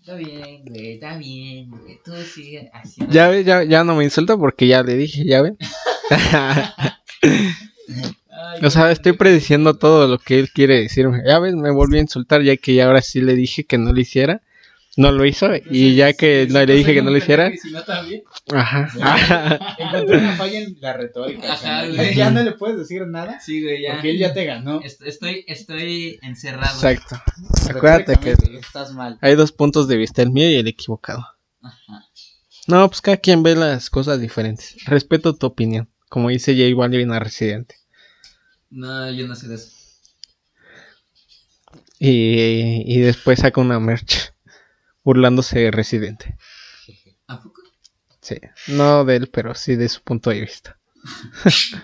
S2: Está bien, güey. Está bien, güey. Tú sigue haciendo.
S3: Ya, ve, ya, ya no me insulta porque ya le dije, ya ven. [laughs]
S2: Ay,
S3: o sea, estoy prediciendo todo lo que él quiere decirme. Ya ves, me volvió a insultar ya que ya ahora sí le dije que no lo hiciera. No lo hizo y ya que no le dije que no lo hiciera.
S2: Si no, también.
S3: Ajá.
S1: [laughs] Encontré una falla en la retórica.
S2: Ajá,
S1: carnal.
S2: güey.
S1: Ya no le puedes decir nada
S2: Sí, güey, ya.
S1: porque él ya te ganó.
S2: Est- Estoy, estoy encerrado.
S3: Exacto. Acuérdate que
S1: Retóricamente estás mal.
S3: hay dos puntos de vista, el mío y el equivocado.
S1: Ajá.
S3: No, pues cada quien ve las cosas diferentes. Respeto tu opinión, como dice J Balvin a Residente.
S2: No, yo no sé de eso.
S3: Y, y después saca una merch burlándose de Residente.
S2: ¿A poco?
S3: Sí, no de él, pero sí de su punto de vista.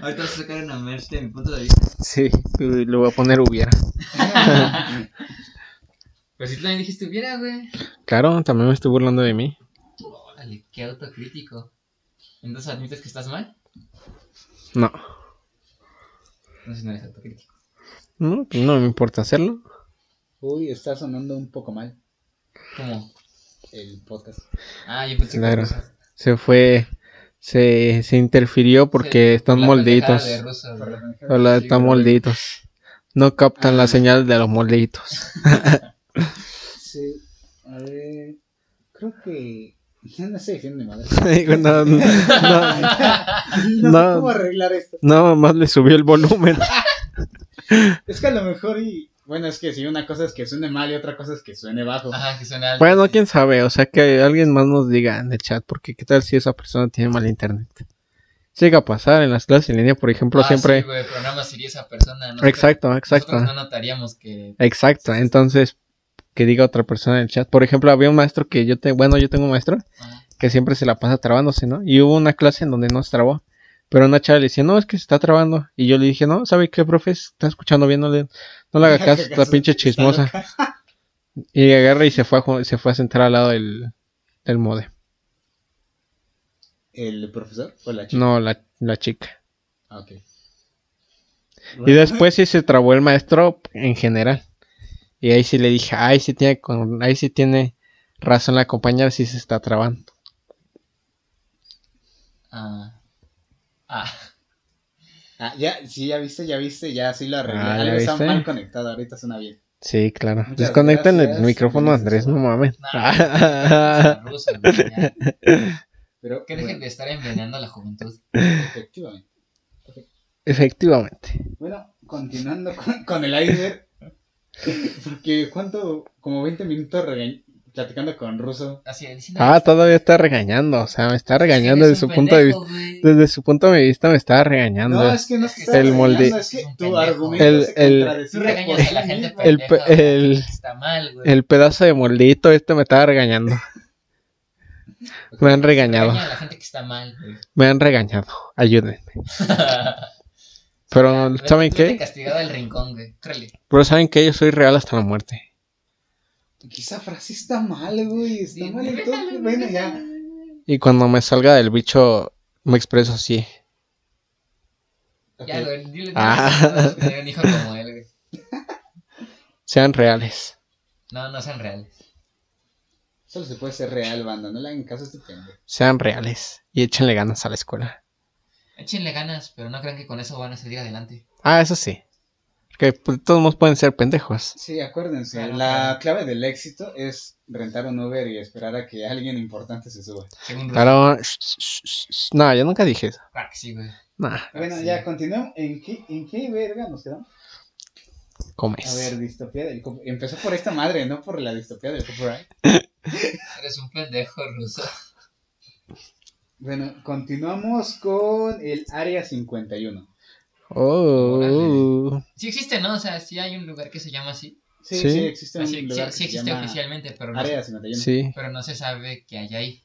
S2: Ahorita vas a sacar una merch de mi punto de vista.
S3: Sí, y le voy a poner hubiera.
S2: Pues si tú también dijiste hubiera, güey.
S3: Claro, también me estoy burlando de mí.
S2: Órale, qué autocrítico. Entonces admites que estás mal.
S3: No,
S2: Entonces no eres autocrítico.
S3: no, pues no me importa hacerlo.
S1: Uy, está sonando un poco mal
S2: ¿Cómo?
S1: el podcast.
S2: Ah, yo pensé
S3: Claro.
S2: que ruso.
S3: Se fue, se, se interfirió porque
S2: Sí,
S3: están
S2: la
S3: molditos.
S2: pendejada de ruso, güey.
S3: Hola,
S2: Sí, creo que-
S3: están molditos. No captan
S2: Ah.
S3: la señal de los molditos.
S1: Sí. A ver. Creo que. No, no estoy diciendo ni
S3: [laughs]
S1: madre.
S3: [laughs] Digo, no, no, no,
S1: No, sé
S3: No.
S1: cómo arreglar esto.
S3: nada más le subió el volumen.
S1: Es que a lo mejor y. Bueno, es que si una cosa es que suene mal y otra cosa es que suene bajo.
S3: [laughs]
S2: Ajá, que suena alto.
S3: [laughs] Bueno, quién sabe, o sea que alguien más nos diga en el chat, porque qué tal si esa persona tiene mal internet. Llega a pasar en las clases en línea, por ejemplo,
S2: Ah,
S3: siempre.
S2: Sí, güey, pero nada más sería esa persona. Nosotros-
S3: exacto, exacto,
S2: Nosotros no notaríamos que.
S3: exacto. Entonces, que diga otra persona en el chat. Por ejemplo, había un maestro que yo tengo, bueno, yo tengo un maestro
S2: Ah,
S3: que siempre se la pasa trabándose, ¿no? Y hubo una clase en donde no se trabó. Pero una chava le decía, no, es que se está trabando. Y yo le dije, no, ¿sabe qué, profe? Se Está escuchando bien, no le,
S2: [laughs]
S3: no le haga caso, esta pinche
S1: Está
S3: chismosa.
S1: loca.
S3: Y agarra y se fue a, ju- se fue a sentar al lado del, del mode.
S1: ¿El profesor o la chica?
S3: No, la, la chica.
S1: Ah, ok.
S3: Y después sí se trabó el maestro en general. Y ahí sí le dije, ay, sí tiene, con- ahí sí tiene razón la compañera, sí se está trabando.
S2: ah, ah.
S1: Ah, ya, sí, ya viste, ya viste, ya sí lo arreglé.
S3: Ah, ¿ya
S1: Algo está
S3: viste?
S1: mal conectado, ahorita suena bien.
S3: Sí, claro.
S1: Muchas
S3: Desconectan el
S1: gracias.
S3: micrófono, Andrés, no mames. [laughs]
S2: Nah, ruso, güey, ya.
S1: Pero
S2: que dejen de estar envenenando a la juventud.
S1: bueno, efectivamente.
S3: Efectivamente.
S1: Bueno, continuando con, con el iceberg. Porque cuánto, como 20 minutos rega- platicando con Russo.
S2: Así, diciendo,
S3: Ah, todavía está regañando, o sea, me está regañando desde
S2: eres
S3: su
S2: un
S3: punto de vista.
S2: pendejo, güey.
S3: Desde su punto de vista me estaba regañando.
S1: No, es que no está
S3: El molde-
S1: regañando, Es que tu argumento
S3: El-
S1: se
S3: el-
S2: Tú
S1: contradecía por
S2: regañas a la
S1: sí
S2: gente
S1: mismo.
S3: El
S2: pendeja,
S3: pe-
S2: güey.
S3: el-
S2: Está mal, güey.
S3: El pedazo de moldito este me estaba regañando. Me han regañado.
S2: Regaña a la gente que está mal, güey. [laughs]
S3: Me han regañado. Ayúdenme. Pero,
S2: Vete-
S3: ¿saben
S2: vete
S3: qué?
S2: castigado al rincón, güey. Órale.
S3: Pero, ¿saben qué? Yo soy real hasta la muerte.
S1: Esa frase está mal, güey. Está
S2: Sí,
S1: mal
S2: déjalo,
S1: en todo.
S2: déjalo,
S1: Bueno, ya.
S3: Y cuando me salga del bicho, me expreso así.
S2: Ya, güey, dile
S3: Ah.
S2: a todos que tengan hijo como él, güey.
S3: Sean reales.
S2: No, no sean reales.
S1: Solo se puede ser real, banda. No le hagan caso a este pendejo.
S3: Sean reales. Y échenle ganas a la escuela.
S2: Échenle ganas, pero no crean que con eso van a salir adelante.
S3: Ah, eso sí. Que pues, todos nos pueden ser pendejos.
S1: Sí, acuérdense.
S2: Claro,
S1: la clave del éxito es rentar un Uber y esperar a que alguien importante se suba.
S2: Según Ruth.
S3: Pero, sh- sh- sh- sh- no, yo nunca dije eso.
S2: Claro que sí, güey.
S3: Nah,
S1: Bueno,
S2: sí.
S1: ya continuamos. ¿En qué, ¿En qué verga nos quedamos? A
S3: comes.
S1: ver, distopía del cop- Empezó por esta madre, no por la distopía del copyright.
S2: Eres un pendejo ruso.
S1: Bueno, continuamos con el Área 51.
S3: Oh,
S2: Sí existe, ¿no? O sea, sí hay un lugar que se llama así.
S1: Sí, sí,
S3: Sí.
S1: existe un
S2: Así, sí,
S1: lugar que
S2: sí
S1: se
S2: existe
S1: llama
S2: oficialmente, pero no,
S1: Área 51.
S3: sí.
S2: pero no se sabe que hay ahí.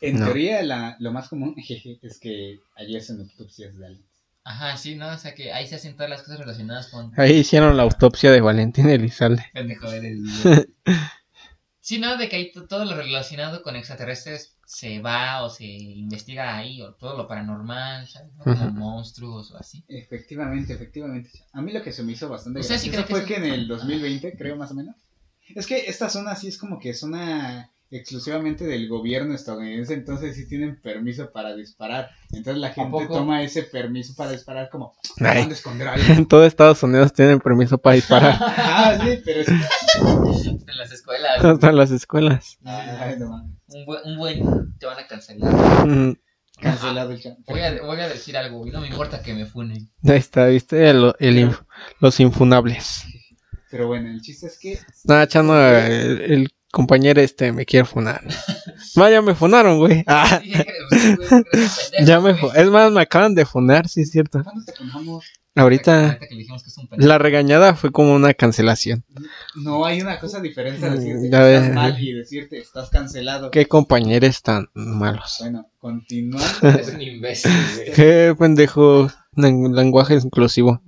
S1: En
S3: No.
S1: teoría, la, lo más común [laughs] jeje, es que allí hacen autopsias de alguien.
S2: Ajá, sí, ¿no? O sea, que ahí se hacen todas las cosas relacionadas
S3: [laughs]
S2: con
S3: Ahí hicieron la autopsia de Valentín Elizalde.
S2: pendejo eres.
S3: [laughs]
S2: sí, ¿no? De que ahí to- todo lo relacionado con extraterrestres se va o se investiga ahí, o todo lo paranormal, ¿sabes? ¿no? Como
S3: Ujú.
S2: monstruos o así.
S1: Efectivamente, efectivamente. A mí lo que se me hizo bastante
S2: O sea, sí
S1: gracioso
S2: creo que
S1: fue que
S2: eso-
S1: en el 2020, creo más o menos, es que esta zona sí es como que es zona exclusivamente del gobierno estadounidense, entonces sí tienen permiso para disparar. Entonces la gente
S2: poco?
S1: toma ese permiso para disparar como,
S3: Ay.
S1: ¿dónde esconder algo? [laughs]
S3: En todo Estados Unidos tienen permiso para disparar [laughs]
S1: Ah, sí, pero sí.
S2: En las escuelas,
S3: hasta en las escuelas. [laughs]
S1: Ay, no mames.
S2: un buen, un buen te van a cancelar.
S3: Mm,
S1: Cancelado el chat.
S2: Voy a, voy a decir algo, y no me importa que me funen. [laughs]
S3: Ahí está, ¿viste? El- el inf- los infunables.
S1: Pero bueno, el chiste es que
S3: Nada, chano, el, eh, el compañero este me quiere funar. Más ya me funaron, güey. Ah,
S2: Sí, [laughs] pues, güey, güey, pendejo,
S3: [laughs] ya me
S2: güey.
S3: fu- Es más, me acaban de funar, sí es cierto.
S1: ¿Cuándo te ponemos?
S3: Ahorita
S2: que le dijimos que es un pendejo.
S3: la regañada fue como una cancelación.
S1: No hay una cosa diferente a decirte
S3: Ya
S1: estás
S3: ves.
S1: mal y decirte estás cancelado.
S3: Mm, Qué compañeros tan malos.
S1: Bueno, continuando.
S3: [laughs]
S2: Es un imbécil, güey. [laughs]
S3: Qué pendejo len- lenguaje inclusivo.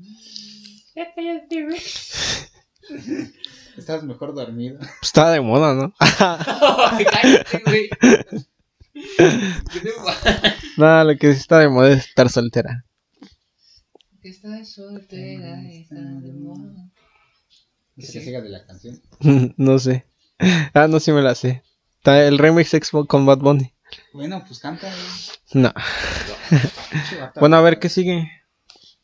S1: Estás mejor dormido.
S3: Está de moda, ¿no? [laughs]
S2: Cállate, güey. ¿Qué te pasa?
S3: Nada, lo que sí está de moda es estar soltera. [laughs]
S2: Que Estás soltera, está de moda.
S1: Que
S2: Sí.
S1: siga de la canción.
S3: no sé. Ah, no, sí me la sé. Está el remix Expo con Bad Bunny.
S1: Bueno, pues canta. güey.
S3: No.
S1: Pinche vato.
S3: Bueno, a ver qué sigue.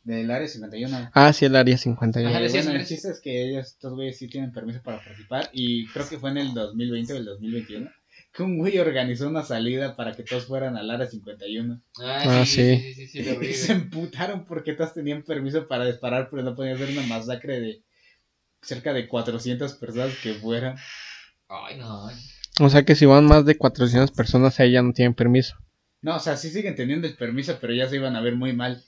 S1: Del área 51.
S3: Ah, sí, el área
S2: Ajá,
S1: Eh,
S3: 51.
S2: decías,
S1: bueno, el
S2: ¿no?
S1: chiste es que ellos, estos güeyes sí tienen permiso para participar y creo que fue en el 2020 o el 2021 que un güey organizó una salida para que todos fueran al área 51
S3: Ah,
S2: sí, sí, sí, lo vi,
S1: y
S2: güey.
S1: se emputaron porque todos tenían permiso para disparar pero no podían hacer una masacre de cerca de 400 personas que fueran.
S2: Ay, no.
S3: O sea que si van más de 400 personas, ahí ya no tienen permiso.
S1: No, o sea, sí siguen teniendo el permiso, pero ya se iban a ver muy mal.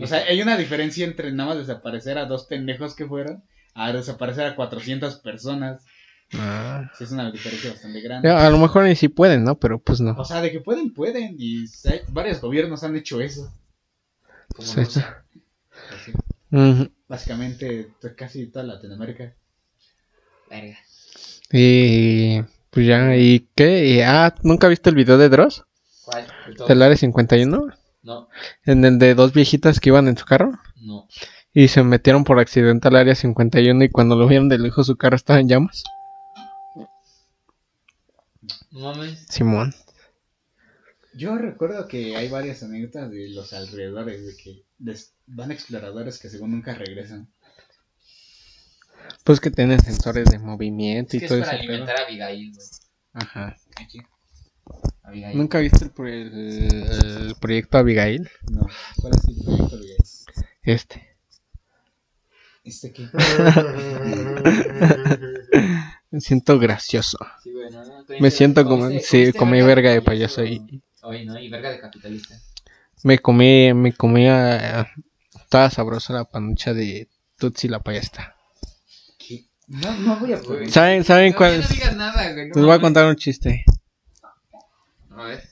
S1: O sea, hay una diferencia entre nada más desaparecer a dos pendejos que fueron a desaparecer a 400 personas. Sí, es una diferencia bastante grande.
S3: Ya, Eh, A lo mejor ni si pueden, ¿no? Pero pues no.
S1: O sea, de que pueden, pueden. Y hay- varios gobiernos han hecho eso.
S2: Como
S3: Sí,
S2: ruso.
S3: está.
S1: Así,
S3: Ujú.
S1: Básicamente, to- casi toda Latinoamérica.
S2: Verga.
S3: Y pues ya, ¿y qué? Y, ah, ¿nunca viste el video de Dross?
S2: ¿Cuál? ¿De todo?
S3: Del área 51.
S2: No,
S3: En el de dos viejitas que iban en su carro.
S2: no.
S3: Y se metieron por accidente al área 51 y cuando lo vieron de lejos su carro estaba en llamas.
S2: No mames.
S3: Simón.
S1: Yo recuerdo que hay varias anécdotas de los alrededores, de que des- van exploradores que según nunca regresan.
S3: Pues que tienen sensores de movimiento
S2: Es
S3: y
S2: que es
S3: todo
S2: para
S3: eso.
S2: alimentar a Abigail, güey.
S3: Ajá.
S2: Abigail.
S3: ¿Nunca viste el, pro- el proyecto Abigail?
S1: No, ¿cuál es el proyecto de
S3: Este.
S1: este que
S3: Me siento gracioso.
S2: Sí, güey, no, no,
S3: Me
S2: comiste-
S3: siento como...
S2: comiste-
S3: Sí,
S2: comiste
S3: comí verga de payaso
S2: payaso.
S3: y
S2: Oye, no, y verga de capitalista.
S3: me comí... Me comía... Estaba sabrosa la panucha de Tutsi la payasta.
S1: ¿Qué? No, no voy a [laughs]
S2: Güey.
S1: preguntar.
S3: ¿Saben, ¿saben
S2: No, ya
S3: cuál es?
S2: No digas nada, güey. no
S3: Les voy a
S2: mames.
S3: contar un chiste.
S2: No, A ver.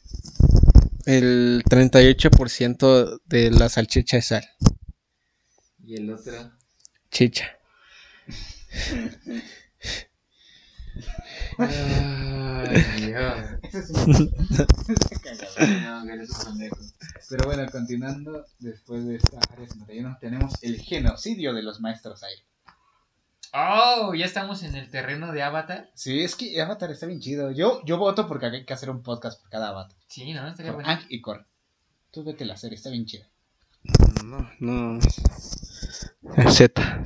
S3: El 38% de la salchicha es sal.
S2: Y el
S3: [laughs]
S2: otro.
S3: Chicha.
S2: Ay, Dios.
S3: [laughs]
S1: Eso sí me-
S2: No, que eres un pendejo.
S1: Pero bueno, continuando, después de esta área 51, tenemos el genocidio de los maestros aire.
S2: Oh, ya estamos en el terreno de Avatar.
S1: Sí, es que Avatar está bien chido. Yo, yo voto porque hay que hacer un podcast por cada Avatar.
S2: Sí, ¿no? Estaría
S1: Por
S2: bueno.
S1: Aang y Korra. Tú vete la serie, está bien chida.
S3: No, [laughs] no. Z,
S2: Bueno,
S3: Z,
S2: a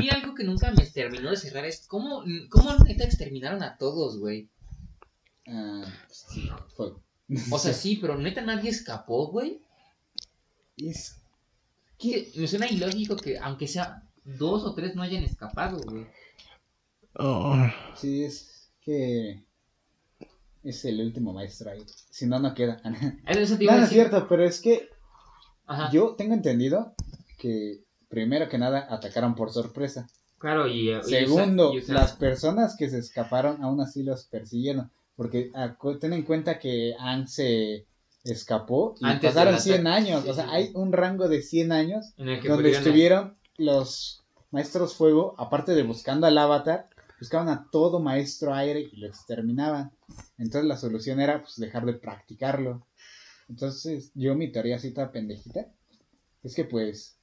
S2: mí
S3: Z.
S2: algo que nunca me terminó de cerrar es cómo, cómo neta exterminaron a todos, güey.
S1: Ah,
S2: Sí.
S1: fuego. [laughs]
S2: O sea, sí, pero neta nadie escapó, güey.
S1: Es-
S2: Que Me suena ilógico que aunque sea dos o tres no hayan escapado, güey.
S3: Oh,
S1: Sí, es que es el último maestro ahí. Si no, no queda. [laughs] no,
S2: Eso te iba a
S1: no es
S2: decir.
S1: cierto, pero es que
S2: Ajá.
S1: yo tengo entendido que primero que nada atacaron por sorpresa.
S2: Claro, y... y- y-
S1: Segundo,
S2: y- y-
S1: las personas que se escaparon aún así los persiguieron. Porque acu- ten en cuenta que Aang se escapó y
S2: Antes
S1: pasaron
S2: del
S1: 100
S2: ataque.
S1: años.
S2: Sí,
S1: o sea,
S2: sí.
S1: hay un rango de 100 años
S2: en el que
S1: donde
S2: pudieron-
S1: estuvieron los maestros fuego, aparte de buscando al avatar, buscaban a todo maestro aire y lo exterminaban. Entonces la solución era pues, dejar de practicarlo. Entonces yo mi teoría así toda pendejita es que pues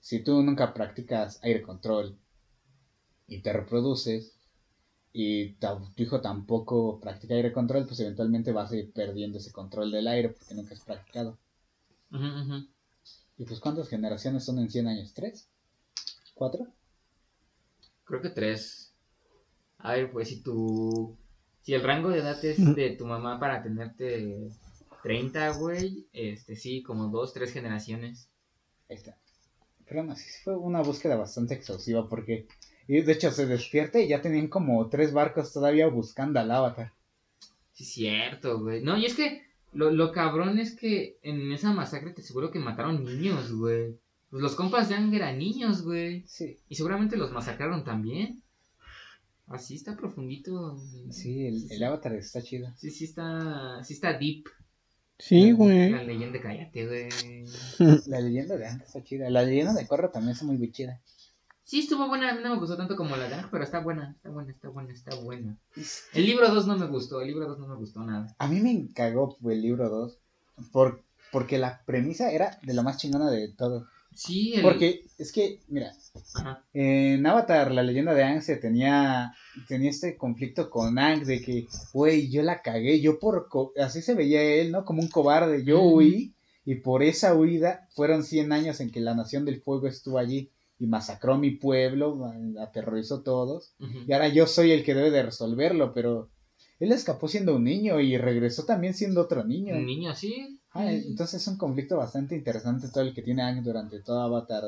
S1: si tú nunca practicas aire control y te reproduces y ta- tu hijo tampoco practica aire control, pues eventualmente vas a ir perdiendo ese control del aire porque nunca has practicado.
S2: Ujú, ujú.
S1: ¿Y pues cuántas generaciones son en 100 años? ¿Tres? ¿Cuatro?
S2: Creo que tres. A ver, pues si tu... Si el rango de edad es de tu mamá para tenerte 30, güey, este sí, como dos, tres generaciones.
S1: Ahí está. Pero aún así fue una búsqueda bastante exhaustiva porque... Y de hecho se despierta y ya tenían como tres barcos todavía buscando al avatar.
S2: Sí, cierto, güey. No, y es que lo, lo cabrón es que en esa masacre te seguro que mataron niños, güey. Pues los compas de Ang eran niños, güey.
S1: Sí,
S2: Y seguramente los masacraron también. Así está profundito. güey.
S1: sí, el, el avatar está chido.
S2: Sí, sí está, sí está deep.
S3: sí,
S2: La-
S3: güey.
S2: La leyenda, cállate, güey.
S1: La leyenda de Ang está chida. La leyenda de Korra también está muy chida.
S2: Sí, estuvo buena, a mí no me gustó tanto como la de Ang, pero está buena, está buena, está buena, está buena. El libro 2 no me gustó, el libro 2 no me gustó nada.
S1: A mí me cagó el libro 2 por, porque la premisa era de lo más chingona de todo.
S2: Sí, el...
S1: Porque es que, mira,
S2: Ajá.
S1: En Avatar, la leyenda de Aang se tenía, tenía este conflicto con Aang de que, güey, yo la cagué, yo por... co- Así se veía él, ¿no? Como un cobarde, yo
S2: Ujú.
S1: huí y por esa huida fueron 100 años en que la Nación del Fuego estuvo allí y masacró a mi pueblo, a- aterrorizó a todos
S2: Ujú.
S1: y ahora yo soy el que debe de resolverlo, pero él escapó siendo un niño y regresó también siendo otro niño.
S2: Un niño, sí.
S1: Ah, entonces es un conflicto bastante interesante todo el que tiene Aang durante toda Avatar,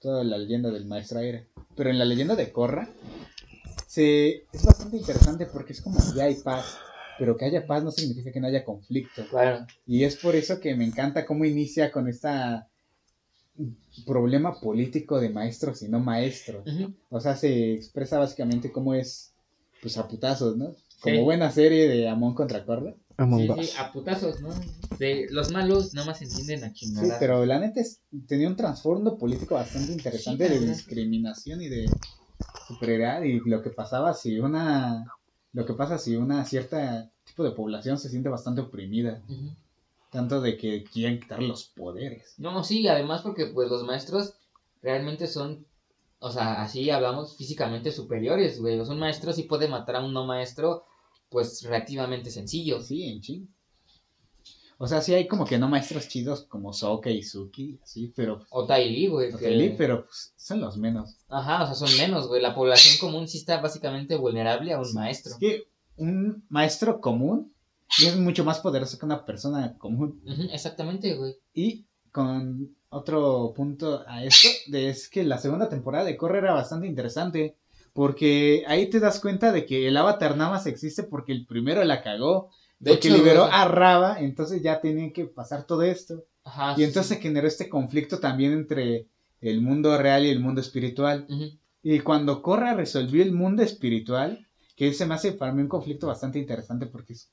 S1: toda la leyenda del Maestro Aire. Pero en la leyenda de Korra se, es bastante interesante porque es como ya hay paz, pero que haya paz no significa que no haya conflicto.
S2: Claro.
S1: Y es por eso que me encanta cómo inicia con este problema político de maestros y no maestros. O sea, se expresa básicamente cómo es, pues a putazos, ¿no? Como
S2: Sí.
S1: buena serie de Amon contra Korra.
S3: Among
S2: Sí,
S3: Us.
S2: sí, a putazos, ¿no? Sí, los malos nada más entienden a
S1: Sí,
S2: chingadas.
S1: pero la neta es- tenía un trasfondo político bastante interesante
S2: Sí,
S1: de
S2: ajá.
S1: discriminación y de superioridad y lo que pasaba si una lo que pasa si una cierta tipo de población se siente bastante oprimida,
S2: Ujú.
S1: tanto de que quieren quitar los poderes.
S2: No, sí, además porque pues los maestros realmente son, o sea, así hablamos físicamente superiores, güey. O sea, un maestro sí puede matar a un no maestro, pues relativamente sencillo.
S1: Sí, en chin. O sea, sí hay como que no maestros chidos como Soke y Suki, así, pero
S2: O Taili, güey. que-
S1: Oteli, pero pues, son los menos.
S2: Ajá, o sea, son menos, güey. La población común sí está básicamente vulnerable a un maestro.
S1: Es que un maestro común es mucho más poderoso que una persona común.
S2: Ujú, exactamente, güey.
S1: Y con otro punto a esto, de es que la segunda temporada de Corre era bastante interesante, porque ahí te das cuenta de que el avatar nada más existe porque el primero la cagó,
S2: De
S1: porque
S2: hecho,
S1: liberó
S2: güey,
S1: a Raba, entonces ya tenían que pasar todo esto.
S2: Ajá,
S1: Y
S2: sí,
S1: entonces se
S2: Ah, sí.
S1: generó este conflicto también entre el mundo real y el mundo espiritual.
S2: Ujú.
S1: Y cuando Corra resolvió el mundo espiritual, que se me hace para mí un conflicto bastante interesante porque es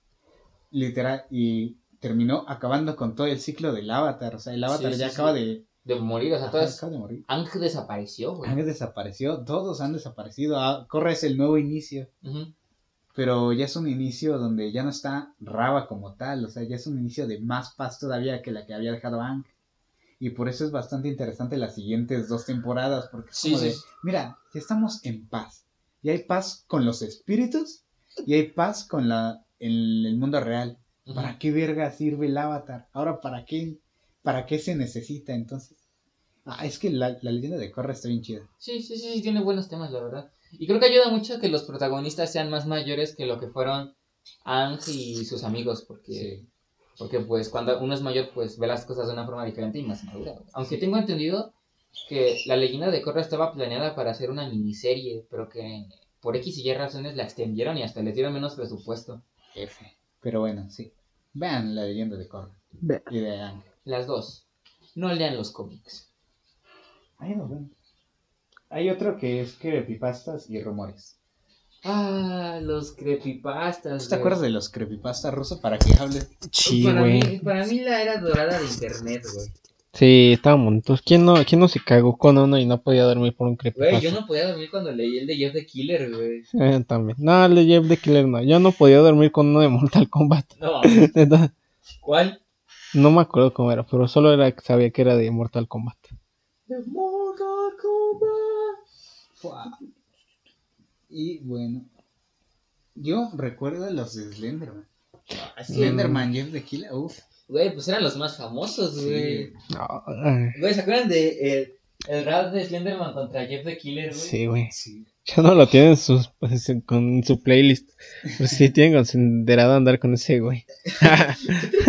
S1: Literal, y terminó acabando con todo el ciclo del Avatar. O sea, el Avatar
S2: Sí,
S1: ya
S2: sí,
S1: acaba
S2: sí.
S1: de.
S2: De morir, o sea,
S1: ajá,
S2: todas.
S1: acaba de morir.
S2: Ang desapareció, güey.
S1: Han desaparecido, todos han desaparecido. Ah, Korra es el nuevo inicio.
S2: Ujú.
S1: pero ya es un inicio donde ya no está Raba como tal, o sea, ya es un inicio de más paz todavía que la que había dejado Ang. Y por eso es bastante interesante las siguientes dos temporadas, porque es
S2: Sí,
S1: como
S2: sí,
S1: de,
S2: sí.
S1: mira, ya estamos en paz. Y hay paz con los espíritus y hay paz con la el, el mundo real.
S2: Ujú.
S1: ¿Para qué verga sirve el avatar? Ahora, ¿para qué? ¿Para qué se necesita entonces? Ah, es que la, la leyenda de Korra está bien chida.
S2: Sí, sí, sí, sí, tiene buenos temas, la verdad. Y creo que ayuda mucho que los protagonistas sean más mayores que lo que fueron Ang y sus amigos, porque, porque pues cuando uno es mayor, pues ve las cosas de una forma diferente y más madura. güey. Aunque tengo entendido que la leyenda de Korra estaba planeada para hacer una miniserie, pero que por X y Y razones la extendieron y hasta les dieron menos presupuesto.
S1: F. Pero bueno, sí. Vean la leyenda de Korra
S3: Vean.
S1: y de Ang.
S2: Las dos. No lean los cómics.
S1: Ahí nos vemos. Hay otro que es creepypastas y rumores.
S2: Ah, los creepypastas.
S1: ¿Tú te
S2: güey.
S1: acuerdas de los creepypastas rusos para que hables?
S3: Sí,
S2: para,
S3: güey.
S2: mí, para mí la era dorada de internet, güey.
S3: Sí, estaban bonitos. ¿Quién no, ¿Quién no se cagó con uno y no podía dormir por un
S2: Güey,
S3: creepypasta?
S2: yo no podía dormir cuando leí el de Jeff the Killer, güey.
S3: Eh, también. No, el de Jeff the Killer no. Yo no podía dormir con uno de Mortal Kombat. [laughs]
S2: No,
S3: Neta,
S2: ¿cuál?
S3: No me acuerdo cómo era, pero solo era que sabía que era de Mortal Kombat.
S2: The Mortal Kombat.
S1: Y bueno, yo recuerdo los de Slenderman. Ah,
S2: Así,
S1: Slenderman, Jeff the Killer, uff.
S2: Güey, pues eran los más famosos, güey.
S3: No, ay,
S2: Güey, ¿se acuerdan de el, el rap de Slenderman contra Jeff the Killer, güey?
S3: sí, güey.
S1: Sí.
S3: Ya no lo tienen sus, pues, con su playlist. Pues sí, tienen considerado andar con ese güey. [laughs]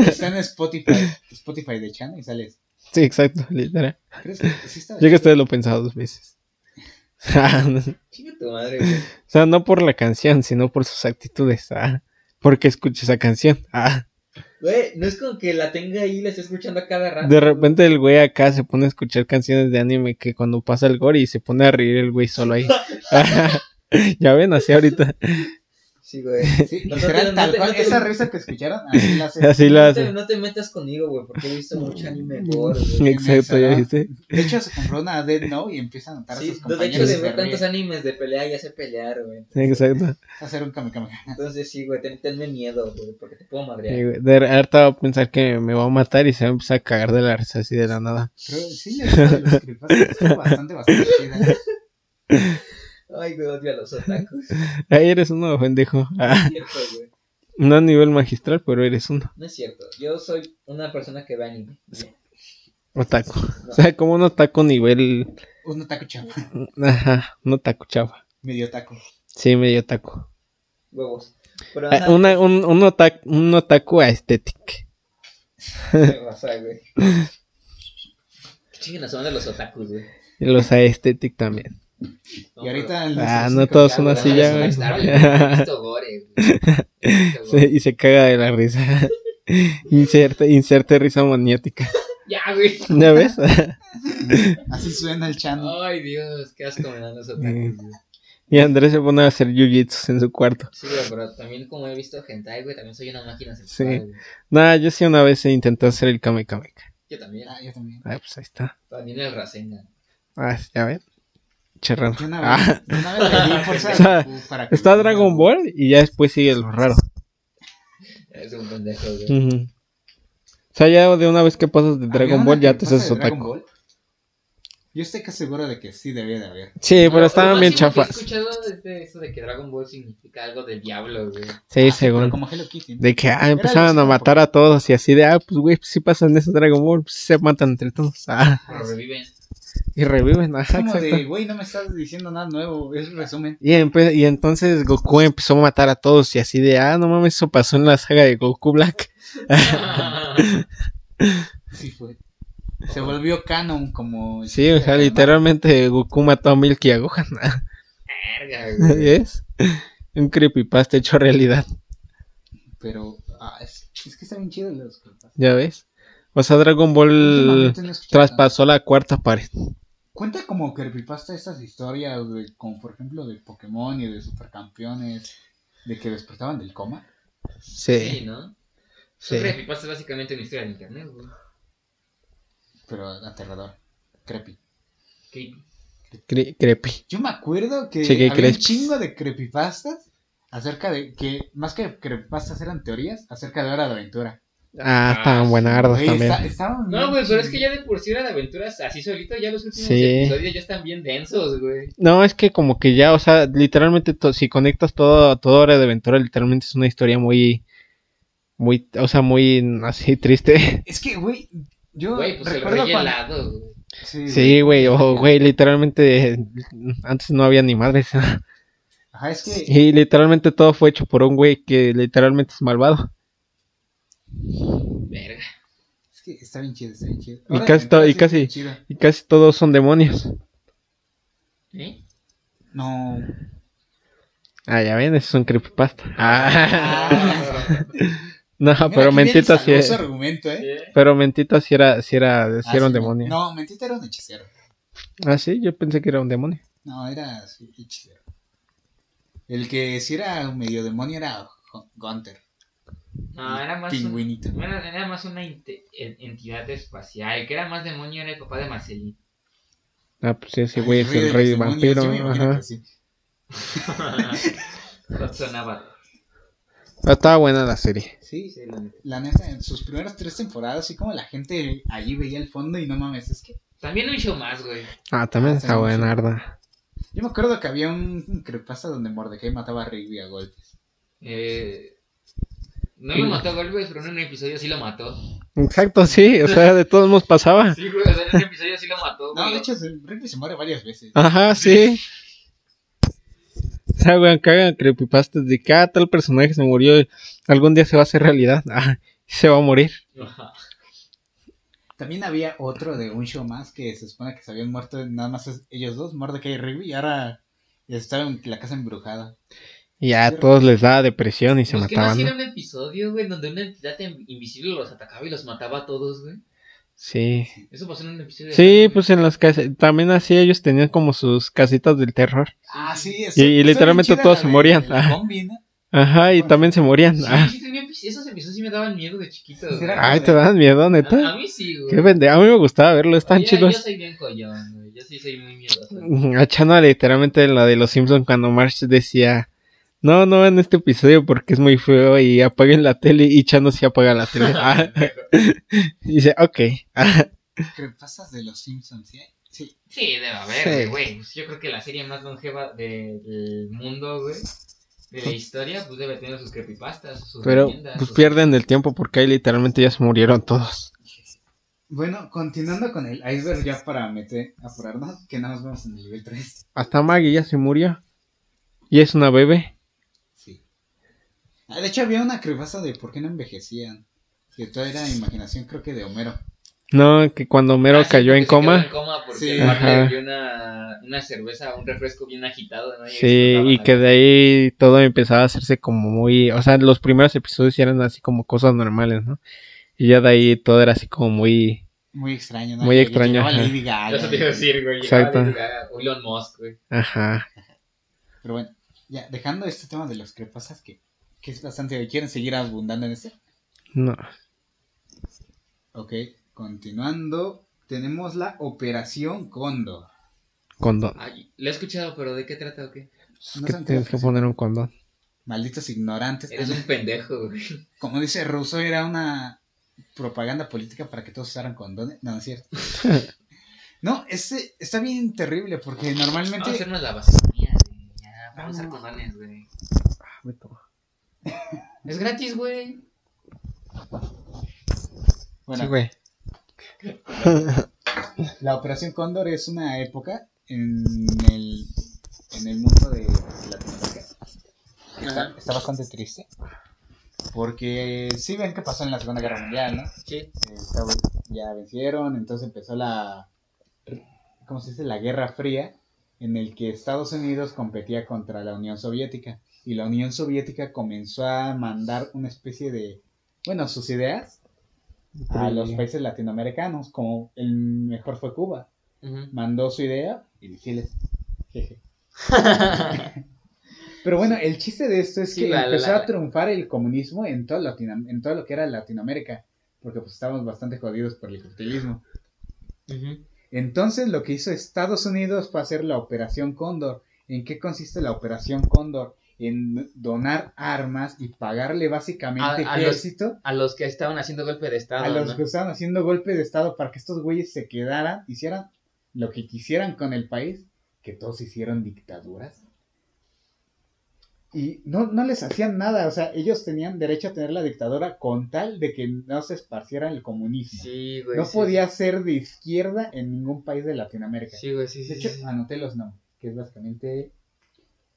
S1: Está en Spotify, Spotify de Chan y sales.
S3: Sí, exacto, literal.
S1: ¿Crees que sí está?
S3: Yo que ustedes lo he pensado dos veces. [laughs] o
S2: Chica tu madre, güey.
S3: sea, no por la canción, sino por sus actitudes. Ah, porque escuché esa canción. Ah,
S2: Güey, no es como que la tenga ahí y la esté escuchando a cada rato.
S3: de repente el güey acá se pone a escuchar canciones de anime que cuando pasa el gore y se pone a reír el güey solo ahí. [laughs] ya ven, así ahorita.
S2: Sí,
S3: [laughs]
S2: güey.
S1: Sí,
S2: No, no,
S1: literal,
S2: no, no,
S1: tal
S2: no,
S1: cual,
S2: no, no.
S1: esa risa que escucharon, así la hace.
S3: Así lo
S2: No te,
S3: hace.
S2: no te metas conmigo, güey, porque he visto mucho anime gore, güey.
S3: Exacto, ya viste.
S1: De hecho, se compró una Dead Note y empieza a notar a
S2: Sí, pues,
S1: sus
S2: de hecho,
S1: compañeros. y
S2: de
S1: se
S2: ver tantos
S1: ríe.
S2: animes de pelea y hace pelear, güey.
S3: Exacto.
S1: Hacer un kamehameha.
S2: Entonces, sí, güey, ten, tenme miedo, güey, porque te puedo madrear.
S3: Sí, Eh, güey. De re- ahorita va a pensar que me va a matar y se va a empezar a cagar de la risa así de la nada.
S1: Creo, sí, la historia de los creepypastas estuvo bastante, bastante chida.
S2: Ay, güey, odio a los
S3: [laughs]
S2: otakus.
S3: Ay, eres uno, pendejo.
S2: No
S3: Ah,
S2: es cierto, güey.
S3: no a nivel magistral, pero eres uno.
S2: No es cierto. Yo soy una persona que ve anime.
S3: Otaku. O sea, como un otaku nivel.
S1: Un otaku chavo,
S3: Ajá, un otaku chava.
S1: medio otaku.
S3: Sí, medio otaku.
S2: Huevos. Pero
S3: Ah,
S2: ajá, [laughs]
S3: una, un, un, otaku, un otaku aesthetic.
S2: ¿qué pasa,
S3: [laughs]
S2: güey? Chinguen la zona de los otakus, güey.
S3: Y los aesthetic también.
S2: No,
S1: y
S3: [laughs]
S1: ahorita en los
S3: Ah,
S1: los
S3: no
S1: cinco
S3: todos
S1: ya,
S3: son
S1: güey,
S2: pero-
S3: así
S2: no,
S1: los
S3: ya,
S2: no,
S3: güey.
S1: demás
S2: es
S1: están-
S2: Darwin, güey, he
S3: [laughs]
S2: visto gore, güey. He visto
S3: Sí,
S2: gore.
S3: y se caga de la risa. [laughs] Inserte, inserte risa maniática.
S2: Ya, güey.
S3: ¿Ya ves? [laughs]
S1: Así suena el chano.
S2: Ay, Dios, qué asco me dan los otakus, güey.
S3: Y Andrés se pone a hacer jiu-jitsu en su cuarto.
S2: Sí, güey, pero también como he visto hentai, güey, también soy una máquina
S3: Sí.
S2: sexual. güey.
S3: Nah, yo sí una vez intenté hacer el Kame Kame.
S2: Yo también.
S1: Ah, yo también.
S3: Ah, pues ahí está.
S2: También el Rasengan.
S3: Ah, ya ven. Cherrano.
S1: Yo una
S3: Ah,
S1: vez, una vez le di fuerza
S3: [laughs] O sea,
S1: a Goku para que-
S3: está Dragon Ball y ya después sigue lo raro.
S2: Es un pendejo, güey.
S3: Ujú. O sea, ya de una vez que pasas de
S1: Había
S3: Dragon
S1: una
S3: Ball ya
S1: que
S3: te
S1: pasa
S3: haces
S1: de Dragon
S3: otaku.
S1: Ball. Yo estoy casi seguro de que sí debía de haber.
S3: Sí,
S2: No,
S3: pero estaban
S2: lo
S3: bien
S2: máximo que
S1: pues,
S3: chafas.
S2: He escuchado desde eso de que Dragon Ball significa algo del diablo, güey.
S3: Sí,
S1: Ah, sí, pero
S3: según.
S1: Como Hello Kitty. ¿no?
S3: De que ah,
S1: Era
S3: empezaban
S1: de
S3: a matar a todos y así de, ah, pues güey, pues sí pasan esos Dragon Ball, pues se matan entre todos. [laughs] Ah,
S2: Pero
S3: [laughs]
S2: reviven.
S3: y reviven,
S1: Es
S3: ajá,
S1: como de,
S3: exacto.
S1: güey, no me estás diciendo nada nuevo. Es un resumen.
S3: Y, empe- y entonces Goku empezó a matar a todos y así de, ah, no mames, eso pasó en la saga de Goku Black.
S2: Ah,
S1: Sí fue. Se volvió canon como.
S3: Sí, o sea, literalmente Goku mató a Milky y a Gohan. [laughs]
S2: Verga,
S3: Así
S2: güey.
S3: es. Un creepypasta hecho realidad,
S1: Pero ah, es, es que está bien chido los creepypastas.
S3: ya ves. O sea, Dragon Ball
S1: Últimamente no he escuchado tanto.
S3: traspasó la cuarta pared.
S1: Cuenta como creepypasta estas historias, de, como por ejemplo de Pokémon y de Supercampeones, de que despertaban del coma.
S3: Sí.
S2: Sí, ¿no? Sí.
S3: Sí.
S2: Creepypasta es básicamente una historia de internet, güey.
S1: Pero aterrador. Creepy.
S2: Creepy.
S3: Cre- creepy.
S1: Yo me acuerdo que
S3: Sí, que
S1: había
S3: creepy.
S1: un chingo de creepypastas acerca de que, más que creepypastas eran teorías, acerca de Hora de Aventura.
S3: Ah, estaban
S2: sí,
S3: buenardas
S1: Güey,
S3: también.
S1: está- estaban
S2: No,
S1: bien
S2: güey, pero es
S1: chingón.
S2: que ya de por sí eran aventuras así solito, ya los últimos
S3: Sí.
S2: episodios ya están bien densos, güey.
S3: No, es que como que ya, o sea, literalmente to- si conectas todo, todo Hora de Aventura, literalmente es una historia muy, muy, o sea, muy mm, así triste.
S1: Es que, güey, yo
S2: Güey, pues el
S1: recuerdo
S2: rey
S1: cuando-
S2: helado, güey.
S3: Sí, güey, o güey, literalmente eh, antes no había ni madres. [laughs]
S1: Ajá, es que
S3: Y literalmente todo fue hecho por un güey que literalmente es malvado.
S2: Verga.
S1: Es que está bien chido, está bien chido.
S3: Y casi todo- y casi-
S1: Chido.
S3: Y casi todos son demonios.
S2: ¿Eh?
S1: No.
S3: Ah, ya ven, eso es un creepypasta. [laughs] Ah.
S2: [laughs]
S1: Ah,
S3: no, pero mentita sí,
S1: es. argumento, ¿eh?
S2: ¿Eh?
S3: pero mentita sí era, sí era, sí
S1: Ah,
S3: era un
S1: sí,
S3: demonio.
S1: No, mentita era un hechicero.
S3: Ah, sí, yo pensé que era un demonio.
S1: No, era sí, hechicero. El que sí era un medio demonio era Hu- Gunter.
S2: No, era más un-
S1: Pingüinito.
S2: no, era, era más una inte- en- entidad espacial. El que era más demonio era el papá
S1: [laughs]
S2: de Marcelín.
S3: Ah, pues sí, ese güey es el
S1: de
S3: rey
S1: los
S3: vampiro.
S1: demonios, yo me imagino
S3: Ajá.
S1: que sí.
S2: Hudson Avatar.
S3: Ah, estaba buena la serie.
S1: Sí,
S2: Sí, la neta.
S1: la neta, en sus primeras tres temporadas, así como la gente ahí veía el fondo y no mames, es que.
S2: También un show más, güey.
S3: Ah, también
S1: Ah,
S3: está
S1: también,
S3: buena, Arda.
S1: Yo me acuerdo que había un creepasta donde Mordecai mataba a Rigby a golpes.
S2: Eh, no lo mató a golpes, pero en un episodio sí lo mató.
S3: Exacto, sí, o sea, de todos modos pasaba.
S2: Sí, güey, o sea, en un episodio sí lo mató.
S1: No,
S2: güey.
S1: de hecho, se- Rigby se muere varias veces.
S3: Ajá, sí. O sea, güey, que hagan creepypastas de que ah, tal personaje se murió, algún día se va a hacer realidad, [laughs] ah, se va a morir.
S2: Ajá.
S1: También había otro de un show más que se supone que se habían muerto nada más es- ellos dos, Mordecai y Rigby, y ahora estaba en la casa embrujada.
S3: Y ya a todos les daba depresión y se
S2: Pues, ¿qué más
S3: mataban. ¿no?
S2: era un episodio, güey, donde una entidad en- invisible los atacaba y los mataba a todos, güey?
S3: Sí.
S2: Eso pasó en un episodio. de-
S3: Sí, pues en las casas, también así ellos tenían como sus casitas del terror.
S1: Ah, sí,
S3: Y- y literalmente todos se morían. Ajá. Ajá, y también se [laughs] morían.
S2: Sí,
S3: Ah,
S2: sí, tenía epi- esos episodios sí me daban miedo de chiquito. güey.
S1: Era-
S3: Ay, te dan miedo,
S2: A,
S3: Ah, neta.
S2: a mí sí, güey.
S3: Qué vende, a mí me gustaba verlo, están
S2: Yo- Yo
S3: chidos.
S2: soy bien collón, güey. Yo sí soy muy miedoso.
S3: [laughs] A Chana literalmente en la de los Simpsons cuando Marge decía, no, no en este episodio porque es muy feo y apaguen la tele y Chano sí apaga la
S2: [laughs]
S3: tele. Ah, y dice, ok. Ah,
S1: Crepasas de los Simpsons, ¿sí? Sí.
S2: Sí, debe
S3: Sí.
S2: haber, güey. Pues yo creo que la serie más longeva de- del mundo, güey, de
S3: [laughs]
S2: la historia, pues debe tener sus creepypastas, sus
S3: Pero
S2: leyendas,
S3: pues
S2: sus-
S3: pierden el tiempo porque ahí literalmente ya se murieron todos.
S1: Bueno, continuando con el iceberg ya para meter, apurarnos, que nada más vamos en el nivel 3.
S3: Hasta Maggie ya se murió. Y es una bebé.
S1: Sí. Ah, de hecho, había una crepasta de por qué no envejecían. Que todo era imaginación, creo que de Homero.
S3: No, que cuando Homero
S2: Ah, sí,
S3: cayó
S2: porque
S3: en
S2: se quedó
S3: coma.
S2: en coma porque
S1: Sí.
S2: el bar
S3: Ajá.
S2: le dio una, una cerveza, un refresco bien agitado, ¿no?
S3: Sí, y que de ahí todo empezaba a hacerse como muy, o sea, los primeros episodios sí eran así como cosas normales, ¿no? Y ya de ahí todo era así como muy,
S1: Muy extraño, ¿no?
S3: Muy
S1: Que
S3: extraño,
S1: llegaba
S3: ajá.
S1: Lady Gaga,
S2: Eso te iba a decir, güey.
S3: Exacto.
S2: Exacto. Elon Musk, güey.
S3: ajá.
S1: Pero bueno, ya dejando este tema de los crepasas que, que es bastante. ¿Quieren seguir abundando en este?
S3: No,
S1: Ok, continuando, tenemos la Operación Cóndor.
S3: condón.
S2: Ay, lo he escuchado, pero ¿de qué trata o qué?
S3: Es
S1: No
S3: que
S1: saben qué
S3: tienes que
S1: hacer.
S3: poner un condón.
S1: Malditos ignorantes.
S2: Eres un pendejo, güey.
S1: Como dice Russo, era una propaganda política para que todos usaran condones. No, no es cierto. no, este está bien terrible porque
S2: Vamos a
S1: normalmente.
S2: hacernos la vasectomía, güey. Ya, vamos a usar condones, güey.
S3: Ah,
S2: Es gratis, güey.
S1: Bueno,
S3: Sí, güey.
S1: La Operación Cóndor es una época en el, en el mundo de Latinoamérica. Está, está bastante triste. Porque sí ven que pasó en la Segunda Guerra Mundial, ¿no?
S2: Sí.
S1: Eh, Estados ya vencieron, entonces empezó la, ¿cómo se dice? La Guerra Fría, en el que Estados Unidos competía contra la Unión Soviética. Y la Unión Soviética comenzó a mandar una especie de, bueno, sus ideas a los países latinoamericanos, como el mejor fue Cuba
S2: [laughs]
S1: mandó su idea y dije, jeje. Pero bueno, el chiste de esto es
S2: Sí,
S1: que
S2: la- la-
S1: empezó
S2: la-
S1: a triunfar el comunismo en todo, Latino- en todo lo que era Latinoamérica, porque pues estábamos bastante jodidos por el capitalismo.
S2: Ujú.
S1: Entonces lo que hizo Estados Unidos fue hacer la Operación Cóndor. ¿En qué consiste la Operación Cóndor? En donar armas y pagarle básicamente
S2: A- a los-
S1: ejército
S2: A los que estaban haciendo golpe de estado.
S1: a los
S2: ¿no?
S1: que estaban haciendo golpe de estado para que estos güeyes se quedaran, hicieran lo que quisieran con el país, que todos hicieron dictaduras. Y no, no les hacían nada, o sea, ellos tenían derecho a tener la dictadura con tal de que no se esparciera el comunismo.
S2: Sí, güey.
S1: no
S2: sí,
S1: podía ser de izquierda en ningún país de Latinoamérica.
S2: Sí, güey, sí, sí.
S1: De hecho,
S2: sí.
S1: anoté los nombres, que es básicamente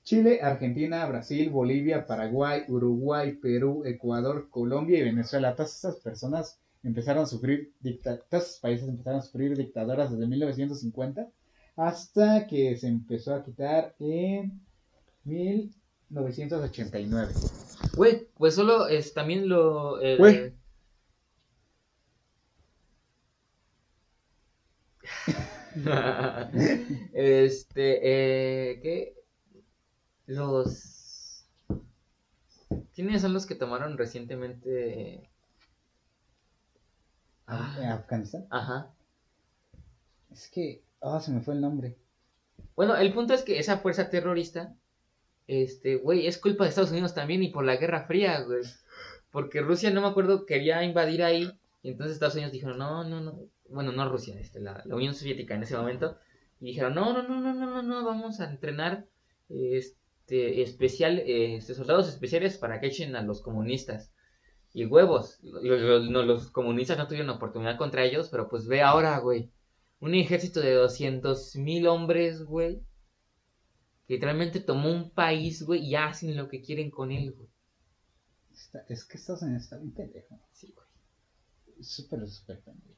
S1: Chile, Argentina, Brasil, Bolivia, Paraguay, Uruguay, Perú, Ecuador, Colombia y Venezuela. Todas esas personas empezaron a sufrir, dicta- todos esos países empezaron a sufrir dictadoras desde 1950 hasta que se empezó a quitar en 1989.
S2: Güey, pues solo es también lo. eh, el-
S3: Güey.
S2: [laughs] este, eh, ¿qué? Los. ¿Quiénes son los que tomaron recientemente?
S1: ¿En
S2: Ah,
S1: Afganistán?
S2: ajá.
S1: Es que, ah, se me fue el nombre.
S2: Bueno, el punto es que esa fuerza terrorista, este, güey, es culpa de Estados Unidos también y por la Guerra Fría, güey. Porque Rusia, no me acuerdo, quería invadir ahí. Y entonces Estados Unidos dijeron, no, no, no. Bueno, no Rusia, este, la, la Unión Soviética en ese momento. Y dijeron, no, no, no, no, no, no, no, vamos a entrenar este, especial, eh, este, soldados especiales para que echen a los comunistas. Y huevos, lo- lo- lo- no, los comunistas no tuvieron oportunidad contra ellos, pero pues ve ahora, güey. Un ejército de 200 mil hombres, güey. Que literalmente tomó un país, güey, y hacen lo que quieren con él, güey.
S1: Está- es que Estados Unidos está bien pendejo.
S2: Sí, güey.
S1: Súper, súper pendejo.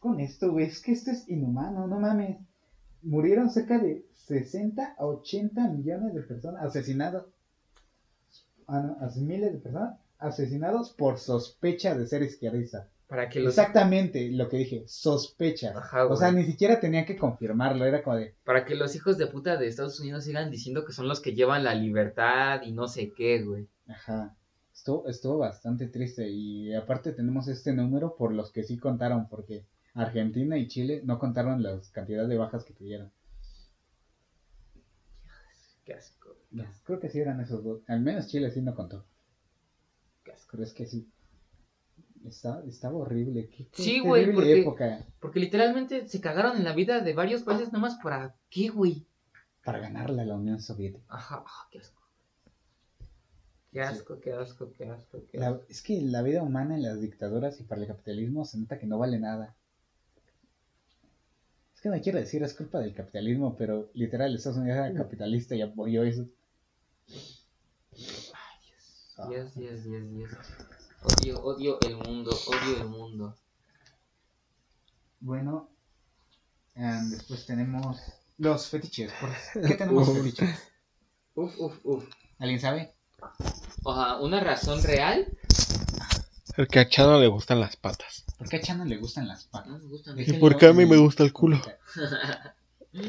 S1: Con esto, güey, es que esto es inhumano, no mames. Murieron cerca de 60 a 80 millones de personas asesinadas. Ah, no, as- miles de personas asesinados por sospecha de ser izquierdista.
S2: Para que los,
S1: Exactamente lo que dije, sospecha.
S2: Ajá,
S1: o
S2: güey.
S1: sea, ni siquiera tenía que confirmarlo, era como de,
S2: para que los hijos de puta de Estados Unidos sigan diciendo que son los que llevan la libertad y no sé qué, güey.
S1: ajá. Estuvo, estuvo bastante triste y aparte tenemos este número por los que sí contaron, porque Argentina y Chile no contaron la cantidad de bajas que tuvieron.
S2: Qué asco, güey,
S1: No, creo que sí eran esos dos. Al menos Chile sí no contó.
S2: qué asco.
S1: Pero es que sí. Estaba, estaba horrible. Qué, qué
S2: Sí, güey,
S1: terrible
S2: porque-
S1: época
S2: Porque literalmente se cagaron en la vida de varios países nomás para qué, güey.
S1: para ganarle a la Unión Soviética.
S2: Ajá, ah, qué asco.
S1: Sí.
S2: Qué asco, qué asco, qué asco, qué asco.
S1: La- es que la vida humana en las dictaduras y para el capitalismo se nota que no vale nada. Es que no quiero decir es culpa del capitalismo, pero literal Estados Unidos era capitalista y apoyó eso. Ah.
S2: Dios, Dios, Dios, Dios. Odio, odio el mundo, odio el mundo.
S1: Bueno, ah, después tenemos los fetiches. ¿Por qué
S3: [laughs]
S1: tenemos fetiches?
S2: Uf, uf, uf.
S1: ¿Alguien sabe?
S2: Ajá, una razón real.
S3: El cachado le gustan las patas.
S1: ¿Por qué a Chano le gustan las patas?
S2: No me gusta.
S1: ¿De qué
S3: por
S1: le
S3: qué a mí
S1: gustan?
S3: me gusta el culo?
S2: Mm.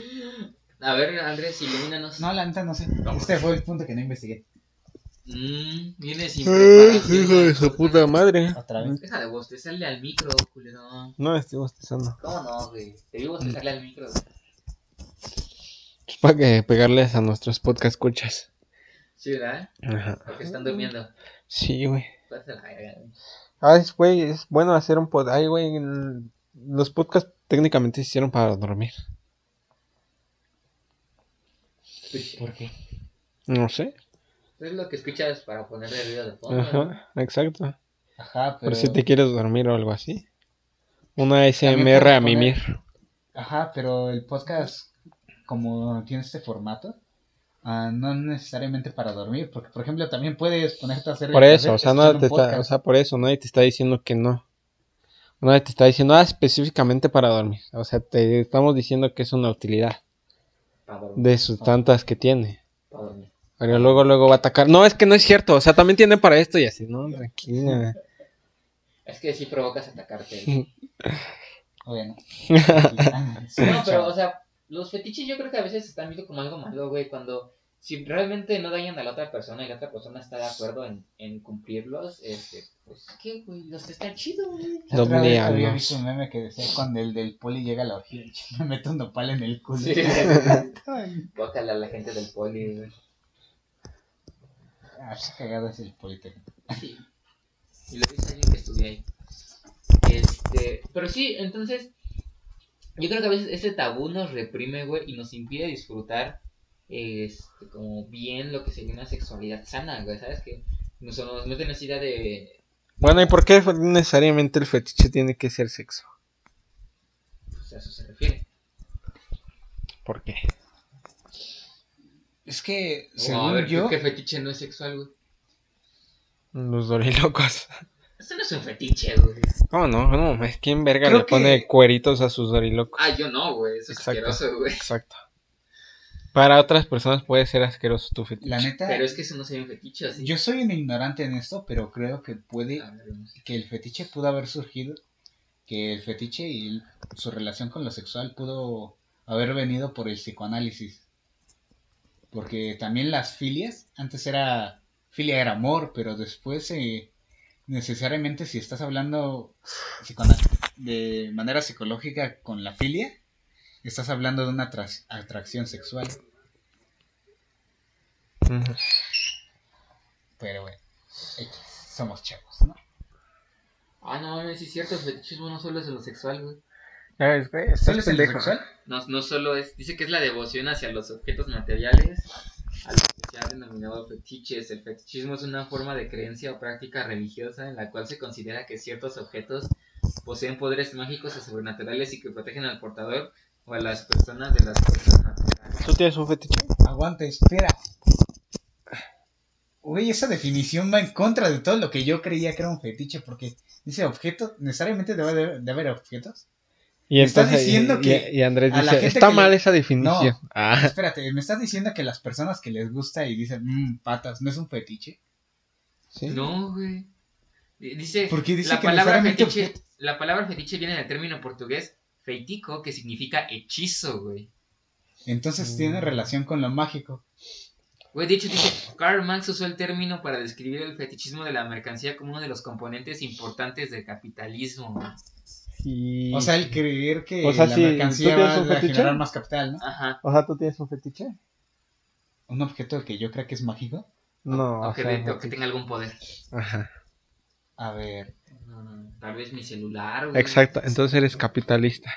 S2: A ver, Andrés, ilumínanos.
S1: No, la neta no sé. Este fue el punto que no investigué.
S2: Mm, viene sin
S3: Eh,
S2: preparación.
S3: hijo de su puta madre.
S1: Otra vez.
S2: Deja de bostezarle al micro, culero.
S3: No, estoy bostezando.
S2: ¿Cómo no, güey? Te vi bostezarle al micro.
S3: Es para que pegarles a nuestros podcast escuchas.
S2: Sí, ¿verdad?
S3: Ajá.
S2: Porque están durmiendo.
S3: Sí, güey.
S2: Pasa la verga, güey.
S3: Ah, es, güey, es bueno hacer un podcast. Ay, güey, el- los podcasts técnicamente se hicieron para dormir.
S1: ¿Por qué?
S3: No sé.
S2: Es lo que escuchas para ponerle ruido de fondo. ¿no?
S3: Ajá, exacto.
S1: Ajá, pero.
S3: Por si te quieres dormir o algo así. Una SMR
S1: puedes
S3: a
S1: poner-
S3: mimir.
S1: Ajá, pero el podcast, como tiene este formato, ah, no necesariamente para dormir. Porque, por ejemplo, también puedes ponerte a hacer.
S3: Por
S1: el
S3: eso,
S1: quehacer
S3: o sea,
S1: escuchando
S3: no te
S1: un
S3: está, o
S1: podcast.
S3: sea, por eso nadie te está diciendo que no. Nadie te está diciendo ah, específicamente para dormir. O sea, te estamos diciendo que es una utilidad
S2: Para dormir.
S3: de sus tantas que tiene.
S2: Para dormir.
S3: Pero luego, luego va a atacar. No, es que no es cierto. O sea, también tiene para esto y así. No, tranquila. [laughs]
S2: Es que sí provocas atacarte.
S3: [laughs]
S1: Bueno.
S2: [laughs] No, pero, o sea, los fetiches yo creo que a veces están viendo como algo malo, güey, cuando si realmente no dañan a la otra persona y la otra persona está de acuerdo en, en cumplirlos, este, pues qué, güey, los está chido, güey.
S1: La otra vez
S3: Dominíanos.
S1: había visto un meme que decía cuando el del poli llega a la orgía, [laughs] me meto un nopal en el culo.
S2: [laughs] Sí.
S1: Ay,
S2: Guácala a la gente del poli, güey.
S1: ah, qué cagado es el politécnico.
S2: Sí. Y lo dice alguien que estudié ahí. Este, pero sí, entonces, yo creo que a veces ese tabú nos reprime, güey, y nos impide disfrutar este, como bien lo que sería una sexualidad sana, güey, ¿sabes? Que nos, nos meten esa idea de,
S3: Bueno, ¿y por qué necesariamente el fetiche tiene que ser sexo?
S2: pues, a eso se refiere.
S3: ¿Por qué?
S1: Es que,
S2: No,
S1: según
S2: a ver,
S1: yo,
S2: ¿qué fetiche no es sexual, güey?
S3: Los dorilocos. [laughs]
S2: Eso no es un fetiche, güey.
S3: ¿Cómo no? No, es quien verga
S1: Creo
S3: le pone
S1: que-
S3: cueritos a sus dorilocos.
S2: Ah, yo no, güey, eso es
S3: Exacto.
S2: asqueroso, güey.
S3: Exacto. Para otras personas puede ser asqueroso tu fetiche.
S1: la neta,
S2: Pero es que eso no sería un fetiche, así.
S1: yo soy un ignorante en esto, pero creo que puede,
S2: A ver, no sé.
S1: que el fetiche pudo haber surgido, que el fetiche y el- su relación con lo sexual pudo haber venido por el psicoanálisis. Porque también las filias, antes era, filia era amor, pero después eh, necesariamente si estás hablando psicoana- de manera psicológica con la filia, estás hablando de una atrac- atracción sexual.
S3: Ujú.
S1: Pero bueno, X, somos chavos, ¿no?
S2: Ah, no mames, sí es cierto, el fetichismo no solo es en lo sexual, güey.
S3: ¿Sabes, güey? Estás
S1: ¿Solo Ah, es en lo
S3: pendejo.
S1: sexual?
S2: No, no solo es, dice que es la devoción hacia los objetos materiales, a lo que se ha denominado fetiches. El fetichismo es una forma de creencia o práctica religiosa en la cual se considera que ciertos objetos poseen poderes mágicos o sobrenaturales y que protegen al portador o a las personas de las fuerzas naturales.
S3: ¿Tú tienes un fetiche?
S1: Aguanta, espera. Güey, esa definición va en contra de todo lo que yo creía que era un fetiche, porque dice objeto, necesariamente debe de, de haber
S3: [laughs]
S1: objetos.
S3: Y
S1: Está
S3: entonces,
S1: diciendo
S3: y-
S1: que
S3: y Andrés
S1: a la
S3: dice,
S1: gente
S3: está
S1: que
S3: mal
S1: le-
S3: esa definición. Ah,
S1: Espérate, ¿me estás diciendo que las personas que les gusta y dicen, "Mm, patas, no es un fetiche?
S3: sí.
S2: No, güey. Di- Dice,
S1: ¿Por qué dice
S2: la
S1: que
S2: palabra
S1: necesariamente
S2: fetiche, la palabra fetiche viene del término portugués feitico, que significa hechizo, güey.
S1: Entonces
S3: Mm.
S1: tiene relación con lo mágico.
S2: Güey, de hecho dice, Karl Marx usó el término para describir el fetichismo de la mercancía como uno de los componentes importantes del capitalismo. güey.
S3: Sí.
S1: O sea, el creer que
S3: O sea,
S1: la
S3: si
S1: mercancía
S3: tú tienes
S1: va
S3: un
S1: a
S3: fetiche.
S1: generar más capital, ¿no?
S2: Ajá.
S3: O sea, ¿tú tienes un fetiche?
S1: Un objeto que yo creo que es mágico.
S3: No,
S2: o,
S3: o
S2: que
S3: sea,
S2: de- o que tenga algún poder.
S3: Ajá.
S1: A ver, [laughs]
S2: No, no, no. Tal vez mi celular, güey.
S3: Exacto, entonces eres capitalista.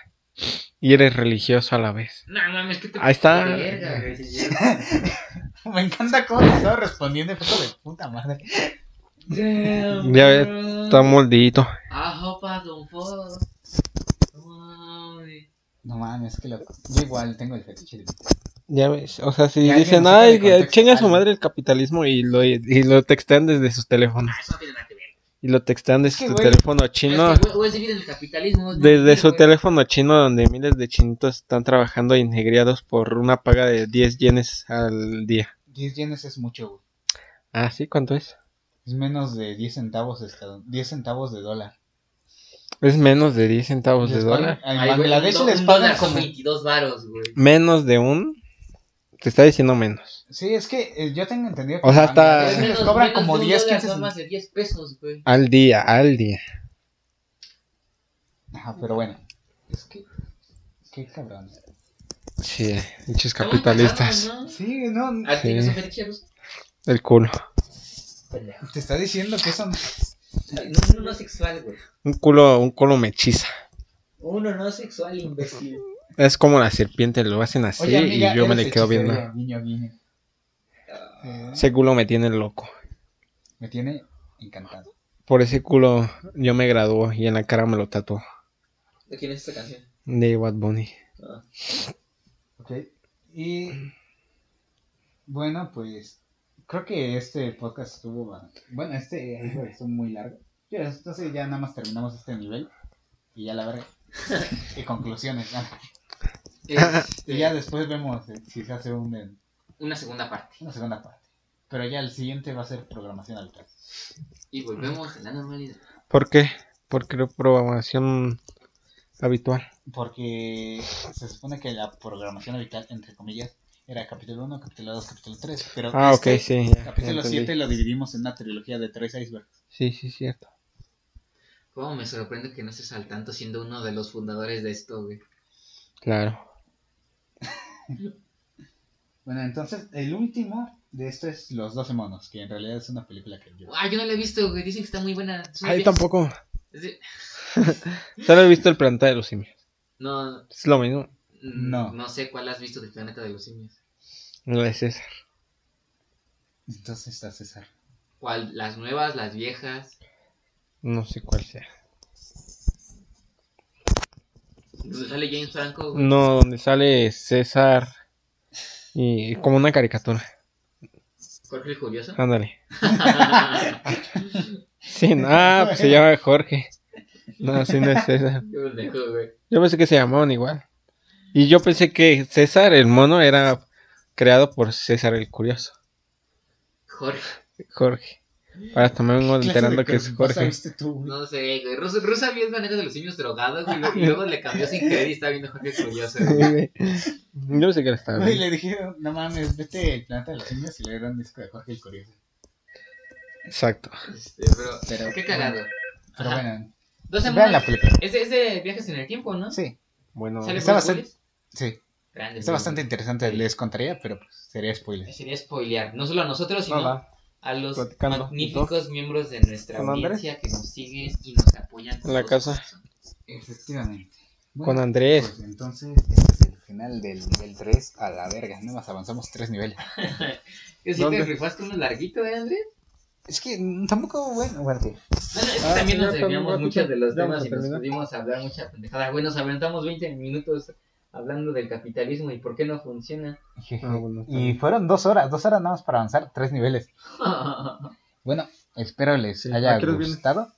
S3: Y eres religioso a la vez.
S2: No, mames, que te...
S3: Ahí está.
S2: Verga, güey, sí, sí.
S3: [laughs]
S1: me encanta cómo te estaba respondiendo, hijo de puta madre.
S3: Ya ves, está moldito.
S2: Ah, hopa, don Ford. No, mames.
S1: No mames, que loco. Yo igual tengo el fetiche de
S3: Ya ves, o sea, si
S1: Ya alguien
S3: dicen,
S1: lo saca de
S3: ay, que
S1: contexto,
S3: chinga su
S1: alguien".
S3: madre el capitalismo y lo, y lo textean desde sus teléfonos.
S2: Ah, eso no tiene nada que ver.
S3: Y lo textean desde
S1: Es que,
S3: su
S1: güey,
S3: teléfono chino.
S2: Es que, güey, güey, se vive en el capitalismo. es
S3: Desde
S2: mentira,
S3: su
S2: güey.
S3: teléfono chino donde miles de chinitos están trabajando y negriados por una paga de 10 yenes al día.
S1: 10 yenes es mucho, güey.
S3: Ah, ¿sí? ¿Cuánto es?
S1: Es menos de 10 centavos, estad- 10 centavos de dólar.
S3: Es menos de 10 centavos Pues de
S1: Les pagan-
S3: dólar.
S1: a
S2: Ay, güey,
S1: Bangladesh
S2: un do-
S1: les
S2: un
S1: pagan
S2: dólar son
S1: como...
S2: 22 varos, güey.
S3: Menos de un... Te está diciendo menos.
S1: Sí, es que eh, yo tengo entendido que
S3: O sea,
S1: en
S3: hasta-
S1: Bangladesh
S3: Menos-
S1: Ah, les cobran como
S2: de un
S1: 10,
S2: dólar
S1: 15
S2: Son más de 10 pesos, güey.
S3: Al día, al día.
S1: Ajá, pero bueno. Es que... Qué cabrón.
S3: Sí, muchos capitalistas.
S2: Estamos
S1: Sí, no...
S2: casados, ¿no? Ah, ¿tienes
S3: Sí.
S2: un fetiche, Gus?
S3: El culo.
S2: Pendejo.
S1: Te está diciendo que eso... no-
S2: No, uno no sexual, güey.
S3: Un culo, un culo me hechiza.
S2: Uno no sexual, imbécil.
S3: Es como la serpiente, lo hacen así
S1: Oye, amiga,
S3: y yo me
S1: eres
S3: le quedo
S1: hechicera,
S3: viendo.
S1: Guiño, guiño.
S2: Ah.
S1: Eh,
S3: Ese culo me tiene loco.
S1: Me tiene encantado.
S3: Por ese culo yo me graduó y en la cara me lo tatuó.
S2: ¿De quién es esta canción?
S3: De Bad Bunny.
S2: Ah.
S1: Ok. Y... Bueno, pues... Creo que este podcast estuvo... ba- Bueno, este es muy largo. Ya, Entonces ya nada más terminamos este nivel. Y ya la verga. y conclusiones. ¿no? [laughs]
S2: Este,
S1: Y ya después vemos eh, si se hace un-
S2: Una segunda parte.
S1: una segunda parte. Pero ya el siguiente va a ser programación al caso.
S2: Y volvemos a la normalidad.
S3: ¿Por qué? Porque la programación habitual.
S1: Porque se supone que la programación habitual, entre comillas, Era capítulo 1, capítulo 2, capítulo 3. Pero
S3: Ah,
S1: este
S3: ok, sí. ya, ya
S1: capítulo
S3: entendí.
S1: 7 lo dividimos en una trilogía de tres icebergs.
S3: Sí, sí, cierto.
S2: Cómo me sorprende que no estés al tanto siendo uno de los fundadores de esto, güey.
S3: Claro.
S1: Bueno, entonces, el último de esto es Los 12 monos, que en realidad es una película que yo...
S2: Ah, yo no la he visto, güey. Dicen que está muy buena. Es una
S3: Ah, yo
S2: vie-
S3: tampoco.
S2: es de-
S3: Solo he visto el planeta de los simios.
S2: No,
S3: Es lo mismo.
S1: No.
S2: No sé cuál has visto del planeta de los simios.
S3: Lo de César.
S1: Entonces está César.
S2: ¿Cuál? Las nuevas, las viejas.
S3: No sé cuál sea.
S2: Donde sale James Franco. güey.
S3: No, donde sale César. Y como una caricatura.
S2: Jorge el Curioso.
S3: Ándale.
S2: [laughs]
S3: Sí, no, ah, pues se llama Jorge. No, sí, no es César.
S2: Qué pendejo, güey.
S3: Yo pensé que se llamaban igual. Y yo pensé que César, el mono, era creado por César el Curioso.
S2: Jorge.
S3: Jorge. Ahora también vengo
S1: ¿Qué clase
S3: enterando
S1: de
S3: que es
S1: creepypasta
S3: [laughs] Jorge.
S1: viste tú?
S2: No sé, güey. Rosa, Rosa vio el planeta de los simios drogado, güey. Y luego le cambió sin querer y está viendo Jorge el Curioso. güey.
S3: Yo pensé que lo
S1: [laughs]
S3: estaba
S1: Güey,
S3: viendo.
S1: le dijeron, no mames, vete al planeta de los simios y le dieron un disco de Jorge el Curioso.
S3: Exacto.
S2: Este, pero.
S1: Pero,
S2: Qué cagado.
S1: Pero
S2: Ajá.
S1: bueno,
S2: Dos
S1: vean la
S2: semanas.
S1: película.
S2: Es de, es de viajes en el tiempo, ¿no?
S1: Sí,
S3: Bueno,
S2: ¿Sale
S1: Está
S2: Bruce
S1: bastante-
S2: Willis?
S1: sí.
S2: Grande,
S1: Está
S2: güey.
S1: bastante interesante, les contaría, pero pues, sería spoiler.
S2: Sería spoilear, no solo a nosotros, sino
S3: nada.
S2: a los
S3: Platicando.
S2: magníficos miembros de nuestra
S3: ¿Con Andrés?
S2: audiencia que nos siguen y nos apoyan. con
S3: En la
S2: todo
S3: casa.
S2: su corazón.
S1: Efectivamente.
S3: Con Andrés.
S1: Pues entonces, este es el final del nivel 3 a la verga. Nada más avanzamos 3 niveles.
S2: Que si te
S3: ¿Dónde?
S2: rifaste uno larguito, ¿eh, Andrés?
S1: Es que mm, tampoco, bueno, bueno, [laughs] sí.
S2: Bueno, es que
S3: Ah,
S2: también
S3: sí,
S2: nos
S3: ya también
S2: desviamos
S3: ratito.
S2: mucho de los
S3: Ya
S2: temas
S3: vamos a
S2: y nos
S3: terminar.
S2: pudimos hablar mucha pendejada. Bueno, nos aventamos 20 minutos hablando del capitalismo y por qué no funciona. [laughs]
S3: Ah, bueno, está
S1: y
S3: bien.
S1: fueron 2 horas, 2 horas nada más para avanzar 3 niveles. Bueno, espero les
S3: Sí,
S1: haya
S3: ¿a qué horas vienes?
S1: gustado.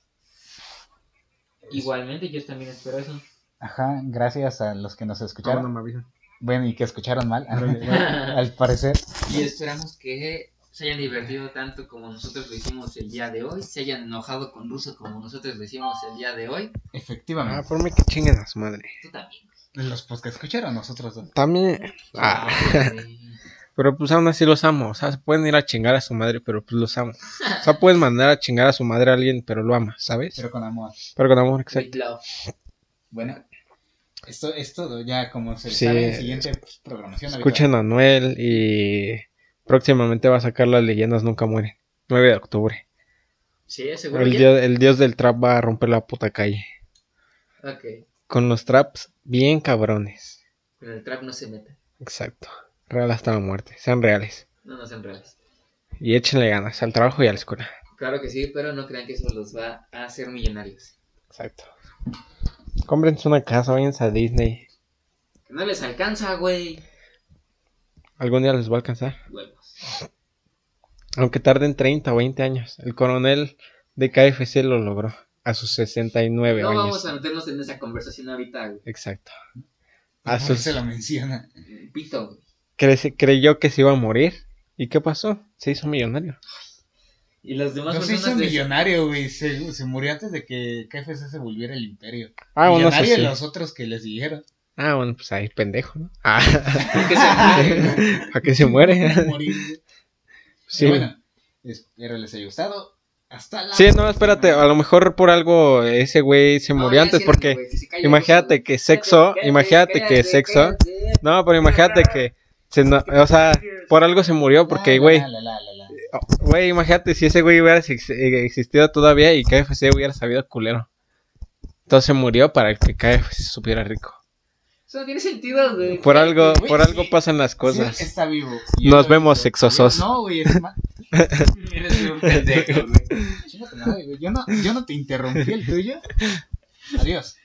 S2: Igualmente, yo también espero eso.
S1: Ajá, gracias a los que nos
S3: Ah, no
S1: escucharon.
S3: me avisan.
S1: Bueno, y que escucharon mal,
S3: Órale,
S1: [laughs] al parecer.
S2: Y esperamos que se hayan divertido tanto como nosotros lo hicimos el día de hoy, se hayan enojado con Ruso como nosotros lo hicimos el día de hoy.
S1: Efectivamente.
S3: Ah, por mí que chinguen a su madre.
S2: Tú también.
S1: Los pues que escucharon nosotros dos.
S3: También.
S2: [laughs]
S3: Ah.
S2: güey.
S3: Pero pues aún así los amo. O sea, se pueden ir a chingar a su madre, pero pues los amo. O sea, pueden mandar a chingar a su madre a alguien, pero lo ama, ¿sabes?
S1: Pero con amor.
S3: Pero con amor, exacto.
S2: With love.
S1: Bueno, esto es todo. Ya como se
S3: Sí.
S1: sabe, siguiente pues, programación. habitual.
S3: Escuchen a Noel y próximamente va a sacar las leyendas Nunca Mueren. 9 de octubre.
S2: Sí, seguro.
S3: El
S2: ya.
S3: dios, el dios del trap va a romper la puta calle.
S2: Ok.
S3: Con los traps bien cabrones.
S2: Con el trap no se meta.
S3: Exacto. Real hasta la muerte. Sean reales.
S2: No nos enredes.
S3: Y échenle ganas al trabajo y a la escuela.
S2: Claro que sí, pero no crean que eso los va a hacer millonarios.
S3: Exacto. Cómprense una casa, váyanse a Disney.
S2: No les alcanza, güey.
S3: Algún día les va a alcanzar.
S2: Huevos.
S3: Aunque tarden 30 o 20 años. El coronel de KFC lo logró a sus 69
S2: No
S3: años.
S2: vamos a meternos en esa conversación ahorita, güey.
S3: Exacto.
S1: Ah,
S3: A
S1: eso
S3: sus-
S1: se lo menciona.
S2: Pito, güey.
S3: crece- creyó que se iba a morir. ¿Y qué pasó? Se hizo millonario.
S2: Y las demás
S1: No se hizo
S2: personas de-
S1: millonario, güey. Se, se murió antes de que KFC se volviera el imperio.
S3: Ah, bueno, eso
S1: millonario
S3: sí.
S1: de los otros que les
S3: [laughs]
S1: dijeron.
S3: Ah, bueno, pues ahí pendejo, ¿no? Ah, [laughs]
S2: que se mueren.
S3: ¿A que
S1: [laughs]
S3: se muere?
S1: Morir.
S3: sí.
S1: Pero bueno, espero les haya gustado. Hasta la
S3: Sí, no, espérate. A lo mejor por algo ese güey
S2: [laughs]
S3: se
S2: No,
S3: murió
S2: ya
S3: antes
S2: cierren,
S3: porque...
S2: güey, que se calle
S3: Imagínate
S2: Ruso,
S3: que
S2: güey.
S3: sexo,
S2: Cállate,
S3: imagínate que
S2: cállate,
S3: sexo.
S2: cállate.
S3: No, pero imagínate que... se no- o sea, por algo se murió porque, güey...
S1: La, la, la, la, la.
S3: Oh, Güey, imagínate si ese güey hubiera ex- eh, existido todavía y KFC hubiera sabido culero. Entonces murió para que KFC supiera rico.
S2: Eso no tiene sentido, güey.
S3: Por algo,
S1: Güey,
S3: por
S1: sí.
S3: algo pasan las
S1: Sí,
S3: cosas.
S1: está vivo. Y
S3: Nos
S1: él-
S3: vemos, sexosos.
S1: No, güey, es
S3: [laughs]
S1: más.
S2: Eres un pendejo, güey.
S1: Chingate, madre, güey. Yo no, yo no te interrumpí el tuyo. Adiós.